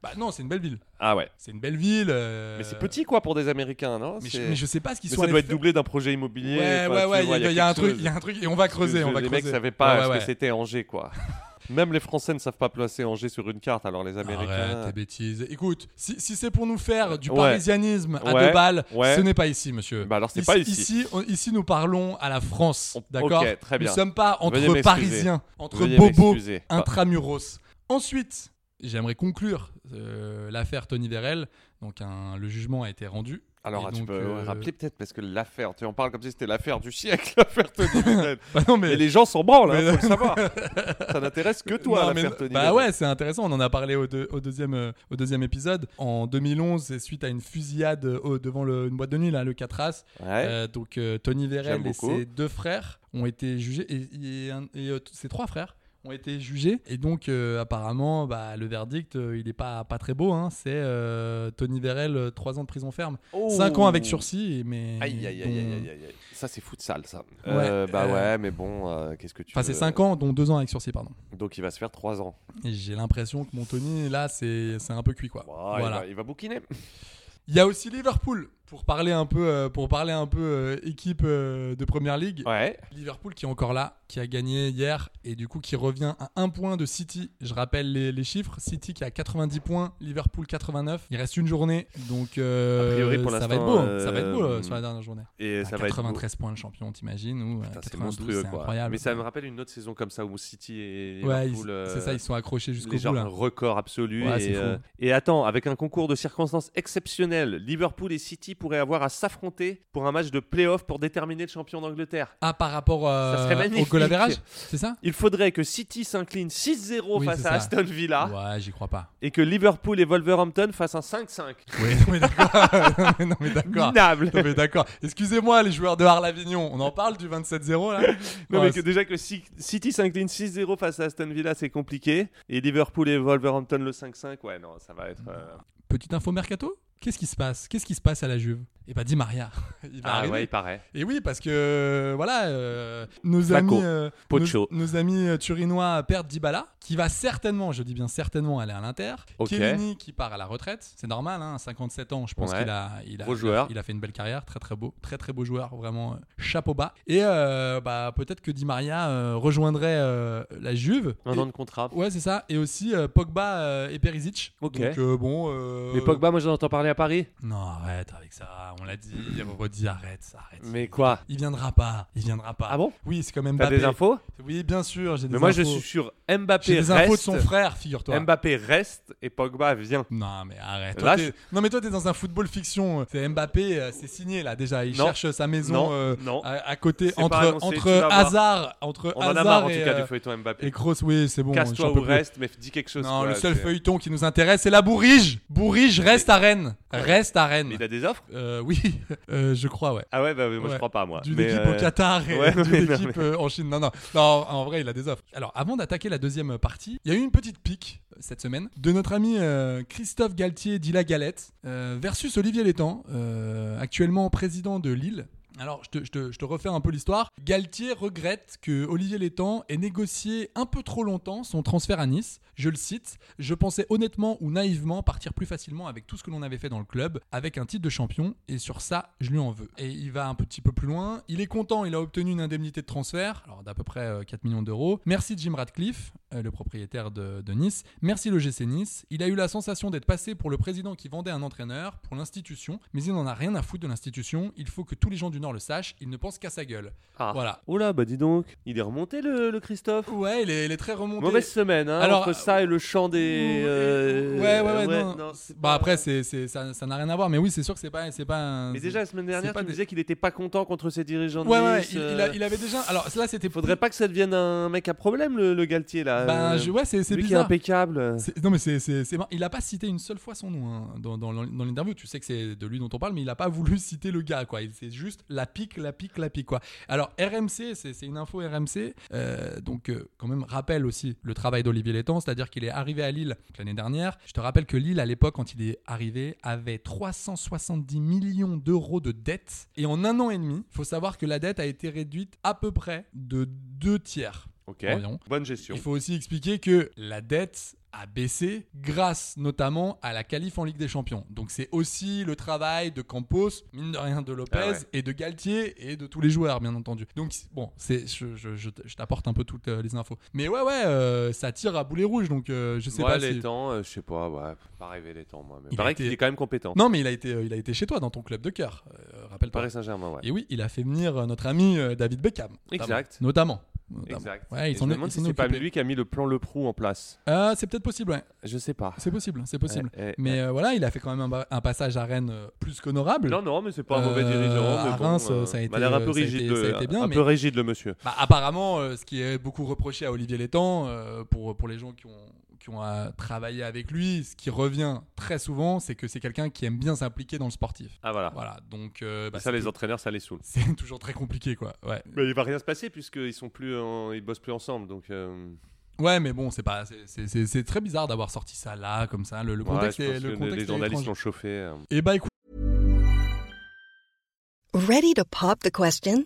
Speaker 7: Bah non, c'est une belle ville.
Speaker 8: Ah ouais.
Speaker 7: C'est une belle ville. euh,
Speaker 8: Mais c'est petit, quoi, pour des Américains, non
Speaker 7: Mais je,
Speaker 8: C'est-
Speaker 7: mais je sais pas ce qu'ils
Speaker 8: Mais
Speaker 7: sont
Speaker 8: ça
Speaker 7: allés
Speaker 8: doit être
Speaker 7: faire.
Speaker 8: doublé d'un projet immobilier.
Speaker 7: Ouais,
Speaker 8: enfin,
Speaker 7: ouais,
Speaker 8: tu
Speaker 7: ouais, il
Speaker 8: vois,
Speaker 7: y, a- il y a
Speaker 8: quelque
Speaker 7: un truc,
Speaker 8: chose.
Speaker 7: il y a un truc, et on va creuser, on va
Speaker 8: les
Speaker 7: creuser.
Speaker 8: mecs savaient pas
Speaker 7: Ouais,
Speaker 8: ce
Speaker 7: ouais,
Speaker 8: que
Speaker 7: ouais.
Speaker 8: c'était Angers, quoi. (laughs) Même les Français ne savent pas placer Angers sur une carte, alors les
Speaker 7: Arrête
Speaker 8: Américains.
Speaker 7: tes bêtises. Écoute, si, si c'est pour nous faire du
Speaker 8: Ouais.
Speaker 7: parisianisme à
Speaker 8: Ouais.
Speaker 7: deux balles,
Speaker 8: Ouais.
Speaker 7: ce n'est pas ici, monsieur.
Speaker 8: Bah alors, c'est pas ici.
Speaker 7: Ici, on- ici, nous parlons à la France,
Speaker 8: On-
Speaker 7: d'accord
Speaker 8: ok, très bien.
Speaker 7: Nous sommes pas entre
Speaker 8: Veuillez m'excuser.
Speaker 7: Parisiens, entre
Speaker 8: Veuillez
Speaker 7: bobos,
Speaker 8: m'excuser. Bah.
Speaker 7: intramuros. Ensuite, j'aimerais conclure euh, l'affaire Tony Vérel. Donc, un- le jugement a été rendu. (laughs)
Speaker 8: alors ah,
Speaker 7: Et
Speaker 8: tu
Speaker 7: donc,
Speaker 8: peux
Speaker 7: euh,
Speaker 8: rappeler peut-être parce que l'affaire, tu en parles comme si c'était l'affaire du siècle, (laughs) l'affaire Tony
Speaker 7: (laughs)
Speaker 8: Bennett.
Speaker 7: Bah non,
Speaker 8: Mais
Speaker 7: mais
Speaker 8: les gens s'en branlent, hein,
Speaker 7: Mais-
Speaker 8: faut le savoir. Ça
Speaker 7: (laughs)
Speaker 8: n'intéresse que toi
Speaker 7: Non, mais-
Speaker 8: l'affaire Tony.
Speaker 7: Bah
Speaker 8: Bennett.
Speaker 7: ouais, c'est intéressant. On en a parlé au, deux- au deuxième, euh, au deuxième épisode. En 2011, c'est suite à une fusillade euh, au- devant le- une boîte de nuit, là, le 4 As.
Speaker 8: Ouais.
Speaker 7: Euh, donc euh, Tony Vérel
Speaker 8: J'aime
Speaker 7: et
Speaker 8: beaucoup.
Speaker 7: ses deux frères ont été jugés, et, et un- et, euh, t- ses trois frères ont été jugés. Et donc, euh, apparemment, bah, le verdict, euh, il est pas, pas très beau. hein. C'est euh, Tony Vérel, euh, trois ans de prison ferme,
Speaker 8: Oh.
Speaker 7: cinq ans avec sursis. et- Mais,
Speaker 8: Aïe aïe aïe
Speaker 7: dont-
Speaker 8: aïe aïe aïe. aïe. Ça c'est foot sale ça. Euh,
Speaker 7: Ouais,
Speaker 8: bah
Speaker 7: euh,
Speaker 8: ouais, mais bon, euh, qu'est-ce que tu.
Speaker 7: Enfin, c'est
Speaker 8: veux
Speaker 7: cinq ans, dont deux ans avec sursis, pardon.
Speaker 8: Donc il va se faire 3 ans.
Speaker 7: Et j'ai l'impression que mon Tony, là, c'est c'est un peu cuit, quoi.
Speaker 8: Bah, il
Speaker 7: voilà.
Speaker 8: va- Il va bouquiner.
Speaker 7: Il y a aussi Liverpool pour parler un peu euh, pour parler un peu euh, équipe euh, de première ligue.
Speaker 8: Ouais.
Speaker 7: Liverpool qui est encore là, qui a gagné hier et du coup qui revient à un point de City. Je rappelle les, les chiffres City qui a 90 points, Liverpool 89. Il reste une journée donc euh,
Speaker 8: A priori, pour
Speaker 7: ça va
Speaker 8: l'instant,
Speaker 7: être beau,
Speaker 8: euh,
Speaker 7: ça va être beau euh, sur la dernière journée.
Speaker 8: Et
Speaker 7: À
Speaker 8: ça va être. beau.
Speaker 7: 93 points le champion, t'imagines ou euh,
Speaker 8: Putain, C'est
Speaker 7: 92,
Speaker 8: monstrueux
Speaker 7: c'est
Speaker 8: quoi.
Speaker 7: incroyable.
Speaker 8: Mais ça me rappelle une autre saison comme ça où City et
Speaker 7: Ouais,
Speaker 8: Liverpool.
Speaker 7: ils-
Speaker 8: euh,
Speaker 7: c'est ça, ils sont accrochés jusqu'au
Speaker 8: les gens,
Speaker 7: bout là.
Speaker 8: un record absolu.
Speaker 7: Ouais, c'est
Speaker 8: et, euh,
Speaker 7: fou.
Speaker 8: et attends, avec un concours de circonstances exceptionnelles, Liverpool et City pourraient avoir à s'affronter pour un match de play-off pour déterminer le champion d'Angleterre.
Speaker 7: Ah par rapport euh,
Speaker 8: Ça serait
Speaker 7: au
Speaker 8: magnifique.
Speaker 7: goal average, c'est ça
Speaker 8: Il faudrait que City s'incline 6-0
Speaker 7: Oui,
Speaker 8: face
Speaker 7: c'est
Speaker 8: à
Speaker 7: ça.
Speaker 8: Aston Villa
Speaker 7: Ouais, j'y crois pas.
Speaker 8: et que Liverpool et Wolverhampton fassent
Speaker 7: (laughs)
Speaker 8: un 5-5.
Speaker 7: Oui, non mais d'accord. (laughs) non mais d'accord.
Speaker 8: Minable.
Speaker 7: Non mais d'accord. Excusez-moi les joueurs de Arles-Avignon, on en parle du 27-0 là
Speaker 8: Non, mais que-
Speaker 7: c'est-
Speaker 8: déjà que si- City s'incline 6-0 face à Aston Villa, c'est compliqué. Et Liverpool et Wolverhampton le 5-5, ouais, non, ça va être. euh,
Speaker 7: Petite info mercato Qu'est-ce qui se passe Qu'est-ce qui se passe à la Juve Eh ben, Di Maria. (laughs) Il va
Speaker 8: Ah
Speaker 7: arriver.
Speaker 8: ouais, il paraît.
Speaker 7: Et oui, parce que euh, voilà, euh, nos
Speaker 8: Flacco,
Speaker 7: amis, euh,
Speaker 8: Pocho.
Speaker 7: nos, nos amis euh, turinois perdent Dybala, qui va certainement, je dis bien certainement, aller à l'Inter.
Speaker 8: Ok.
Speaker 7: Chiellini qui part à la retraite, c'est normal, hein, à 57 ans, je pense
Speaker 8: Ouais.
Speaker 7: qu'il a, il a,
Speaker 8: Gros
Speaker 7: il a-
Speaker 8: joueur.
Speaker 7: il a fait une belle carrière, très très beau, très très beau joueur, vraiment euh, chapeau bas. Et euh, bah peut-être que Di Maria euh, rejoindrait euh, la Juve.
Speaker 8: Un
Speaker 7: Et-
Speaker 8: an de contrat.
Speaker 7: Ouais, c'est ça. Et aussi euh, Pogba euh, et Perisic.
Speaker 8: Ok.
Speaker 7: Donc euh, bon. euh,
Speaker 8: Mais Pogba, moi j'en entends parler à Paris.
Speaker 7: Non, arrête avec ça. On l'a dit, on redit, arrête, arrête.
Speaker 8: Mais quoi
Speaker 7: Il viendra pas, il viendra pas.
Speaker 8: Ah bon
Speaker 7: Oui, c'est quand même
Speaker 8: T'as
Speaker 7: Mbappé.
Speaker 8: des infos
Speaker 7: Oui, bien sûr, j'ai des
Speaker 8: Mais moi je
Speaker 7: infos.
Speaker 8: suis sur Mbappé
Speaker 7: J'ai des infos de
Speaker 8: reste.
Speaker 7: son frère, figure-toi.
Speaker 8: Mbappé reste et Pogba vient.
Speaker 7: Non, mais arrête.
Speaker 8: Là,
Speaker 7: Toi, t'es- Non, mais toi, t'es dans un football fiction. C'est Mbappé, euh, c'est signé là déjà. Il
Speaker 8: Non.
Speaker 7: cherche sa maison
Speaker 8: Non.
Speaker 7: euh,
Speaker 8: Non.
Speaker 7: À, à côté,
Speaker 8: C'est
Speaker 7: entre,
Speaker 8: pas annoncé, tu vas
Speaker 7: entre
Speaker 8: voir.
Speaker 7: hasard, entre
Speaker 8: On en a
Speaker 7: hasard
Speaker 8: marre en
Speaker 7: et,
Speaker 8: tout cas
Speaker 7: euh,
Speaker 8: du feuilleton Mbappé.
Speaker 7: et Kroos, oui, c'est bon.
Speaker 8: Casse-toi
Speaker 7: j'en peux
Speaker 8: ou
Speaker 7: plus.
Speaker 8: reste, mais dis quelque chose.
Speaker 7: Non,
Speaker 8: quoi,
Speaker 7: le seul
Speaker 8: c'est-
Speaker 7: feuilleton qui nous intéresse, c'est la Bourrige. Bourrige reste à Rennes. Reste à Rennes.
Speaker 8: Mais il a des offres
Speaker 7: Euh, oui, (laughs) Euh, je crois, ouais.
Speaker 8: Ah ouais, bah moi je
Speaker 7: Ouais.
Speaker 8: crois pas moi.
Speaker 7: D'une
Speaker 8: Mais,
Speaker 7: équipe
Speaker 8: euh,
Speaker 7: au Qatar et
Speaker 8: (laughs) ouais,
Speaker 7: d'une
Speaker 8: mais non,
Speaker 7: équipe
Speaker 8: mais-
Speaker 7: euh, en Chine. Non, non, non. En vrai, il a des offres. Alors, avant d'attaquer la deuxième partie, il y a eu une petite pique euh, cette semaine de notre ami euh, Christophe Galtier dit la galette euh, versus Olivier Létang, euh, actuellement président de Lille. Alors, je te, je te- je te refais un peu l'histoire. Galtier regrette que Olivier Létang ait négocié un peu trop longtemps son transfert à Nice. Je le cite Je pensais honnêtement ou naïvement partir plus facilement avec tout ce que l'on avait fait dans le club, avec un titre de champion, et sur ça, je lui en veux. Et il va un petit peu plus loin. Il est content, il a obtenu une indemnité de transfert, alors d'à peu près euh, 4 millions d'euros. Merci Jim Ratcliffe, euh, le propriétaire de, de Nice. Merci le GC Nice. Il a eu la sensation d'être passé pour le président qui vendait un entraîneur, pour l'institution, mais il n'en a rien à foutre de l'institution. Il faut que tous les gens du Nord le sachent, il ne pense qu'à sa gueule.
Speaker 8: Ah.
Speaker 7: Voilà.
Speaker 8: Oh là, bah dis donc, il est remonté le, le Christophe.
Speaker 7: Ouais, il est, il est très remonté.
Speaker 8: Mauvaise semaine, hein,
Speaker 7: Alors,
Speaker 8: entre ça et le chant des. euh,
Speaker 7: ouais, ouais, ouais, non.
Speaker 8: c'est
Speaker 7: bah
Speaker 8: pas-
Speaker 7: après, c'est, c'est- ça, ça n'a rien à voir, mais oui, c'est sûr que c'est pas, c'est pas. un-
Speaker 8: Mais déjà la semaine dernière,
Speaker 7: c'est pas
Speaker 8: tu
Speaker 7: des-
Speaker 8: disais qu'il était pas content contre ses dirigeants. de
Speaker 7: Ouais, ouais,
Speaker 8: Nice,
Speaker 7: il,
Speaker 8: euh,
Speaker 7: il a- il avait déjà. Alors là, c'était.
Speaker 8: Faudrait pas que ça devienne un mec à problème, le, le Galtier là.
Speaker 7: Ben,
Speaker 8: Euh,
Speaker 7: je- ouais, c'est, c'est
Speaker 8: lui qui est
Speaker 7: bizarre.
Speaker 8: impeccable.
Speaker 7: C'est- Non mais c'est, c'est- c'est marrant. il a pas cité une seule fois son nom hein, dans, dans- dans l'interview. Tu sais que c'est de lui dont on parle, mais il a pas voulu (laughs) citer le gars quoi. Il- C'est juste la pique, la pique, la pique quoi. Alors RMC, c'est c'est une info RMC. euh, donc euh, quand même rappelle aussi le travail d'Olivier Létang, c'est-à-dire qu'il est arrivé à Lille donc, l'année dernière. Je te rappelle que Lille à l'époque quand il est arrivé avait 370 millions d'euros de dettes et en un an et demi, faut savoir que la dette a été réduite à peu près de deux tiers.
Speaker 8: Ok.
Speaker 7: Environ.
Speaker 8: Bonne gestion.
Speaker 7: Il faut aussi expliquer que la dette a baissé grâce notamment à la qualif en Ligue des Champions. Donc c'est aussi le travail de Campos, mine de rien de Lopez
Speaker 8: Ah ouais.
Speaker 7: et de Galtier et de tous les joueurs bien entendu. Donc bon, c'est je, je- je- je t'apporte un peu toutes euh, les infos. Mais ouais ouais, euh, ça tire à boulet rouge donc euh, je sais
Speaker 8: Moi,
Speaker 7: pas
Speaker 8: les
Speaker 7: si
Speaker 8: temps, euh, je sais pas, ouais, pas rêvé les temps moi. Mais
Speaker 7: Il
Speaker 8: paraît
Speaker 7: a été-
Speaker 8: qu'il est quand même compétent.
Speaker 7: Non mais il a été euh, il a été chez toi dans ton club de cœur. Euh, rappelle-toi.
Speaker 8: Paris Saint-Germain, ouais.
Speaker 7: Et oui, il a fait venir euh, notre ami euh, David Beckham. notamment.
Speaker 8: Exact.
Speaker 7: Notamment. Notamment.
Speaker 8: Exact.
Speaker 7: Ouais,
Speaker 8: Et
Speaker 7: ils sont
Speaker 8: je me demande si c'est pas lui qui a mis le plan Leproux en place.
Speaker 7: Ah, c'est peut-être possible ouais.
Speaker 8: Je sais pas.
Speaker 7: C'est possible, c'est possible.
Speaker 8: Eh, eh,
Speaker 7: mais euh, voilà, il a fait quand même un, ba- un passage à Rennes euh, plus qu'honorable.
Speaker 8: Non, non, mais c'est pas un mauvais
Speaker 7: Euh,
Speaker 8: dirigeant. mais
Speaker 7: à
Speaker 8: bon,
Speaker 7: Reims,
Speaker 8: euh,
Speaker 7: ça a été-
Speaker 8: m'a l'air un peu
Speaker 7: ça a été-
Speaker 8: rigide,
Speaker 7: ça a
Speaker 8: le-
Speaker 7: été bien,
Speaker 8: un
Speaker 7: mais-
Speaker 8: peu rigide le monsieur.
Speaker 7: Bah, apparemment, euh, ce qui est beaucoup reproché à Olivier Létang, euh, pour, pour les gens qui ont, qui ont euh, travaillé avec lui, ce qui revient très souvent, c'est que c'est quelqu'un qui aime bien s'impliquer dans le sportif.
Speaker 8: Ah voilà.
Speaker 7: Voilà, donc euh, bah,
Speaker 8: ça,
Speaker 7: c'est Euh,
Speaker 8: les
Speaker 7: tou-
Speaker 8: entraîneurs, ça les saoule.
Speaker 7: (laughs) C'est toujours très compliqué, quoi. Ouais,
Speaker 8: Mais il va rien se passer puisqu'ils sont plus, en- ils bossent plus ensemble, donc. euh,
Speaker 7: ouais mais bon, c'est pas, c'est- c'est- c'est c'est très bizarre d'avoir sorti ça là, comme ça. Le, le
Speaker 8: ouais,
Speaker 7: contexte,
Speaker 8: je
Speaker 7: est,
Speaker 8: pense
Speaker 7: le
Speaker 8: que
Speaker 7: contexte
Speaker 8: les
Speaker 7: est
Speaker 8: journalistes
Speaker 7: étrange.
Speaker 8: l'ont chauffé. euh.
Speaker 7: Et bah écoute,
Speaker 9: Ready to pop the question?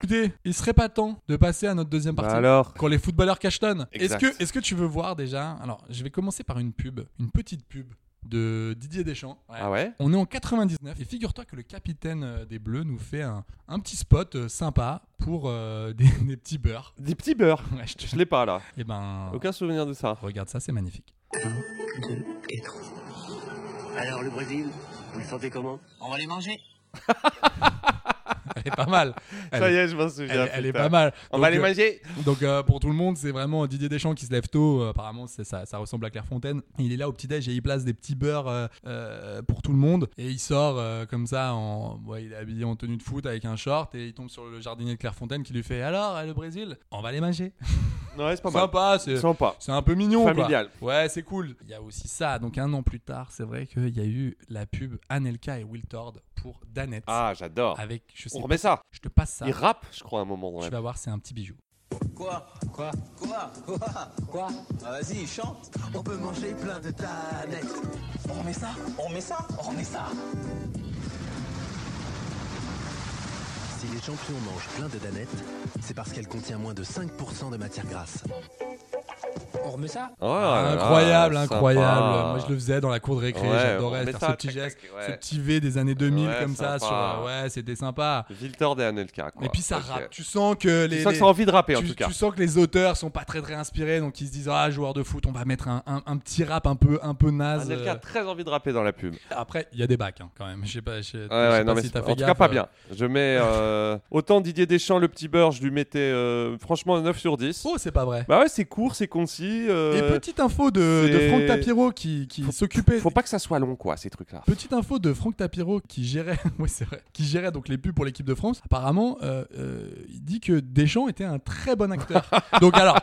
Speaker 7: écoutez, il serait pas temps de passer à notre deuxième
Speaker 8: Bah
Speaker 7: partie.
Speaker 8: alors.
Speaker 7: Quand les footballeurs cachetonnent. Est-ce
Speaker 8: Exact.
Speaker 7: que, est-ce que tu veux voir déjà Alors, je vais commencer par une pub, une petite pub de Didier Deschamps.
Speaker 8: Ah ouais.
Speaker 7: On est en 99 et figure-toi que le capitaine euh, des Bleus nous fait un, un petit spot euh, sympa pour euh, (laughs) des, des petits beurres.
Speaker 8: Des petits beurres.
Speaker 7: Ouais, je te-
Speaker 8: Je l'ai pas là.
Speaker 7: Eh ben,
Speaker 8: Aucun souvenir de ça.
Speaker 7: regarde ça, c'est magnifique.
Speaker 10: Alors le Brésil, vous le sentez comment On va les manger.
Speaker 7: (laughs) Elle est pas mal. Elle,
Speaker 8: Ça y est, je m'en souviens,
Speaker 7: Elle, elle est
Speaker 8: putain.
Speaker 7: pas mal.
Speaker 8: On va
Speaker 7: Donc,
Speaker 8: les
Speaker 7: euh,
Speaker 8: manger.
Speaker 7: Donc euh, pour tout le monde, c'est vraiment Didier Deschamps qui se lève tôt. Euh, apparemment, c'est ça, ça ressemble à Clairefontaine. Il est là au petit déj et il place des petits beurres euh, euh, pour tout le monde. Et il sort euh, comme ça, en, ouais, il est habillé en tenue de foot avec un short et il tombe sur le jardinier de Clairefontaine qui lui fait alors euh, le Brésil, on va les manger.
Speaker 8: Ouais, c'est pas mal.
Speaker 7: Sympa, c'est
Speaker 8: Sympa.
Speaker 7: C'est un peu mignon. quoi.
Speaker 8: Familial.
Speaker 7: Ouais, c'est cool. Il y a aussi ça. Donc un an plus tard, c'est vrai qu'il y a eu la pub Anelka et Will Tord pour Danette.
Speaker 8: Ah, j'adore.
Speaker 7: Avec, je sais
Speaker 8: On
Speaker 7: pas-
Speaker 8: remet ça.
Speaker 7: Je te passe ça.
Speaker 8: Il rappe, je crois, à un moment. dans la-
Speaker 7: Tu vas voir, c'est un petit bijou.
Speaker 10: Quoi Quoi Quoi Quoi Quoi Ah, Vas-y, chante On peut manger plein de tanettes On remet ça On remet ça On remet ça
Speaker 11: Si les champions mangent plein de danettes, c'est parce qu'elle contient moins de 5% de matière grasse.
Speaker 10: On remet ça
Speaker 8: Oh là là,
Speaker 7: Ah, incroyable,
Speaker 8: sympa.
Speaker 7: incroyable. Moi, je le faisais dans la cour de récré.
Speaker 8: Ouais, on
Speaker 7: J'adorais
Speaker 8: met
Speaker 7: faire
Speaker 8: ça,
Speaker 7: ce petit
Speaker 8: tac,
Speaker 7: geste,
Speaker 8: ouais.
Speaker 7: ce petit V des années 2000
Speaker 8: Ouais,
Speaker 7: comme ça.
Speaker 8: sympa.
Speaker 7: sur- ouais, c'était sympa.
Speaker 8: Viltord et Anelka. Quoi.
Speaker 7: Et puis ça
Speaker 8: Ok.
Speaker 7: rappe. Tu sens que les.
Speaker 8: Tu sens que
Speaker 7: les-
Speaker 8: ça a envie de rapper, en
Speaker 7: tu-
Speaker 8: tout cas.
Speaker 7: Tu sens que les auteurs sont pas très très inspirés, donc ils se disent Ah, joueur de foot, on va mettre un, un- un petit rap un peu, un peu naze.
Speaker 8: Anelka a très envie de rapper dans la pub.
Speaker 7: Après, il y a des bacs hein, quand même. Je sais pas, je- je sais
Speaker 8: Ouais, ouais,
Speaker 7: pas
Speaker 8: non, mais
Speaker 7: si
Speaker 8: c'est-
Speaker 7: t'as
Speaker 8: en
Speaker 7: fait
Speaker 8: tout cas,
Speaker 7: gaffe,
Speaker 8: pas
Speaker 7: euh,
Speaker 8: bien. Je mets. euh, (laughs) autant Didier Deschamps, le petit beurre, je lui mettais euh, franchement 9 sur 10.
Speaker 7: Oh, c'est pas vrai.
Speaker 8: Bah ouais, c'est court, c'est concis. euh,
Speaker 7: Et petite info de, de
Speaker 8: c'est-
Speaker 7: Franck Tapiro qui, qui s'occupait.
Speaker 8: Faut pas que ça soit long, quoi, ces trucs-là.
Speaker 7: Petite info de Franck Tapiro qui gérait, (laughs) ouais, c'est vrai, qui gérait donc les pubs pour l'équipe de France. Apparemment, euh, euh, il dit que Deschamps était un très bon
Speaker 8: (laughs)
Speaker 7: acteur. donc alors,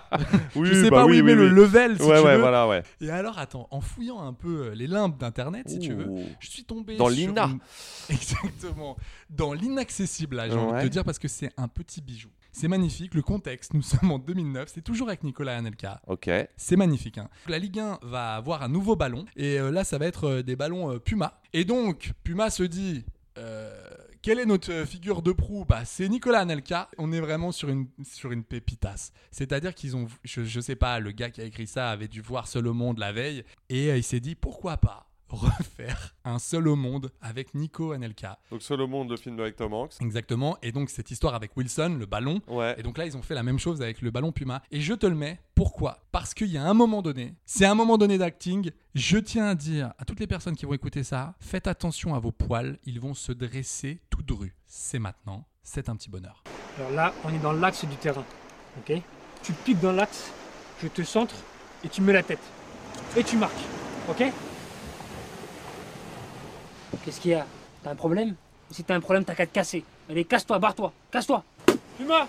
Speaker 8: Oui,
Speaker 7: je sais
Speaker 8: bah
Speaker 7: pas où
Speaker 8: oui,
Speaker 7: il
Speaker 8: oui,
Speaker 7: met le
Speaker 8: oui.
Speaker 7: level si
Speaker 8: Ouais,
Speaker 7: tu
Speaker 8: ouais,
Speaker 7: veux.
Speaker 8: voilà, ouais.
Speaker 7: Et alors, attends, en fouillant un peu euh, les limbes d'internet, si tu veux,
Speaker 8: Ouh.
Speaker 7: je suis tombé
Speaker 8: Dans
Speaker 7: sur
Speaker 8: l'INA.
Speaker 7: une- (laughs) exactement, dans l'inaccessible, là, j'ai envie
Speaker 8: Ouais.
Speaker 7: de te dire parce que c'est un petit bijou. C'est magnifique, le contexte, nous sommes en 2009, c'est toujours avec Nicolas Anelka.
Speaker 8: Ok.
Speaker 7: C'est magnifique. hein. La Ligue 1 va avoir un nouveau ballon. Et euh, là, ça va être euh, des ballons euh, Puma. Et donc, Puma se dit. euh, quelle est notre euh, figure de proue bah, C'est Nicolas Anelka. On est vraiment sur une, sur une pépitasse. C'est-à-dire qu'ils ont. Je, je sais pas, le gars qui a écrit ça avait dû voir Seul au Monde la veille. Et euh, il s'est dit pourquoi pas refaire un Seul au Monde avec Nico Anelka.
Speaker 8: Donc, Seul au monde, le film avec Tom Hanks.
Speaker 7: Exactement. Et donc, cette histoire avec Wilson, le ballon. Et donc là, ils ont fait la même chose avec le ballon Puma. Et je te le mets. Pourquoi Parce qu'il y a un moment donné, c'est un moment donné d'acting. Je tiens à dire à toutes les personnes qui vont écouter ça, faites attention à vos poils. Ils vont se dresser tout drus. C'est maintenant. C'est un petit bonheur.
Speaker 12: Alors là, on est dans l'axe du terrain. ok tu piques dans l'axe, je te centre et tu mets la tête. Et tu marques. Ok
Speaker 13: Qu'est-ce qu'il y a T'as un problème Si t'as un problème, t'as qu'à te casser. Allez, casse-toi, barre-toi, casse-toi
Speaker 12: Puma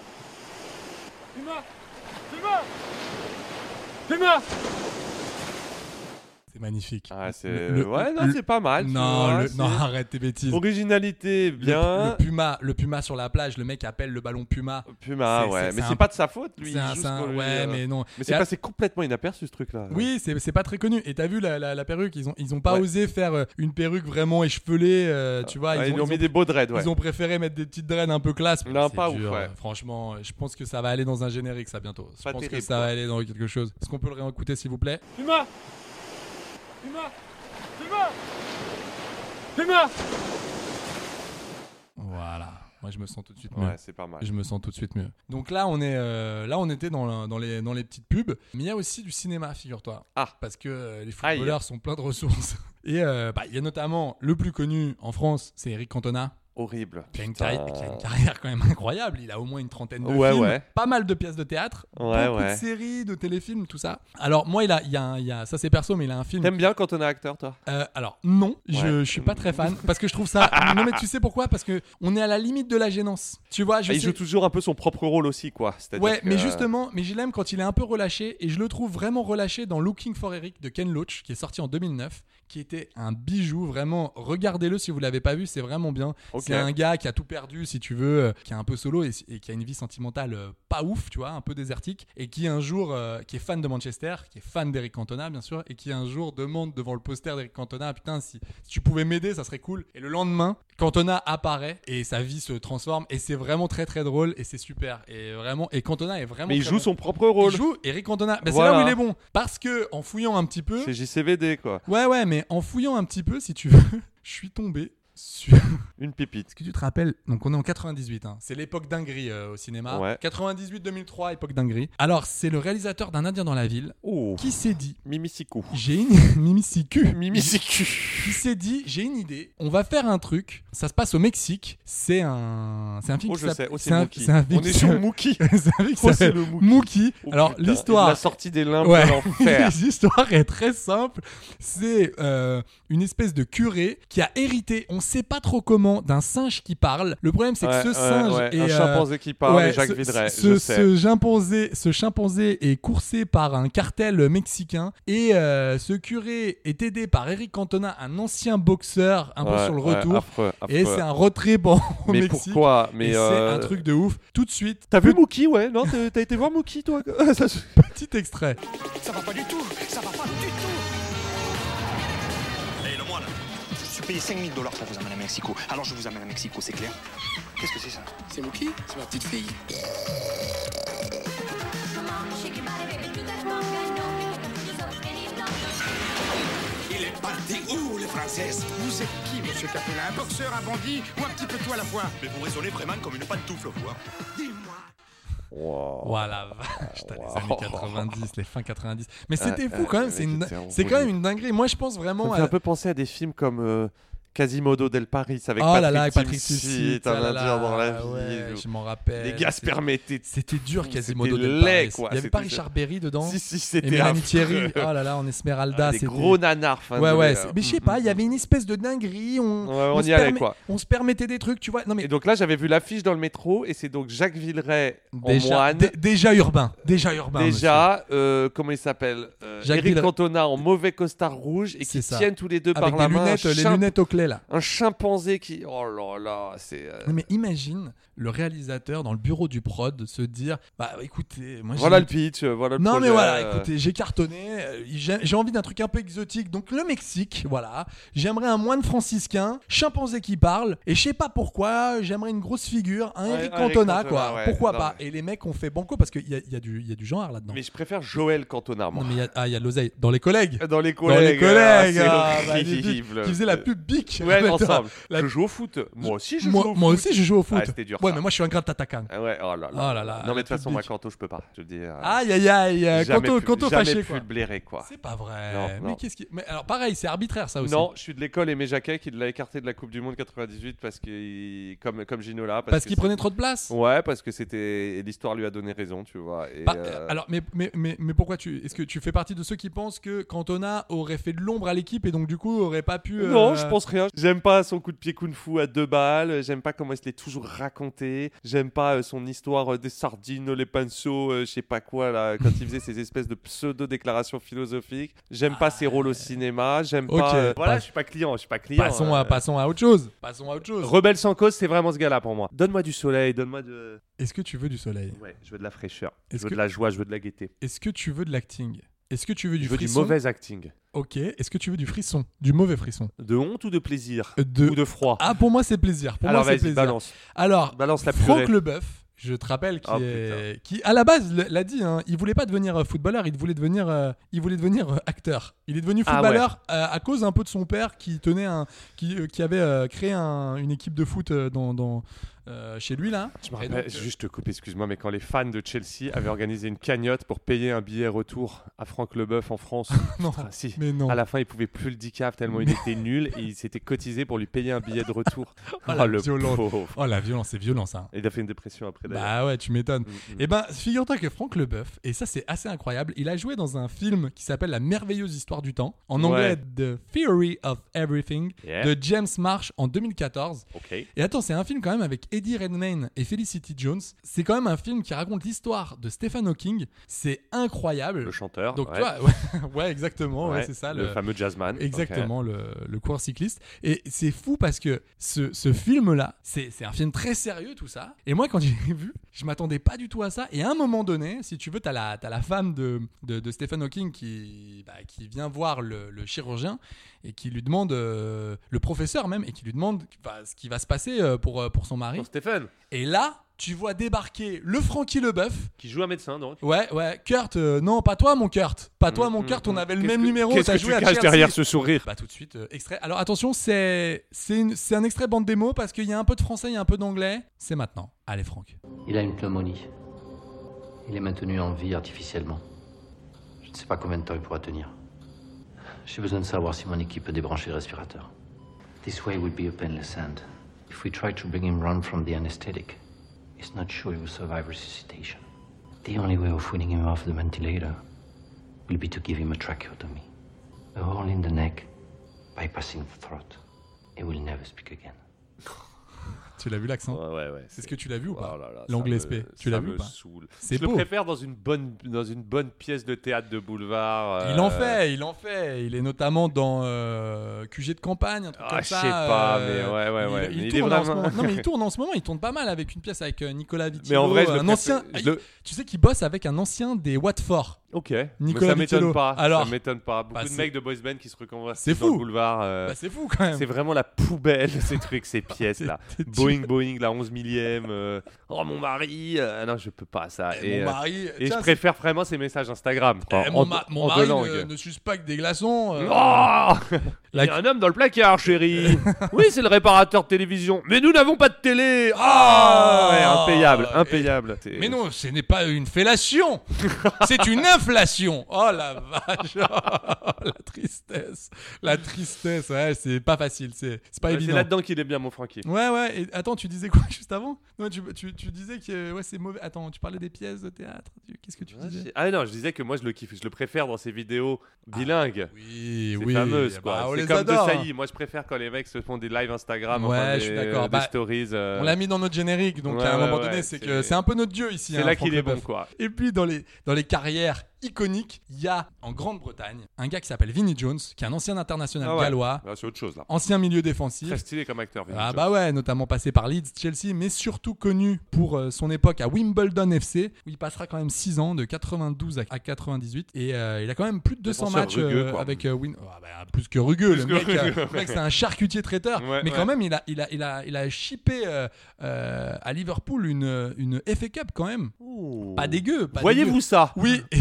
Speaker 12: Puma Puma Puma
Speaker 7: C'est magnifique.
Speaker 8: Ah, c'est...
Speaker 7: Le- le-
Speaker 8: ouais, non,
Speaker 7: le-
Speaker 8: c'est pas mal. tu
Speaker 7: Non,
Speaker 8: vois,
Speaker 7: le-
Speaker 8: c'est-
Speaker 7: non, arrête tes bêtises.
Speaker 8: Originalité,
Speaker 7: Le,
Speaker 8: bien.
Speaker 7: le puma, le puma sur la plage, le mec appelle le ballon puma.
Speaker 8: Puma, ouais. Mais c'est pas de sa faute, lui.
Speaker 7: C'est
Speaker 8: il
Speaker 7: un-
Speaker 8: joue
Speaker 7: c'est un-
Speaker 8: pour lui,
Speaker 7: ouais,
Speaker 8: euh.
Speaker 7: mais non.
Speaker 8: Mais
Speaker 7: Et
Speaker 8: c'est
Speaker 7: à-
Speaker 8: passé complètement inaperçu, ce truc-là.
Speaker 7: Oui, c'est c'est pas très connu. Et t'as vu la, la- la perruque Ils ont, ils ont pas
Speaker 8: Ouais. Ah.
Speaker 7: osé faire euh, une perruque vraiment échevelée, euh, tu vois.
Speaker 8: Ouais, ils lui ont mis
Speaker 7: pr-
Speaker 8: des beaux dreads, ouais.
Speaker 7: Ils ont préféré mettre des petites dreads un peu classe.
Speaker 8: Non,
Speaker 7: C'est
Speaker 8: pas
Speaker 7: dur,
Speaker 8: ouf, ouais.
Speaker 7: euh, Franchement, euh, je pense que ça va aller dans un générique, ça, bientôt. Je
Speaker 8: Pas
Speaker 7: pense
Speaker 8: terrible,
Speaker 7: que ça va
Speaker 8: quoi.
Speaker 7: aller dans quelque chose. Est-ce qu'on peut le réécouter, s'il vous plaît
Speaker 12: Puma Puma Puma Puma
Speaker 7: Voilà. Moi, je me sens tout de suite mieux.
Speaker 8: Ouais, c'est pas mal.
Speaker 7: Je me sens tout de suite mieux. Donc là, on est, euh, là, on était dans, le- dans les, dans les petites pubs, mais il y a aussi du cinéma, figure-toi.
Speaker 8: Ah.
Speaker 7: Parce que euh, les
Speaker 8: Aïe.
Speaker 7: footballeurs sont pleins de ressources. (laughs) Et euh, bah, il y a notamment le plus connu en France, c'est Eric Cantona.
Speaker 8: Horrible.
Speaker 7: Qui a, une
Speaker 8: Putain.
Speaker 7: carrière, qui a une carrière quand même incroyable. Il a au moins une trentaine de
Speaker 8: Ouais,
Speaker 7: films,
Speaker 8: ouais.
Speaker 7: pas mal de pièces de théâtre,
Speaker 8: Ouais,
Speaker 7: beaucoup
Speaker 8: ouais.
Speaker 7: de séries, de téléfilms, tout ça. Alors moi, il a, il y a, un- il y a- ça c'est perso, mais il a un film.
Speaker 8: T'aimes bien quand on est acteur, toi
Speaker 7: Euh, alors non, je,
Speaker 8: Ouais.
Speaker 7: je suis pas très fan parce que je trouve
Speaker 8: (laughs)
Speaker 7: ça. non mais tu sais pourquoi Parce que on est à la limite de la gênance. Tu vois, je
Speaker 8: Et Ah, Il
Speaker 7: sais-
Speaker 8: joue toujours un peu son propre rôle aussi, quoi. C'est-à-dire
Speaker 7: Ouais, mais
Speaker 8: que- euh,
Speaker 7: justement, mais je l'aime quand il est un peu relâché et je le trouve vraiment relâché dans Looking for Eric de Ken Loach qui est sorti en 2009, qui était un bijou vraiment. Regardez-le si vous l'avez pas vu, c'est vraiment bien.
Speaker 8: Ok.
Speaker 7: C'est un gars qui a tout perdu si tu veux, euh, qui est un peu solo et, et qui a une vie sentimentale euh, pas ouf, tu vois, un peu désertique et qui un jour euh, qui est fan de Manchester, qui est fan d'Eric Cantona bien sûr et qui un jour demande devant le poster d'Eric Cantona putain si, si tu pouvais m'aider, ça serait cool. Et le lendemain, Cantona apparaît et sa vie se transforme et c'est vraiment très très drôle et c'est super et vraiment et Cantona est vraiment
Speaker 8: Mais il
Speaker 7: très
Speaker 8: joue
Speaker 7: bon.
Speaker 8: son propre rôle.
Speaker 7: Il joue Eric Cantona. Bah, C'est là
Speaker 8: Voilà.
Speaker 7: où il est bon. Parce que en fouillant un petit peu.
Speaker 8: C'est JCVD, quoi.
Speaker 7: Ouais, ouais, mais en fouillant un petit peu, si tu veux, (laughs) je suis tombé
Speaker 8: Une pipite.
Speaker 7: Est-ce que tu te rappelles Donc on est en 98, hein. c'est l'époque dinguerie euh, au cinéma.
Speaker 8: Ouais.
Speaker 7: 98-2003, époque dinguerie. Alors c'est le réalisateur d'un Indien dans la ville qui s'est dit
Speaker 8: Mimiciku.
Speaker 7: J'ai une (laughs) Mimiciku.
Speaker 8: Mimiciku.
Speaker 7: Qui s'est dit j'ai une idée. On va faire un truc. Ça se passe au Mexique. C'est un c'est un film
Speaker 8: Oh,
Speaker 7: qui
Speaker 8: je
Speaker 7: s'appelle-
Speaker 8: sais. Oh, c'est
Speaker 7: un,
Speaker 8: Mookie.
Speaker 7: un film
Speaker 8: On
Speaker 7: qui
Speaker 8: est sur
Speaker 7: s'appelle- (laughs)
Speaker 8: Mookie.
Speaker 7: c'est un film qui
Speaker 8: Oh, c'est
Speaker 7: s'appelle
Speaker 8: le Mookie. Oh,
Speaker 7: Mookie. Alors
Speaker 8: putain,
Speaker 7: l'histoire.
Speaker 8: la sortie des limbes de (laughs) l'enfer.
Speaker 7: (laughs) L'histoire est très simple. C'est euh, une espèce de curé qui a hérité, on sait pas trop comment, d'un singe qui parle. Le problème, c'est
Speaker 8: Ouais,
Speaker 7: que ce
Speaker 8: ouais,
Speaker 7: singe
Speaker 8: ouais,
Speaker 7: est
Speaker 8: un chimpanzé qui parle et Jacques
Speaker 7: ce-
Speaker 8: Vidret,
Speaker 7: Ce, ce
Speaker 8: je sais.
Speaker 7: chimpanzé, ce chimpanzé est coursé par un cartel mexicain et euh, ce curé est aidé par Eric Cantona, un ancien boxeur, un peu
Speaker 8: Ouais,
Speaker 7: sur le
Speaker 8: ouais,
Speaker 7: retour.
Speaker 8: affreux,
Speaker 7: Et
Speaker 8: affreux.
Speaker 7: c'est un road trip en- (laughs) au
Speaker 8: Mais
Speaker 7: Mexique.
Speaker 8: pourquoi Mais,
Speaker 7: Et
Speaker 8: euh,
Speaker 7: c'est un truc de ouf. Tout de suite.
Speaker 8: T'as vu Mookie, ouais Non, t'as t'as été voir Mookie,
Speaker 7: (laughs)
Speaker 8: toi
Speaker 7: Petit extrait.
Speaker 14: Ça va pas du tout Ça va pas du tout Hé, le moi là Je suis payé 5000 dollars pour vous amener à Mexico. Alors je vous amène à Mexico, c'est clair Qu'est-ce que c'est ça C'est Mookie C'est ma petite fille.
Speaker 15: Il est parti où, les Françaises Vous êtes qui, monsieur Capella Un boxeur, un bandit ou un petit peu tout à la fois Mais vous raisonnez vraiment comme une patte touffe, vous. hein. Dis-moi
Speaker 7: Voilà, vache, t'as les années 90, les fins 90. Mais
Speaker 8: Ouais,
Speaker 7: c'était fou
Speaker 8: ouais,
Speaker 7: quand même,
Speaker 8: les
Speaker 7: c'est
Speaker 8: mecs
Speaker 7: une-
Speaker 8: étaient
Speaker 7: c'est quand même une dinguerie. Moi je pense
Speaker 8: Ça me
Speaker 7: vraiment
Speaker 8: fait un
Speaker 7: à...
Speaker 8: peu penser à des films comme euh, Quasimodo del Paris avec
Speaker 7: Oh
Speaker 8: Patrick
Speaker 7: là là, avec Patrick Timsit,
Speaker 8: Timsit, un
Speaker 7: oh là
Speaker 8: indien
Speaker 7: là,
Speaker 8: dans la vie.
Speaker 7: ouais, je m'en rappelle.
Speaker 8: Les gars se
Speaker 7: C'était-
Speaker 8: permettaient.
Speaker 7: C'était dur, Quasimodo
Speaker 8: C'était
Speaker 7: del
Speaker 8: laid,
Speaker 7: Paris.
Speaker 8: quoi,
Speaker 7: Il y avait
Speaker 8: c'était
Speaker 7: pas
Speaker 8: ça.
Speaker 7: Richard Berry dedans.
Speaker 8: Si, si,
Speaker 7: Et
Speaker 8: c'était
Speaker 7: Mélanie
Speaker 8: affreux.
Speaker 7: Thierry. Oh là là, en Esmeralda.
Speaker 8: Ah, des
Speaker 7: c'était-
Speaker 8: gros nanars, fin
Speaker 7: Ouais,
Speaker 8: de
Speaker 7: ouais.
Speaker 8: délire.
Speaker 7: c'est- Mais je sais pas, il y avait une espèce de dinguerie. On,
Speaker 8: Ouais, on
Speaker 7: se
Speaker 8: y allait,
Speaker 7: permet-
Speaker 8: quoi.
Speaker 7: On se permettait des trucs, tu vois. Non mais
Speaker 8: Et donc là, j'avais vu l'affiche dans le métro, et c'est donc Jacques Villeray en
Speaker 7: déjà,
Speaker 8: moine.
Speaker 7: dé- déjà urbain. Déjà urbain.
Speaker 8: Déjà, euh, comment il s'appelle Euh,
Speaker 7: Jacques
Speaker 8: Eric
Speaker 7: Villeray.
Speaker 8: Cantona en mauvais costard rouge et
Speaker 7: C'est
Speaker 8: qui
Speaker 7: ça.
Speaker 8: tiennent tous les deux
Speaker 7: Avec
Speaker 8: par la
Speaker 7: des
Speaker 8: main. un
Speaker 7: lunettes, euh, les
Speaker 8: chimp-
Speaker 7: lunettes au clé, là.
Speaker 8: Un chimpanzé qui. Oh là là, c'est. euh,
Speaker 7: Non, mais imagine le réalisateur dans le bureau du prod se dire Bah écoutez, moi j'ai-
Speaker 8: Voilà le pitch, euh, voilà le
Speaker 7: Non, mais
Speaker 8: projet,
Speaker 7: voilà,
Speaker 8: euh.
Speaker 7: écoutez, j'ai cartonné, euh, j'ai j'ai envie d'un truc un peu exotique, donc le Mexique, voilà. J'aimerais un moine franciscain, chimpanzé qui parle, et je sais pas pourquoi, j'aimerais une grosse figure, un
Speaker 8: Ouais,
Speaker 7: Eric
Speaker 8: un Eric
Speaker 7: Cantona,
Speaker 8: Cantona,
Speaker 7: quoi.
Speaker 8: ouais,
Speaker 7: pourquoi
Speaker 8: non,
Speaker 7: pas Et les mecs ont fait banco parce qu'il y a, il y a du il y a du genre là-dedans.
Speaker 8: Mais je préfère Joël Cantona, moi.
Speaker 7: Non, mais il y a, ah, il y a de l'oseille. Dans les collègues.
Speaker 8: (laughs) Dans les
Speaker 7: Dans les
Speaker 8: collègues.
Speaker 7: collègues.
Speaker 8: ah,
Speaker 7: ah,
Speaker 8: c'est
Speaker 7: bah, dis- dis-
Speaker 8: horrible.
Speaker 7: qui faisait la pub bic.
Speaker 8: (laughs) Ouais,
Speaker 7: (laughs) Attends,
Speaker 8: ensemble.
Speaker 7: la-
Speaker 8: Je joue au foot. Moi aussi, je
Speaker 7: moi,
Speaker 8: joue au
Speaker 7: moi
Speaker 8: foot.
Speaker 7: aussi, je joue au foot.
Speaker 8: Ah, c'était dur.
Speaker 7: Ouais,
Speaker 8: ça.
Speaker 7: mais moi, je suis un grave tatacan.
Speaker 8: Ah ouais, oh là là.
Speaker 7: Oh là là,
Speaker 8: Non, mais de
Speaker 7: la
Speaker 8: toute façon,
Speaker 7: pub
Speaker 8: moi,
Speaker 7: bic.
Speaker 8: Canto, je peux pas. Je te le dis. euh,
Speaker 7: Aïe, aïe, aïe, euh,
Speaker 8: jamais
Speaker 7: Canto-
Speaker 8: plus-
Speaker 7: Canto
Speaker 8: jamais
Speaker 7: fâché,
Speaker 8: plus
Speaker 7: quoi.
Speaker 8: le blairer, quoi.
Speaker 7: C'est pas vrai.
Speaker 8: Non, non.
Speaker 7: Mais qu'est-ce qui. Mais alors, pareil, c'est arbitraire, ça aussi.
Speaker 8: Non, je suis de l'école Aimé Jacquet qui l'a écarté de la Coupe du Monde 98 parce que comme comme Ginola parce,
Speaker 7: Parce
Speaker 8: que
Speaker 7: qu'il
Speaker 8: c'est-
Speaker 7: prenait trop de place
Speaker 8: Ouais, parce que c'était et l'histoire lui a donné raison, tu vois. Et,
Speaker 7: Bah,
Speaker 8: euh,
Speaker 7: Alors, mais, mais, mais, mais pourquoi tu. Est-ce que tu fais partie de ceux qui pensent que Cantona aurait fait de l'ombre à l'équipe et donc, du coup, aurait pas pu. euh,
Speaker 8: Non, je pense rien. J'aime pas son coup de pied kung-fu à deux balles. J'aime pas comment il se l'est toujours raconté. J'aime pas euh, son histoire euh, des sardines, les pinceaux, euh, je sais pas quoi là, (laughs) quand il faisait ces espèces de pseudo-déclarations philosophiques. J'aime pas ses rôles au cinéma. J'aime
Speaker 7: Ah, Ok,
Speaker 8: pas. euh, voilà,
Speaker 7: passe-
Speaker 8: je suis pas client. Je suis pas client.
Speaker 7: Passons,
Speaker 8: euh,
Speaker 7: à, passons à autre chose. Passons à autre chose.
Speaker 8: Rebelle sans cause, c'est vraiment ce gars-là pour moi. Donne-moi du soleil, donne-moi de.
Speaker 7: Est-ce que tu veux du soleil
Speaker 8: Ouais, je veux de la fraîcheur. Je
Speaker 7: Est-ce
Speaker 8: veux
Speaker 7: que-
Speaker 8: de la joie, je veux de la gaieté.
Speaker 7: Est-ce que tu veux de l'acting Est-ce que tu veux du
Speaker 8: Je veux du
Speaker 7: frisson
Speaker 8: mauvais acting.
Speaker 7: Ok. Est-ce que tu veux du frisson Du mauvais frisson
Speaker 8: De honte ou de plaisir
Speaker 7: De-
Speaker 8: Ou de froid
Speaker 7: Ah, pour moi, c'est plaisir. Pour
Speaker 8: Alors,
Speaker 7: moi, c'est
Speaker 8: vas-y,
Speaker 7: plaisir.
Speaker 8: balance.
Speaker 7: Alors,
Speaker 8: Balance la
Speaker 7: Franck
Speaker 8: purée.
Speaker 7: Leboeuf, je te rappelle, qui,
Speaker 8: Oh,
Speaker 7: est- qui, à la base l- l'a dit, hein, il voulait pas devenir euh, footballeur, il voulait devenir, euh, il voulait devenir euh, acteur. Il est devenu
Speaker 8: Ah,
Speaker 7: footballeur euh, à cause un peu de son père qui tenait un, qui, euh, qui avait euh, créé un- une équipe de foot euh, dans, dans, euh, chez lui là.
Speaker 8: Je me rappelle,
Speaker 7: euh,
Speaker 8: juste te couper, excuse-moi, mais quand les fans de Chelsea avaient organisé une cagnotte pour payer un billet retour à Franck Leboeuf en
Speaker 7: (laughs)
Speaker 8: France,
Speaker 7: euh, Non,
Speaker 8: putain, Ah, si.
Speaker 7: mais non.
Speaker 8: à la fin, il pouvait plus le dicap tellement il était nul et il s'était cotisé pour lui payer un billet de retour.
Speaker 7: (laughs)
Speaker 8: Ah,
Speaker 7: Oh, la
Speaker 8: le
Speaker 7: violence.
Speaker 8: pauvre.
Speaker 7: Oh, la violence, c'est violent ça.
Speaker 8: Il a fait une dépression après.
Speaker 7: Bah
Speaker 8: d'ailleurs.
Speaker 7: ouais, tu m'étonnes.
Speaker 8: Mm, mm.
Speaker 7: Et ben, figure-toi que Franck Leboeuf, et ça c'est assez incroyable, il a joué dans un film qui s'appelle La merveilleuse histoire du temps, en anglais
Speaker 8: Ouais.
Speaker 7: The Theory of Everything,
Speaker 8: Yeah.
Speaker 7: de James Marsh en 2014.
Speaker 8: Ok.
Speaker 7: Et attends, c'est un film quand même avec Eddie Redmayne et Felicity Jones. C'est quand même un film qui raconte l'histoire de Stephen Hawking. C'est incroyable.
Speaker 8: Le chanteur,
Speaker 7: Donc tu
Speaker 8: ouais.
Speaker 7: vois, ouais, (laughs) ouais, exactement, ouais,
Speaker 8: Ouais,
Speaker 7: c'est ça.
Speaker 8: le fameux jazzman, ok.
Speaker 7: Exactement, le, le coureur cycliste. Et c'est fou parce que ce, ce film-là, c'est c'est un film très sérieux, tout ça. Et moi, quand j'ai vu, je m'attendais pas du tout à ça. Et à un moment donné, si tu veux, t'as la, t'as la femme de, de, de Stephen Hawking qui, bah, qui vient voir le, le chirurgien et qui lui demande, euh, le professeur même, et qui lui demande bah, ce qui va se passer euh, pour, euh, pour son mari.
Speaker 8: Pour Stephen.
Speaker 7: Et là, tu vois débarquer le Francky Leboeuf.
Speaker 8: Qui joue un médecin, donc.
Speaker 7: Ouais, ouais, Kurt, euh, non, pas toi, mon Kurt. Pas toi, mon Kurt, on avait le
Speaker 8: Mm, Qu'est-ce
Speaker 7: même
Speaker 8: que-
Speaker 7: numéro.
Speaker 8: qu'est-ce
Speaker 7: t'as
Speaker 8: que
Speaker 7: joué
Speaker 8: tu
Speaker 7: à
Speaker 8: caches
Speaker 7: Chelsea.
Speaker 8: derrière ce sourire
Speaker 7: Bah, tout de suite, euh, extrait. Alors, attention, c'est c'est une- c'est un extrait bande démo parce qu'il y a un peu de français, il y a un peu d'anglais. C'est maintenant. Allez, Franck.
Speaker 16: Il a une pneumonie. Il est maintenu en vie artificiellement. Je ne sais pas combien de temps il pourra tenir. J'ai besoin de savoir si mon équipe peut débrancher le respirateur. This way would be a painless end. If we try to bring him round from the anesthetic, it's not sure he will survive resuscitation. The only way of weaning him off the ventilator will be to give him a tracheotomy. A hole in the neck, bypassing the throat. He will never speak again.
Speaker 7: Tu l'as vu l'accent
Speaker 8: Ouais, ouais, ouais.
Speaker 7: C'est ce que tu l'as vu ou pas
Speaker 8: Oh là là, ça
Speaker 7: L'anglais
Speaker 8: me-
Speaker 7: SP. Tu l'as
Speaker 8: ça
Speaker 7: vu
Speaker 8: me
Speaker 7: ou pas
Speaker 8: saoule.
Speaker 7: C'est
Speaker 8: Je le
Speaker 7: beau.
Speaker 8: préfère dans une bonne dans une bonne pièce de théâtre de boulevard. euh,
Speaker 7: Il en fait, il en fait. Il est notamment dans euh, QG de campagne, un truc
Speaker 8: Ah,
Speaker 7: comme
Speaker 8: je
Speaker 7: ça.
Speaker 8: sais pas,
Speaker 7: euh,
Speaker 8: mais ouais, ouais,
Speaker 7: il-
Speaker 8: ouais,
Speaker 7: Il,
Speaker 8: mais il est
Speaker 7: tourne en ce
Speaker 8: vraiment-
Speaker 7: moment. Non,
Speaker 8: (laughs)
Speaker 7: mais il tourne en ce moment. Il tourne pas mal avec une pièce avec euh, Nicolas Vitilo.
Speaker 8: Mais en vrai, je le
Speaker 7: un
Speaker 8: préfère-
Speaker 7: ancien.
Speaker 8: je
Speaker 7: il-
Speaker 8: le- Bah,
Speaker 7: Tu sais qu'il bosse avec un ancien des Watford.
Speaker 8: Ok. Mais
Speaker 7: Nicolas
Speaker 8: ça m'étonne
Speaker 7: Vitilo.
Speaker 8: pas.
Speaker 7: Alors,
Speaker 8: ça m'étonne pas. Beaucoup
Speaker 7: bah,
Speaker 8: de
Speaker 7: c'est-
Speaker 8: mecs de boys band qui se reconvertissent
Speaker 7: C'est
Speaker 8: dans
Speaker 7: fou.
Speaker 8: le boulevard. euh,
Speaker 7: Bah, c'est fou, quand même.
Speaker 8: C'est vraiment la poubelle ces
Speaker 7: (laughs)
Speaker 8: trucs, ces pièces là. Boeing, Boeing, la 11 millième. euh, oh mon mari. euh, non, je peux pas ça.
Speaker 7: Eh, mon
Speaker 8: euh,
Speaker 7: mari,
Speaker 8: Et
Speaker 7: tiens,
Speaker 8: je préfère vraiment ces messages Instagram. quoi,
Speaker 7: Eh,
Speaker 8: en-
Speaker 7: mon, ma- mon
Speaker 8: en
Speaker 7: mari
Speaker 8: deux langues.
Speaker 7: ne, ne suce pas que des glaçons. euh.
Speaker 8: Oh Il y a un homme dans le
Speaker 7: (laughs)
Speaker 8: placard, chérie. oui, c'est le réparateur de télévision. Mais nous n'avons pas de télé. Ah, ouais, impayable, impayable. C'est-
Speaker 7: Mais non, ce n'est pas une
Speaker 8: (laughs)
Speaker 7: fellation, c'est une inflation. Oh la vache, (laughs) Oh, la tristesse, la tristesse. Ouais, c'est pas facile, c'est c'est pas
Speaker 8: Ouais,
Speaker 7: évident.
Speaker 8: C'est là-dedans qu'il est bien, mon Francky.
Speaker 7: Ouais, ouais. Et attends, tu disais quoi (laughs) juste avant Non, tu, tu- tu disais que ouais, c'est mauvais. Attends, tu parlais des pièces de théâtre. tu- Qu'est-ce que tu
Speaker 8: Ah,
Speaker 7: disais
Speaker 8: c'est- Ah non, je disais que moi je le kiffe, je le préfère dans ces vidéos bilingues.
Speaker 7: oui,
Speaker 8: c'est
Speaker 7: Ah. oui,
Speaker 8: fameuse
Speaker 7: bah,
Speaker 8: quoi.
Speaker 7: on
Speaker 8: c'est
Speaker 7: les
Speaker 8: comme
Speaker 7: adore.
Speaker 8: de Sailly. Moi je préfère quand les mecs se font des lives Instagram,
Speaker 7: Ouais,
Speaker 8: enfin, des,
Speaker 7: je suis d'accord.
Speaker 8: des
Speaker 7: Bah,
Speaker 8: stories. euh,
Speaker 7: On l'a mis dans notre générique, donc
Speaker 8: Ouais,
Speaker 7: à un
Speaker 8: ouais,
Speaker 7: moment
Speaker 8: ouais,
Speaker 7: donné, c'est que c'est un peu notre dieu ici.
Speaker 8: C'est
Speaker 7: hein,
Speaker 8: là
Speaker 7: Franck
Speaker 8: qu'il est bon
Speaker 7: Leboeuf.
Speaker 8: quoi.
Speaker 7: Et puis dans les, dans les carrières iconiques, il y a en Grande-Bretagne un gars qui s'appelle Vinnie Jones, qui est un ancien international
Speaker 8: Ah ouais.
Speaker 7: gallois,
Speaker 8: Ah, c'est autre chose là.
Speaker 7: ancien milieu défensif.
Speaker 8: Très stylé comme acteur. Vinny
Speaker 7: Ah
Speaker 8: Jones.
Speaker 7: bah ouais, notamment passé par Leeds, Chelsea, mais surtout connu pour euh, son époque à Wimbledon FC, où il passera quand même 6 ans, de 92 à, à 98, et euh, il a quand même plus de 200
Speaker 8: Défenseur
Speaker 7: matchs
Speaker 8: rugueux,
Speaker 7: euh,
Speaker 8: quoi.
Speaker 7: avec euh, Win... Ah bah, plus que rugueux, le
Speaker 8: Plus que
Speaker 7: mec, euh,
Speaker 8: rugueux,
Speaker 7: le mec,
Speaker 8: ouais.
Speaker 7: c'est un charcutier traiteur,
Speaker 8: Ouais,
Speaker 7: mais quand
Speaker 8: ouais.
Speaker 7: même il a, il a, il a, il a chippé euh, euh, à Liverpool une, une FA Cup quand même. Pas dégueu. pas
Speaker 8: Voyez-vous
Speaker 7: dégueu.
Speaker 8: ça
Speaker 7: Oui. (laughs)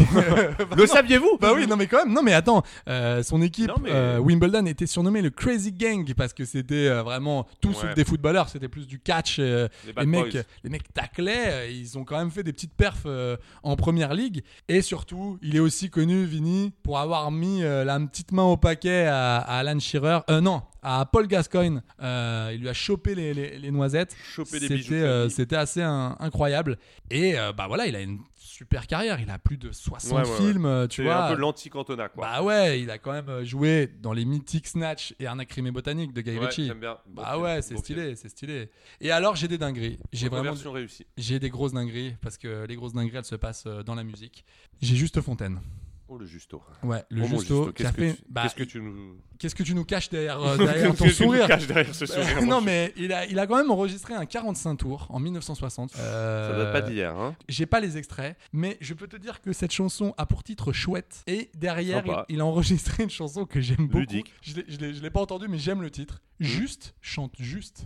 Speaker 8: Le saviez-vous
Speaker 7: Bah oui, non mais quand même, non mais attends, euh, son équipe
Speaker 8: mais-
Speaker 7: euh, Wimbledon était surnommée le Crazy Gang parce que c'était euh, vraiment tout sauf
Speaker 8: Ouais.
Speaker 7: des footballeurs, c'était plus du catch. euh, (laughs)
Speaker 8: Les
Speaker 7: les,
Speaker 8: bad
Speaker 7: mecs,
Speaker 8: boys.
Speaker 7: les mecs taclaient, euh, ils ont quand même fait des petites perfs euh, en première ligue. Et surtout, il est aussi connu, Vini, pour avoir mis euh, la petite main au paquet à, à Alan Shearer. Euh, non, à Paul Gascoigne. Euh, il lui a chopé les, les- les noisettes.
Speaker 8: Chopé des
Speaker 7: C'était,
Speaker 8: bijoux de
Speaker 7: euh,
Speaker 8: famille.
Speaker 7: C'était assez un- incroyable. Et euh, bah voilà, il a une super carrière. Il a plus de 60
Speaker 8: Ouais, ouais, ouais.
Speaker 7: films, euh, tu
Speaker 8: C'est
Speaker 7: vois.
Speaker 8: un peu l'anti-cantona quoi.
Speaker 7: Bah ouais, il a quand même euh, joué dans les mythiques Snatch et Anacrimée botanique de Guy
Speaker 8: Ouais,
Speaker 7: Ritchie.
Speaker 8: j'aime bien. Bon
Speaker 7: bah
Speaker 8: film,
Speaker 7: ouais, c'est
Speaker 8: bon
Speaker 7: stylé, c'est stylé. Et alors j'ai des dingueries. J'ai vraiment
Speaker 8: Reconversion réussie.
Speaker 7: J'ai des grosses dingueries parce que les grosses dingueries elles se passent euh, dans la musique. J'ai Juste Fontaine.
Speaker 8: Oh le Justo.
Speaker 7: Ouais, le
Speaker 8: Oh, mon
Speaker 7: Justo, qui a
Speaker 8: Qu'est-ce que,
Speaker 7: fait-
Speaker 8: tu...
Speaker 7: bah,
Speaker 8: qu'est-ce que tu nous
Speaker 7: Qu'est-ce que tu nous caches derrière,
Speaker 8: (laughs)
Speaker 15: (laughs)
Speaker 7: euh, derrière ton
Speaker 8: Qu'est-ce que tu nous
Speaker 7: sourire
Speaker 8: caches derrière
Speaker 7: (laughs)
Speaker 8: ce sourire, mon
Speaker 7: Bah, Non
Speaker 8: chou
Speaker 7: mais il a, il a quand même enregistré un 45 tours en 1960. euh,
Speaker 8: Ça date pas d'hier, hein.
Speaker 7: J'ai pas les extraits, mais je peux te dire que cette chanson a pour titre Chouette. Et derrière, il,
Speaker 8: Sympa.
Speaker 7: il a enregistré une chanson que j'aime beaucoup.
Speaker 8: Ludique. Mmh.
Speaker 7: Je l'ai- je l'ai je l'ai pas entendu, mais j'aime le titre. Juste, chante
Speaker 8: (laughs)
Speaker 7: juste.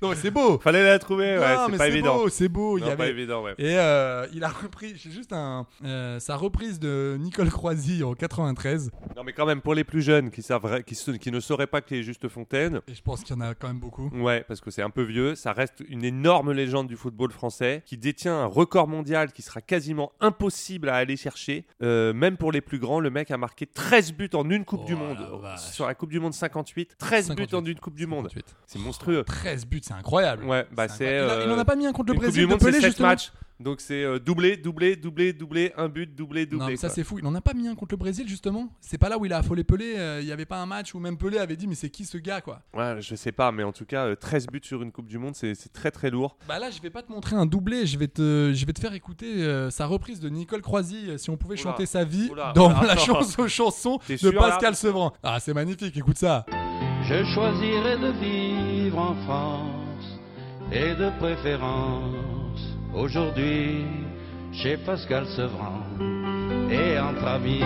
Speaker 7: non, mais c'est beau.
Speaker 8: Fallait la trouver, ouais,
Speaker 7: Non,
Speaker 8: c'est
Speaker 7: mais
Speaker 8: pas
Speaker 7: c'est
Speaker 8: évident.
Speaker 7: beau, c'est beau. il y
Speaker 8: Non, pas
Speaker 7: avait-
Speaker 8: évident, ouais.
Speaker 7: Et euh, il a repris, j'ai juste un, euh, sa reprise de Nicole Croisi en 93.
Speaker 8: Non mais quand même pour les plus jeunes qui savent qui, se- qui ne sauraient pas qu'il est Juste Fontaine.
Speaker 7: Et je pense qu'il y en a quand même beaucoup.
Speaker 8: Ouais, parce que c'est un peu vieux, ça reste une énorme légende du football français qui détient un record mondial qui sera quasiment impossible à aller chercher. Euh, même pour les plus grands, le mec a marqué 13 buts en une Coupe du
Speaker 7: Oh,
Speaker 8: Monde. Sur la Coupe du Monde 58, 13 buts en une Coupe du Monde. C'est monstrueux.
Speaker 7: 13 buts, c'est incroyable.
Speaker 8: Ouais, bah c'est.
Speaker 7: incroyable. Il a- il en a
Speaker 8: euh,
Speaker 7: pas mis un contre le
Speaker 8: une Coupe
Speaker 7: Brésil
Speaker 8: du
Speaker 7: de
Speaker 8: Monde,
Speaker 7: Pelé,
Speaker 8: c'est sept
Speaker 7: justement.
Speaker 8: matchs. Donc c'est euh, doublé, doublé, doublé, doublé, un but, doublé, doublé.
Speaker 7: Non, mais ça
Speaker 8: quoi.
Speaker 7: c'est fou. Il en a pas mis un contre le Brésil justement. C'est pas là où il a affolé Pelé. euh, Il y avait pas un match où même Pelé avait dit mais c'est qui ce gars quoi.
Speaker 8: Ouais, je sais pas, mais en tout cas, euh, 13 buts sur une Coupe du Monde, c'est c'est très très lourd.
Speaker 7: Bah là je vais pas te montrer un doublé. Je vais te, je vais te faire écouter euh, sa reprise de Nicole Croisi. euh, Si on pouvait chanter sa vie
Speaker 8: Oula.
Speaker 7: dans
Speaker 8: Oula. (laughs)
Speaker 7: la chanson, chanson
Speaker 8: T'es
Speaker 7: de
Speaker 8: sûr, là
Speaker 7: Pascal Sevran. Ah c'est magnifique. Écoute ça. (laughs)
Speaker 17: Je choisirais de vivre en France et de préférence aujourd'hui chez Pascal Sevran et entre amis.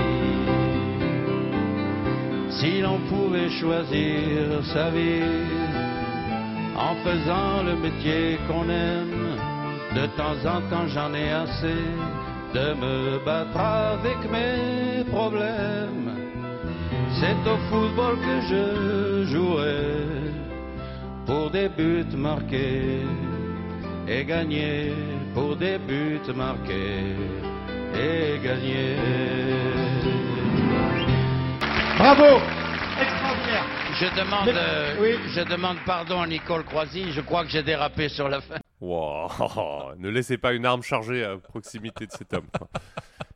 Speaker 17: Si l'on pouvait choisir sa vie en faisant le métier qu'on aime. De temps en temps j'en ai assez de me battre avec mes problèmes. C'est au football que je jouerai pour des buts marqués et gagner pour des buts marqués et gagner.
Speaker 5: Bravo
Speaker 17: Extraordinaire Je demande,
Speaker 5: Mais-
Speaker 17: euh, je demande pardon à Nicole Croisi, je crois que j'ai dérapé sur la fin.
Speaker 8: (laughs) Wow. Ne laissez pas une arme chargée à proximité de cet homme. quoi.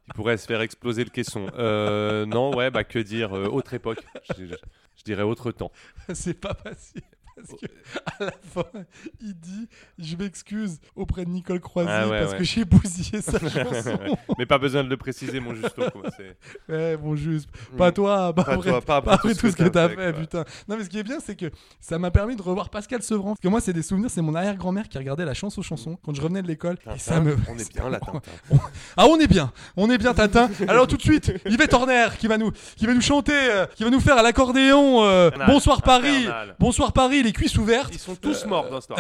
Speaker 8: Il pourrait se faire exploser le caisson. Euh, non, ouais, bah que dire euh, Autre époque. Je, je- je dirais autre temps.
Speaker 7: C'est pas facile. Parce que
Speaker 8: Oh.
Speaker 7: à la fin, il dit Je m'excuse auprès de Nicole Croisy
Speaker 8: Ah ouais,
Speaker 7: parce
Speaker 8: ouais.
Speaker 7: que j'ai bousillé
Speaker 8: (laughs)
Speaker 7: sa chanson. (laughs)
Speaker 8: Mais pas besoin de le préciser, mon Justo. quoi, c'est-
Speaker 7: Ouais, bon, Eh, juste. Pas toi, bah,
Speaker 8: Hmm. Pas
Speaker 7: après,
Speaker 8: toi, pas après
Speaker 7: après tout ce que t'as fait,
Speaker 8: quoi.
Speaker 7: putain. Non, mais ce qui est bien, c'est que ça m'a permis de revoir Pascal Sevran. Parce que moi, c'est des souvenirs, c'est mon arrière-grand-mère qui regardait la chance aux chansons quand je revenais de l'école. Et ça me.
Speaker 8: On est bien là, Tintin.
Speaker 7: (laughs) Ah, on est bien, on est bien, Tintin. Alors, tout de suite, Yvette Horner qui va nous, qui va nous chanter, euh, qui va nous faire à l'accordéon euh,
Speaker 8: Infernal,
Speaker 7: Bonsoir Paris,
Speaker 8: infernal.
Speaker 7: Bonsoir Paris, les cuisses ouvertes.
Speaker 8: Ils sont tous
Speaker 7: Euh,
Speaker 8: morts dans ce temps.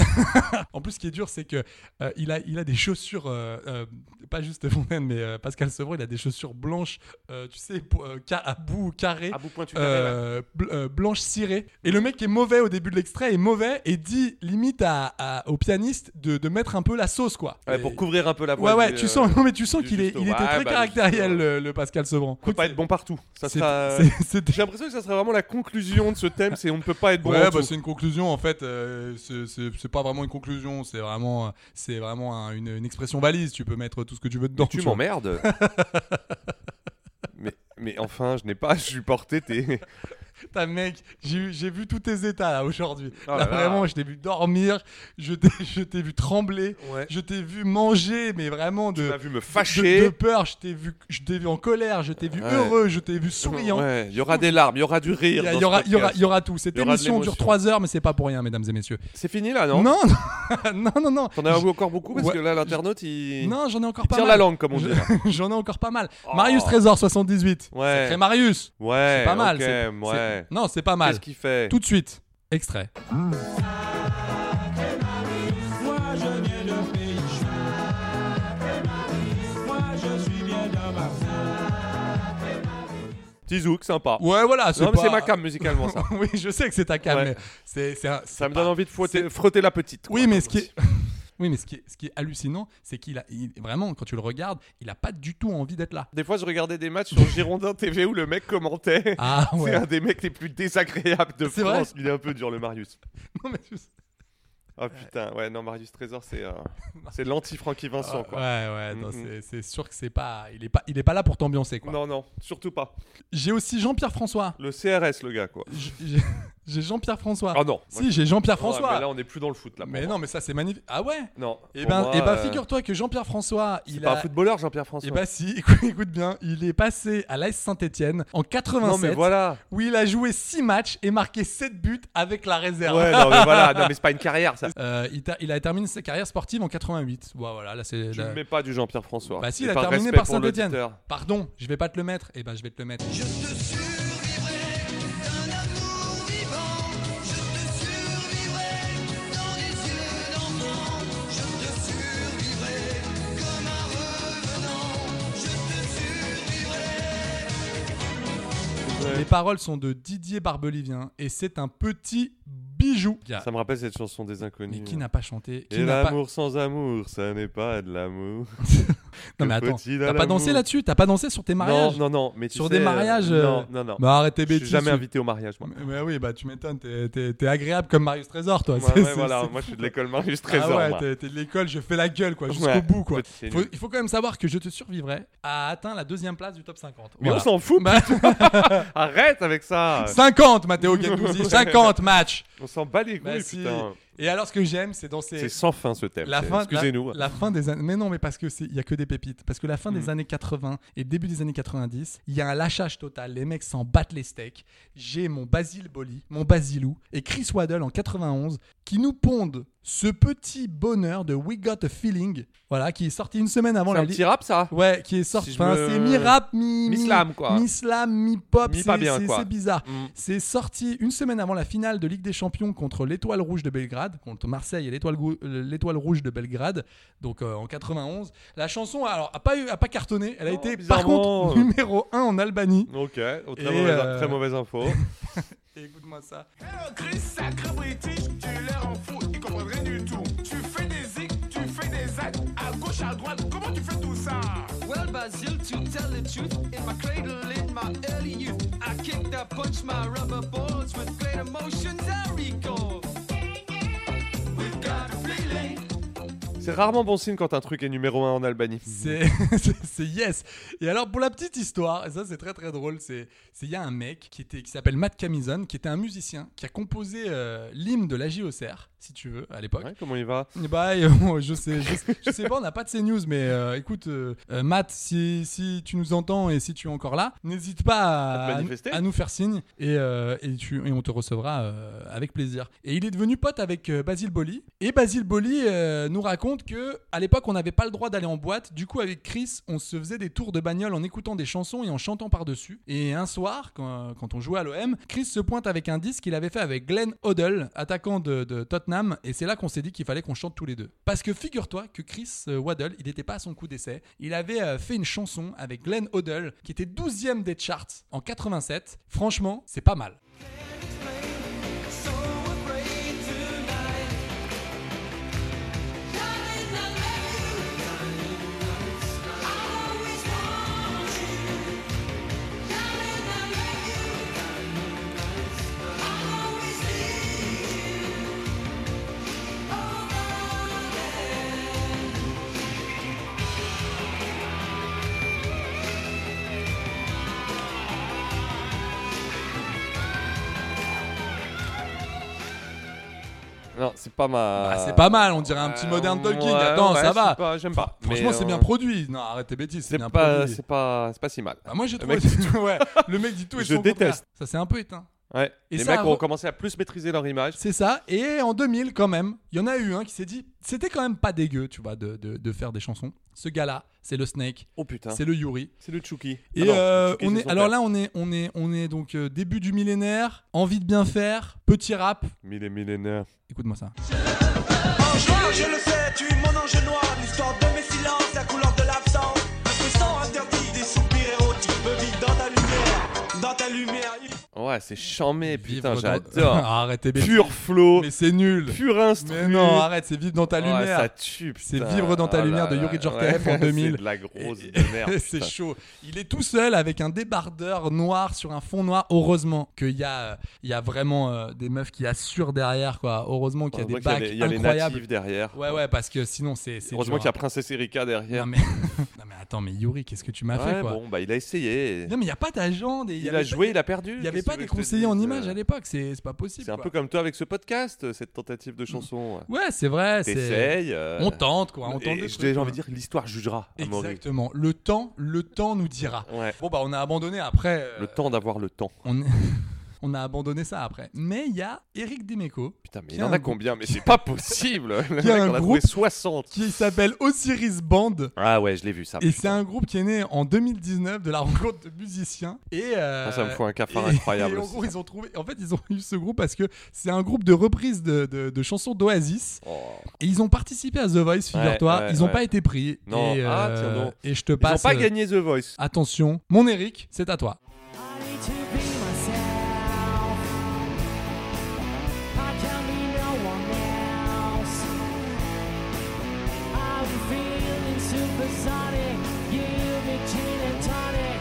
Speaker 7: en plus, ce qui est dur, c'est que euh, il, a, il a des chaussures, euh, euh, pas juste (laughs) Fontaine, mais euh, Pascal Sevran, il a des chaussures blanches, euh, tu sais, po- euh, ca- à bout carré,
Speaker 8: À bout pointu
Speaker 7: euh, bl- euh, blanches cirées. Et le mec qui est mauvais au début de l'extrait est mauvais et dit limite à- à- au pianiste de, de mettre un peu la sauce, quoi.
Speaker 8: Ouais,
Speaker 7: Et-
Speaker 8: pour couvrir un peu la voix.
Speaker 7: Ouais, ouais,
Speaker 8: du,
Speaker 7: tu
Speaker 8: euh,
Speaker 7: sens, non, mais tu sens
Speaker 8: du
Speaker 7: qu'il est,
Speaker 8: Justo.
Speaker 7: il était
Speaker 8: Ouais,
Speaker 7: très
Speaker 8: bah,
Speaker 7: caractériel, le, le Pascal Sevran.
Speaker 8: On peut pas être bon partout. Ça
Speaker 7: C'est-
Speaker 8: sera- euh,
Speaker 7: c'est- c'est-
Speaker 8: J'ai l'impression que ça sera vraiment la conclusion de ce thème, c'est on ne peut pas être bon.
Speaker 7: ouais,
Speaker 8: en
Speaker 7: bah,
Speaker 8: tout.
Speaker 7: c'est une conclusion en fait. euh, c'est- c'est c'est pas vraiment une conclusion, c'est vraiment, euh, c'est vraiment un- une, une expression valise. Tu peux mettre tout ce que tu veux dedans.
Speaker 8: tu
Speaker 7: vois. (laughs)
Speaker 8: m'emmerdes. mais, mais enfin, je n'ai pas supporté tes.
Speaker 7: Putain, mec, j'ai eu- j'ai vu tous tes états là aujourd'hui.
Speaker 8: Oh
Speaker 7: Là,
Speaker 8: là là.
Speaker 7: vraiment, je t'ai vu dormir, je t'ai je t'ai vu trembler,
Speaker 8: (laughs) Ouais.
Speaker 7: je t'ai vu manger, mais vraiment de.
Speaker 8: Tu m'as vu me fâcher.
Speaker 7: De, de peur, je t'ai vu, je t'ai vu en colère, je t'ai vu
Speaker 8: Ouais.
Speaker 7: heureux, je t'ai vu souriant.
Speaker 8: Ouais, il y aura des larmes, il y aura du
Speaker 7: Il y,
Speaker 8: rire.
Speaker 7: a-
Speaker 8: dans
Speaker 7: il y
Speaker 8: ce
Speaker 7: aura, il y aura-
Speaker 8: podcast.
Speaker 7: il y aura tout. Cette
Speaker 8: Il y aura de
Speaker 7: émission dure
Speaker 8: l'émotion.
Speaker 7: 3 heures, mais c'est pas pour rien, mesdames et messieurs.
Speaker 8: C'est fini là, non
Speaker 7: Non, non, (laughs) non, non.
Speaker 8: T'en as vu encore beaucoup parce
Speaker 7: Ouais.
Speaker 8: que là, l'internaute, il.
Speaker 7: Non, j'en ai encore
Speaker 8: il
Speaker 7: pas
Speaker 8: tire
Speaker 7: mal.
Speaker 8: la langue, comme on
Speaker 7: Je-
Speaker 8: dit. là.
Speaker 7: (laughs) J'en ai encore pas mal. Marius Trésor 78.
Speaker 8: Ouais.
Speaker 7: Sacré Marius.
Speaker 8: Ouais,
Speaker 7: C'est pas mal.
Speaker 8: ok,
Speaker 7: c'est-
Speaker 8: ouais.
Speaker 7: c'est- Non, c'est pas mal.
Speaker 8: Qu'est-ce qu'il fait
Speaker 7: Tout de suite. Extrait.
Speaker 3: Moi je viens de pays chaud. Moi je suis bien dans ma
Speaker 8: Petit zouk, sympa.
Speaker 7: Ouais, voilà.
Speaker 8: Non, mais
Speaker 7: pas-
Speaker 8: c'est ma cam musicalement, ça.
Speaker 7: (laughs) oui, je sais que c'est ta cam. mais c'est- c'est un-
Speaker 8: Ça me donne envie de frotter, frotter la petite.
Speaker 7: Oui, mais ce qui est.
Speaker 8: (laughs)
Speaker 7: Oui, mais ce qui est, ce qui est hallucinant, c'est qu'il a il- vraiment, quand tu le regardes, il a pas du tout envie d'être là.
Speaker 8: Des fois, je regardais des matchs sur Girondin TV où le mec commentait.
Speaker 7: Ah, ouais.
Speaker 8: (laughs) C'est un des mecs les plus désagréables de
Speaker 7: C'est vrai
Speaker 8: France. Il est un peu dur, le Marius.
Speaker 7: Non, mais tu-
Speaker 8: Oh putain, ouais, non, Marius Trésor,
Speaker 7: (laughs)
Speaker 8: c'est euh, c'est l'anti-Francky Vincent,
Speaker 7: Ah,
Speaker 8: quoi.
Speaker 7: Ouais, ouais, non,
Speaker 8: Mm, mm.
Speaker 7: c'est- c'est sûr que c'est pas, il est pas, il est pas là pour t'ambiancer quoi.
Speaker 8: Non, non, surtout pas.
Speaker 7: J'ai aussi Jean-Pierre François.
Speaker 8: Le CRS, le gars, quoi.
Speaker 7: J'ai- (laughs) J'ai Jean-Pierre François.
Speaker 8: Ah non.
Speaker 7: Si, j'ai Jean-Pierre
Speaker 8: Ouais,
Speaker 7: François.
Speaker 8: mais là, on n'est plus dans le foot, là. pour
Speaker 7: Mais
Speaker 8: moi.
Speaker 7: non, mais ça c'est magnifique. Ah ouais
Speaker 8: Non.
Speaker 7: Et
Speaker 8: pour
Speaker 7: ben,
Speaker 8: moi,
Speaker 7: eh ben,
Speaker 8: euh,
Speaker 7: figure-toi que Jean-Pierre François,
Speaker 8: C'est
Speaker 7: il
Speaker 8: pas
Speaker 7: a-
Speaker 8: un footballeur, Jean-Pierre François.
Speaker 7: Eh ben si, (laughs) écoute, écoute bien, il est passé à l'AS Saint-Etienne en 87.
Speaker 8: Non, mais voilà.
Speaker 7: Où il a joué 6 matchs et marqué 7 buts avec la réserve.
Speaker 8: Ouais, non, mais voilà, non, mais c'est pas une
Speaker 7: (laughs)
Speaker 8: carrière, ça.
Speaker 7: Euh, il, ter- il a terminé sa carrière sportive en 88. Bah, voilà, là c'est.
Speaker 8: Tu
Speaker 7: là-
Speaker 8: ne mets pas du Jean-Pierre François.
Speaker 7: Bah si,
Speaker 8: Et
Speaker 7: il a
Speaker 8: par
Speaker 7: terminé
Speaker 8: respect
Speaker 7: par
Speaker 8: pour
Speaker 7: Saint-Etienne.
Speaker 8: l'auditeur.
Speaker 7: Pardon, je vais pas te le mettre. Eh ben je vais te le mettre. Les paroles sont de Didier Barbelivien et c'est un petit bijou.
Speaker 8: Ça me rappelle cette chanson des inconnus.
Speaker 7: Mais qui n'a pas chanté qui
Speaker 8: Et
Speaker 7: n'a pas-
Speaker 8: l'amour sans amour, ça n'est pas de l'amour.
Speaker 7: (laughs) Non
Speaker 8: Que
Speaker 7: mais attends,
Speaker 8: faut-il à
Speaker 7: t'as pas dansé
Speaker 8: l'amour
Speaker 7: là-dessus, t'as pas dansé sur tes mariages.
Speaker 8: Non, non, non. Mais tu
Speaker 7: sur
Speaker 8: sais,
Speaker 7: des
Speaker 8: euh,
Speaker 7: mariages. euh,
Speaker 8: Non, non, non.
Speaker 7: Bah arrête tes
Speaker 8: Je
Speaker 7: bêtises.
Speaker 8: suis jamais
Speaker 7: tu-
Speaker 8: invité au mariage, moi.
Speaker 7: Mais oui, bah tu m'étonnes, t'es- t'es t'es agréable comme Marius Trésor, toi.
Speaker 8: Ouais,
Speaker 7: C'est-
Speaker 8: ouais,
Speaker 7: c'est-
Speaker 8: voilà,
Speaker 7: c'est
Speaker 8: moi,
Speaker 7: fou,
Speaker 8: je suis de
Speaker 7: quoi.
Speaker 8: l'école Marius Trésor,
Speaker 7: Ah ouais,
Speaker 8: moi.
Speaker 7: t'es- t'es de l'école, je fais la gueule, quoi, jusqu'au
Speaker 8: Ouais,
Speaker 7: bout, quoi.
Speaker 8: c'est
Speaker 7: Faut-
Speaker 8: nul.
Speaker 7: il faut quand même savoir que Je te survivrai a atteint la deuxième place du top 50.
Speaker 8: Mais
Speaker 7: Voilà.
Speaker 8: on s'en fout,
Speaker 7: Bah- (laughs)
Speaker 8: putain. Arrête avec ça
Speaker 7: 50, Matteo
Speaker 8: (laughs)
Speaker 7: Gendouzi, 50 matchs
Speaker 8: On s'en bat les couilles,
Speaker 7: Bah si.
Speaker 8: putain
Speaker 7: Et alors, ce que j'aime, c'est dans ces.
Speaker 8: C'est sans fin, ce thème.
Speaker 7: La
Speaker 8: C'est-
Speaker 7: fin,
Speaker 8: excusez-nous.
Speaker 7: La, la fin des années. Mais non, mais parce que c'est, il y a que des pépites. Parce que la fin des
Speaker 8: Mhm.
Speaker 7: années 80 et début des années 90, il y a un lâchage total. Les mecs s'en battent les steaks. J'ai mon Basile Boli, mon Basilou et Chris Waddle en 91 qui nous pondent ce petit bonheur de We Got a Feeling, voilà, qui est sorti une semaine avant
Speaker 8: C'est
Speaker 7: la
Speaker 8: un
Speaker 7: li-
Speaker 8: petit rap, ça
Speaker 7: Ouais, qui est sorti.
Speaker 8: Si je
Speaker 7: enfin,
Speaker 8: me-
Speaker 7: C'est mi-rap, mi.
Speaker 8: Mi-slam, quoi.
Speaker 7: Mi-slam, mi-pop.
Speaker 8: Mi
Speaker 7: c'est-
Speaker 8: pas bien,
Speaker 7: c'est-
Speaker 8: quoi.
Speaker 7: C'est bizarre. C'est sorti une semaine avant la finale de Ligue des Champions contre l'Étoile Rouge de Belgrade, contre Marseille et l'Étoile Gou- euh, l'Étoile Rouge de Belgrade, donc euh, en 91. La chanson, alors, a pas, eu- a pas cartonné. Elle a été, par
Speaker 8: bizarrement,
Speaker 7: contre, (laughs)
Speaker 8: euh.
Speaker 7: numéro 1 en Albanie.
Speaker 8: Mm. Ok, très,
Speaker 7: Et,
Speaker 8: mauvaise,
Speaker 7: euh,
Speaker 8: très mauvaise info.
Speaker 7: Écoute-moi ça.
Speaker 15: Chris, sacré british, tu leur en fous, ils comprennent rien du tout. Tu fais des zics, tu fais des actes, à gauche, à droite, comment tu fais tout ça
Speaker 18: Well, Basil, to tell the truth, in my cradle in my early youth, I kicked, I punched my rubber balls with great emotions I recall. We've got a feeling.
Speaker 8: C'est rarement bon signe quand un truc est numéro 1 en Albanie.
Speaker 7: C'est (laughs) c'est yes. Et alors pour la petite histoire, et ça c'est très très drôle, c'est c'est- il y a un mec qui était qui s'appelle Matt Camison, qui était un musicien qui a composé euh, l'hymne de la JOCR, si tu veux, à l'époque.
Speaker 8: comment il va
Speaker 7: Bah (laughs) et, euh, je sais, je, sais- je sais pas, on n'a pas de ces news, mais euh, écoute, euh, euh, Matt, si, si tu nous entends et si tu es encore là, n'hésite pas
Speaker 8: À te
Speaker 7: à,
Speaker 8: manifester.
Speaker 7: à nous faire signe et, euh, et, tu, et on te recevra euh, avec plaisir. Et il est devenu pote avec euh, Basile Boli. Et Basile Boli euh, nous raconte que à l'époque, on n'avait pas le droit d'aller en boîte. Du coup, avec Chris, on se faisait des tours de bagnole en écoutant des chansons et en chantant par-dessus. Et un soir, quand, quand on jouait à l'OM, Chris se pointe avec un disque qu'il avait fait avec Glenn Hoddle, attaquant de, de Tottenham. Et c'est là qu'on s'est dit qu'il fallait qu'on chante tous les deux. Parce que figure-toi que Chris euh, Waddle, il n'était pas à son coup d'essai. Il avait euh, fait une chanson avec Glenn Hoddle qui était 12ème des charts en 87. Franchement, c'est pas mal.
Speaker 18: So afraid tonight. Darling, I love you. I always want you. Darling, I love you. I always need you. Oh, darling.
Speaker 8: Non, c'est pas ma. Euh,
Speaker 7: Bah, c'est pas mal, on dirait un petit moderne Talking. Attends, ça va.
Speaker 8: J'aime pas.
Speaker 7: Franchement,
Speaker 8: mais,
Speaker 7: c'est
Speaker 8: euh,
Speaker 7: bien produit. Non, arrête tes bêtises. C'est
Speaker 8: C'est
Speaker 7: bien
Speaker 8: pas,
Speaker 7: produit.
Speaker 8: c'est pas, c'est pas si mal.
Speaker 7: Ah, moi, j'ai
Speaker 8: Le
Speaker 7: trouvé. (laughs)
Speaker 8: mec dit tout.
Speaker 7: ouais, le mec dit tout et
Speaker 8: Je
Speaker 7: son contraire.
Speaker 8: déteste.
Speaker 7: Ça, c'est un peu éteint.
Speaker 8: Ouais.
Speaker 7: Et
Speaker 8: Les
Speaker 7: ça
Speaker 8: mecs
Speaker 7: a
Speaker 8: ont
Speaker 7: re-
Speaker 8: commencé à plus maîtriser leur image.
Speaker 7: C'est ça. Et en 2000, quand même, il y en a eu un qui s'est dit c'était quand même pas dégueu, tu vois, de, de- de faire des chansons. Ce gars-là, c'est le Snake.
Speaker 8: Oh putain.
Speaker 7: C'est le Yuri.
Speaker 8: C'est le Chucky.
Speaker 7: Et
Speaker 8: Ah non,
Speaker 7: euh,
Speaker 8: Chucky,
Speaker 7: on
Speaker 8: c'est
Speaker 7: est,
Speaker 8: son
Speaker 7: alors
Speaker 8: père.
Speaker 7: là, on est, on est, on est donc euh, début du millénaire, envie de bien faire, petit rap.
Speaker 8: Mille et millénaires.
Speaker 7: Écoute-moi ça.
Speaker 18: Ange noir, je le sais, tu es mon ange noir, l'histoire de mes silences, la couleur de l'absence, un puissant interdit, des soupirs érotiques, me vide dans ta lumière, dans ta lumière.
Speaker 8: Ouais, c'est chamé, Eh, putain,
Speaker 7: dans- (laughs)
Speaker 8: j'adore.
Speaker 7: Arrête tes bêtises.
Speaker 8: Pur flow.
Speaker 7: Mais c'est nul.
Speaker 8: Pur instru.
Speaker 7: Mais non, arrête, c'est vivre dans ta
Speaker 8: Ouais,
Speaker 7: lumière.
Speaker 8: ça tue, putain.
Speaker 7: C'est vivre dans ta
Speaker 8: Oh
Speaker 7: lumière
Speaker 8: là
Speaker 7: de
Speaker 8: là,
Speaker 7: Yuri Djorkaeff
Speaker 8: ouais. (laughs)
Speaker 7: en 2000.
Speaker 8: C'est de la grosse
Speaker 7: Et- (laughs)
Speaker 8: de merde,
Speaker 7: C'est
Speaker 8: putain.
Speaker 7: chaud. Il est tout seul avec un débardeur noir sur un fond noir. Heureusement qu'il y a, euh, il y a vraiment euh, des meufs qui assurent derrière, quoi. Heureusement qu'il y a des
Speaker 8: Heureusement
Speaker 7: bacs
Speaker 8: qu'il y a les- il y a les
Speaker 7: incroyables.
Speaker 8: natifs derrière.
Speaker 7: Ouais, ouais, parce que sinon c'est. c'est
Speaker 8: Heureusement
Speaker 7: dur,
Speaker 8: qu'il y a
Speaker 7: hein.
Speaker 8: Princesse Erika derrière.
Speaker 7: Non, mais... (laughs) non mais attends, mais Yuri, qu'est-ce que tu m'as fait,
Speaker 8: Ouais,
Speaker 7: quoi
Speaker 8: bon, bah il a essayé.
Speaker 7: Non mais il n'y a pas d'agent. des- il y
Speaker 8: Il
Speaker 7: avait
Speaker 8: a
Speaker 7: pas-
Speaker 8: joué, il a perdu.
Speaker 7: Il n'y avait pas
Speaker 8: Qu'est-ce que
Speaker 7: des
Speaker 8: tu veux que je te
Speaker 7: conseillers en
Speaker 8: dise euh
Speaker 7: images à l'époque. C'est c'est pas possible.
Speaker 8: C'est un
Speaker 7: quoi.
Speaker 8: peu comme toi avec ce podcast, euh, cette tentative de chanson.
Speaker 7: Ouais, c'est vrai. c'est-
Speaker 8: T'essayes. euh,
Speaker 7: On tente, quoi. On
Speaker 8: et
Speaker 7: tente des
Speaker 8: J'ai
Speaker 7: trucs,
Speaker 8: envie
Speaker 7: hein.
Speaker 8: de dire, l'histoire jugera. Amaury.
Speaker 7: Exactement. Le temps, le temps nous dira. Bon bah on a abandonné après. euh,
Speaker 8: Le temps d'avoir le temps.
Speaker 7: (laughs) on a abandonné ça après. Mais il y a Eric Demeco.
Speaker 8: Putain, Mais il en a combien Mais c'est pas possible. (laughs) Le
Speaker 7: Qui a
Speaker 8: mec,
Speaker 7: un
Speaker 8: on a trouvé
Speaker 7: groupe
Speaker 8: 60.
Speaker 7: Qui s'appelle Osiris Band.
Speaker 8: Ah ouais, je l'ai vu ça.
Speaker 7: Et c'est un groupe qui est né en 2019 de la (laughs) rencontre de musiciens. Et euh,
Speaker 8: Ah, ça me fout un cafard
Speaker 7: et-
Speaker 8: incroyable
Speaker 7: et en
Speaker 8: aussi,
Speaker 7: gros,
Speaker 8: ça.
Speaker 7: ils ont trouvé. En fait, ils ont eu ce groupe parce que c'est un groupe de reprises de, de- de chansons d'Oasis.
Speaker 8: Oh.
Speaker 7: Et ils ont participé à The Voice, figure-toi.
Speaker 8: ouais,
Speaker 7: ils n'ont
Speaker 8: ouais.
Speaker 7: pas été pris.
Speaker 8: Non.
Speaker 7: Et,
Speaker 8: Ah, tiens donc.
Speaker 7: et je te
Speaker 8: Ils ont
Speaker 7: passe.
Speaker 8: pas
Speaker 7: euh,
Speaker 8: gagné The Voice.
Speaker 7: Attention, mon Eric, c'est à toi.
Speaker 19: to be myself. I can't be no one else. I'm feeling supersonic. Give me gin and tonic.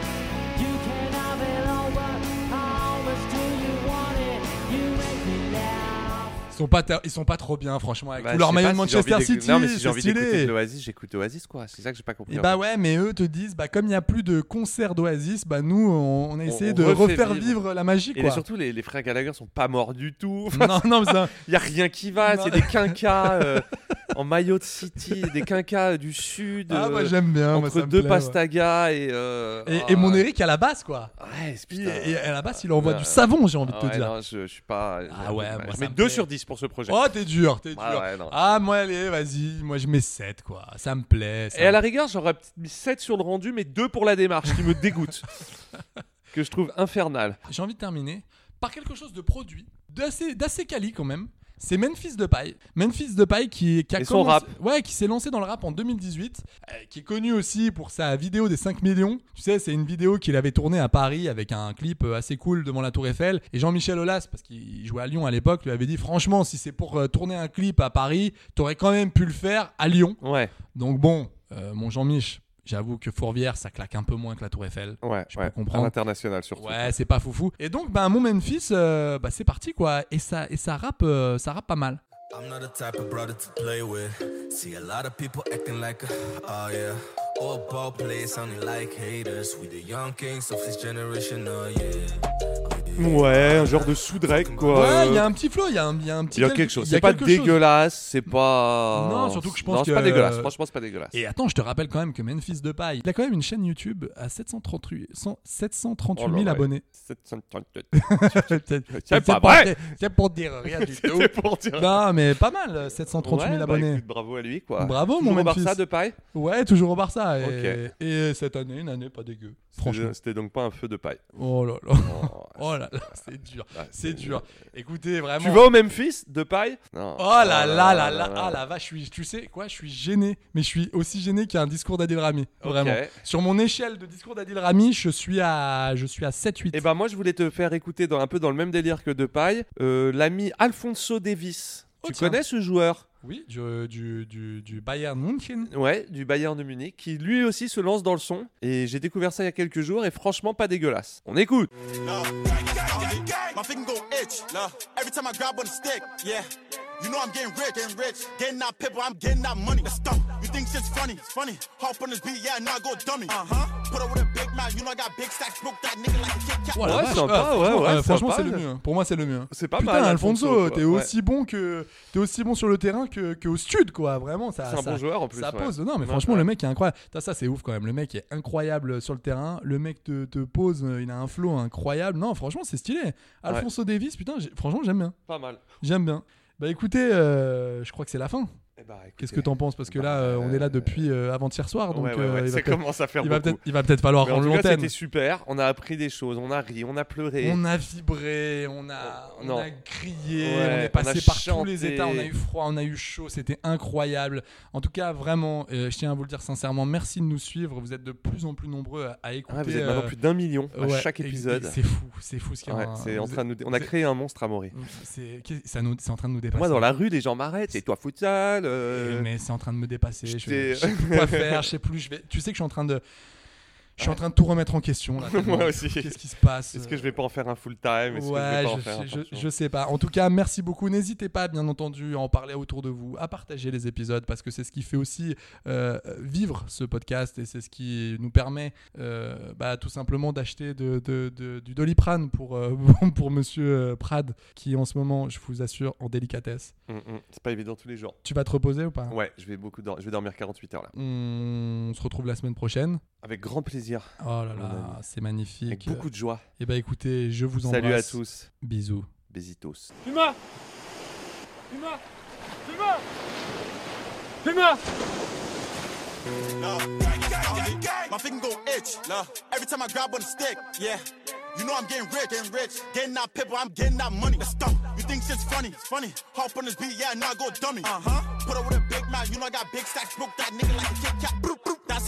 Speaker 19: You can have it all, but how much do you want it? You make me laugh.
Speaker 7: Ils sont pas, ta- ils sont pas trop bien, franchement, avec
Speaker 8: Bah,
Speaker 7: tout
Speaker 8: je
Speaker 7: leur
Speaker 8: sais
Speaker 7: Ah, maillot
Speaker 8: pas
Speaker 7: de
Speaker 8: si j'ai envie
Speaker 7: Manchester
Speaker 8: d'écouter-
Speaker 7: City.
Speaker 8: Non, mais si j'ai
Speaker 7: c'est
Speaker 8: envie d'écouter
Speaker 7: stylé.
Speaker 8: de l'Oasis, j'écoute Oasis, quoi. C'est ça que j'ai pas compris.
Speaker 7: Et
Speaker 8: en
Speaker 7: bah
Speaker 8: fait.
Speaker 7: ouais, mais eux te disent, bah comme il n'y a plus de concerts d'Oasis, bah nous on, on a essayé
Speaker 8: on
Speaker 7: de
Speaker 8: refait
Speaker 7: refaire vivre. la magie,
Speaker 8: Et
Speaker 7: quoi.
Speaker 8: surtout, les, les frères Gallagher sont pas morts du tout.
Speaker 7: (laughs) Non, non, mais ça-
Speaker 8: (laughs) Il y a rien qui va.
Speaker 7: Non.
Speaker 8: C'est des quinquas euh, en maillot de City, des quinquas euh, du sud.
Speaker 7: Ah, moi,
Speaker 8: euh,
Speaker 7: j'aime bien, moi,
Speaker 8: Entre
Speaker 7: ça me
Speaker 8: deux
Speaker 7: plaît, ouais.
Speaker 8: pastagas et. euh,
Speaker 7: Et,
Speaker 8: ah,
Speaker 7: et mon Eric à la basse, quoi.
Speaker 8: Ouais, c'est
Speaker 7: et, et à la basse, il envoie
Speaker 8: euh,
Speaker 7: du savon, j'ai envie de te
Speaker 8: ouais,
Speaker 7: dire.
Speaker 8: Non, je, je suis pas.
Speaker 7: Ah ouais, moi,
Speaker 8: je
Speaker 7: ça
Speaker 8: mets
Speaker 7: me
Speaker 8: 2
Speaker 7: plaît.
Speaker 8: sur 10 pour ce projet.
Speaker 7: Oh, t'es dur, t'es
Speaker 8: Ah
Speaker 7: dur.
Speaker 8: ouais, non.
Speaker 7: ah, moi, allez, vas-y, moi je mets 7, quoi. Ça me plaît. ça
Speaker 8: Et à la rigueur, j'aurais peut-être mis 7 sur le rendu, mais 2 pour la démarche qui me
Speaker 7: (laughs)
Speaker 8: dégoûte. que je trouve infernale.
Speaker 7: J'ai envie de terminer par quelque chose de produit, d'assez, d'assez quali quand même. C'est Memphis de Paille. Memphis de Paille qui, qui a
Speaker 8: Et son rap.
Speaker 7: Ouais, qui s'est lancé dans le rap en 2018, euh, qui est connu aussi pour sa vidéo des 5 millions. Tu sais, c'est une vidéo qu'il avait tournée à Paris avec un clip euh, assez cool devant la Tour Eiffel. Et Jean-Michel Aulas, parce qu'il jouait à Lyon à l'époque, lui avait dit franchement, si c'est pour euh, tourner un clip à Paris, t'aurais quand même pu le faire à Lyon.
Speaker 8: Ouais.
Speaker 7: Donc bon, euh, mon Jean-Mich, j'avoue que Fourvière, ça claque un peu moins que la Tour Eiffel.
Speaker 8: Ouais,
Speaker 7: je
Speaker 8: ouais.
Speaker 7: peux comprendre.
Speaker 8: À l'international, surtout.
Speaker 7: Ouais, c'est pas foufou. Et donc, ben, mon Memphis, euh, bah, c'est parti, quoi. Et ça, et ça rappe, euh, ça rappe pas mal.
Speaker 20: I'm not the type of brother to play with. See a lot of people acting like a, oh yeah. All ball players sounding like haters. We the young kings of this generation, oh yeah.
Speaker 8: Ouais, un genre de soudrec, quoi. Euh,
Speaker 7: Ouais, il y a un petit flow, il y a un, il y a un petit.
Speaker 8: Il y a quelque chose. C'est pas dégueulasse, c'est pas.
Speaker 7: Non, surtout que je pense
Speaker 8: Non, c'est pas
Speaker 7: que-
Speaker 8: dégueulasse. Franchement, c'est pas dégueulasse.
Speaker 7: Et attends, je te rappelle quand même que Memphis de Paille, il a quand même une chaîne YouTube à 738, 100 738
Speaker 8: Oh là
Speaker 7: 000
Speaker 8: là,
Speaker 7: abonnés.
Speaker 8: (laughs) 738.
Speaker 7: (laughs) C'est
Speaker 8: pas
Speaker 7: pour
Speaker 8: vrai.
Speaker 7: dire- C'est pour dire rien
Speaker 8: (laughs)
Speaker 7: du tout.
Speaker 8: C'était pour dire-
Speaker 7: Non, mais pas mal, euh, 738 000
Speaker 8: Ouais, bah,
Speaker 7: abonnés.
Speaker 8: écoute, bravo à lui, quoi.
Speaker 7: Bravo,
Speaker 8: Toujours
Speaker 7: mon
Speaker 8: au
Speaker 7: Memphis.
Speaker 8: Barça, Depay
Speaker 7: Ouais, toujours au Barça. Et,
Speaker 8: Ok.
Speaker 7: et cette année, une année pas dégueu. Franchement.
Speaker 8: C'était- C'était donc pas un feu de paille. euh, bah,
Speaker 7: Oh là là. (laughs) Oh là là, c'est dur. C'est dur. Écoutez, vraiment.
Speaker 8: Tu vas au Memphis de paille Non.
Speaker 7: Oh là là là là, ah la vache, je suis, tu sais quoi, je suis gêné, mais je suis aussi gêné qu'un discours d'Adil Rami, vraiment. Sur mon échelle de discours d'Adil Rami, je suis à, je suis à 7-8.
Speaker 8: Et ben moi je voulais te faire écouter dans, un peu dans le même délire que de paille euh, l'ami Alfonso Davis. tu
Speaker 7: Oh, tiens.
Speaker 8: connais ce joueur
Speaker 7: Oui, du, du, du, du Bayern München.
Speaker 8: Ouais, du Bayern de Munich, qui lui aussi se lance dans le son. Et j'ai découvert ça il y a quelques jours et franchement pas dégueulasse. On écoute
Speaker 15: My finger go itch. Every time I grab on the stick, yeah. You know I'm getting rich, getting rich, getting that paper, I'm getting that money. Let's go. You think shit's funny? It's funny. Hop on this beat, yeah, now go dummy. Uh huh. Put up with a big man, you know I got big stacks, broke that nigga like a Kit Kat.
Speaker 7: Oh la
Speaker 8: Ouais,
Speaker 7: vache,
Speaker 8: sympa,
Speaker 7: ah,
Speaker 8: ouais,
Speaker 7: franchement,
Speaker 8: ouais,
Speaker 7: euh, franchement,
Speaker 8: sympa.
Speaker 7: c'est le mieux. hein. Pour moi, c'est le mieux. hein.
Speaker 8: C'est pas
Speaker 7: Putain,
Speaker 8: mal,
Speaker 7: Alfonso,
Speaker 8: Alfonso, quoi.
Speaker 7: t'es
Speaker 8: Ouais.
Speaker 7: aussi bon que t'es aussi bon sur le terrain que, que au stud, quoi. Vraiment, ça.
Speaker 8: C'est un
Speaker 7: Ah, ça-
Speaker 8: bon joueur, en plus,
Speaker 7: Ça
Speaker 8: ouais.
Speaker 7: pose. Non, mais
Speaker 8: Ouais,
Speaker 7: franchement,
Speaker 8: ouais.
Speaker 7: le mec est incroyable. Putain, ça, c'est ouf quand même. Le mec est incroyable sur le terrain. Le mec te, te pose. euh, Il a un flow incroyable. Non, franchement, c'est stylé. Alfonso Davis, putain, j'ai- franchement, j'aime bien.
Speaker 8: Pas mal.
Speaker 7: J'aime bien. Bah écoutez, euh, je crois que c'est la fin.
Speaker 8: Eh bah, écoutez. bah,
Speaker 7: Qu'est-ce que t'en penses Parce que là, euh, on est là depuis euh, avant-hier soir, donc
Speaker 8: Ouais, ouais, ouais,
Speaker 7: euh, il va
Speaker 8: ça
Speaker 7: peut-être-
Speaker 8: commence à faire
Speaker 7: il va
Speaker 8: beaucoup.
Speaker 7: peut-être- il va peut-être falloir
Speaker 8: Mais en
Speaker 7: rendre
Speaker 8: tout cas,
Speaker 7: l'antenne.
Speaker 8: C'était super, on a appris des choses, on a ri, on a pleuré.
Speaker 7: On a vibré, on a, on
Speaker 8: Oh, non.
Speaker 7: a crié,
Speaker 8: Ouais,
Speaker 7: on
Speaker 8: on a
Speaker 7: est passé par tous
Speaker 8: chanté.
Speaker 7: les états, on a eu froid, on a eu chaud, c'était incroyable. En tout cas, vraiment, euh, je tiens à vous le dire sincèrement, merci de nous suivre. Vous êtes de plus en plus nombreux à, à écouter.
Speaker 8: Ah, vous êtes maintenant
Speaker 7: euh,
Speaker 8: plus d'un million à
Speaker 7: ouais,
Speaker 8: chaque
Speaker 7: et- et
Speaker 8: épisode.
Speaker 7: C'est fou, c'est fou ce qu'il y a.
Speaker 8: Ouais,
Speaker 7: hein.
Speaker 8: c'est en
Speaker 7: Vous
Speaker 8: train de
Speaker 7: êtes-
Speaker 8: nous dé- On a
Speaker 7: vous êtes-
Speaker 8: créé un monstre à mourir.
Speaker 7: C'est qu'est- ça nous- c'est en train de nous dépasser.
Speaker 8: Moi, dans la rue, les gens m'arrêtent. Et toi, futsal euh,
Speaker 7: Mais c'est en train de me dépasser. Je,
Speaker 8: J'étais-
Speaker 7: je sais plus quoi faire. Je sais plus. Je vais. Tu sais que je suis en train de. Je suis en train de tout remettre en question.
Speaker 8: (laughs)
Speaker 7: là, tellement.
Speaker 8: Moi aussi.
Speaker 7: Qu'est-ce qui se passe euh,
Speaker 8: Est-ce que je vais pas en faire un full time Est-ce que je vais
Speaker 7: Ouais,
Speaker 8: pas en
Speaker 7: je-
Speaker 8: faire un
Speaker 7: je,
Speaker 8: partial
Speaker 7: je- je sais pas. En tout cas, merci beaucoup. N'hésitez pas, bien entendu, à en parler autour de vous, à partager les épisodes, parce que c'est ce qui fait aussi euh, vivre ce podcast et c'est ce qui nous permet euh, bah, tout simplement d'acheter de, de- de- du doliprane pour, euh, (laughs) pour monsieur euh, Prad, qui est en ce moment, je vous assure, en délicatesse.
Speaker 8: Mm, mm, C'est pas évident tous les jours.
Speaker 7: Tu vas te reposer ou pas
Speaker 8: Ouais, je vais beaucoup dor- je vais dormir 48 heures là.
Speaker 7: On se retrouve la semaine prochaine.
Speaker 8: Avec grand plaisir.
Speaker 7: Oh là
Speaker 8: mon
Speaker 7: là,
Speaker 8: ami.
Speaker 7: c'est magnifique.
Speaker 8: Avec beaucoup de joie.
Speaker 7: Et bah écoutez, je vous embrasse.
Speaker 8: Salut à tous.
Speaker 7: Bisous.
Speaker 8: Besitos.
Speaker 12: Puma Puma Puma Puma
Speaker 15: My finger go itch. Every time I grab on the stick, yeah. You know I'm getting rich, getting rich, getting that paper, I'm getting that money. Let's go. You think shit's funny? It's funny. Hop on this beat, yeah, now I go dummy. Uh huh. Put up with a big man, you know I got big stacks, broke that nigga like a Kit Kat. Broop, broop. That's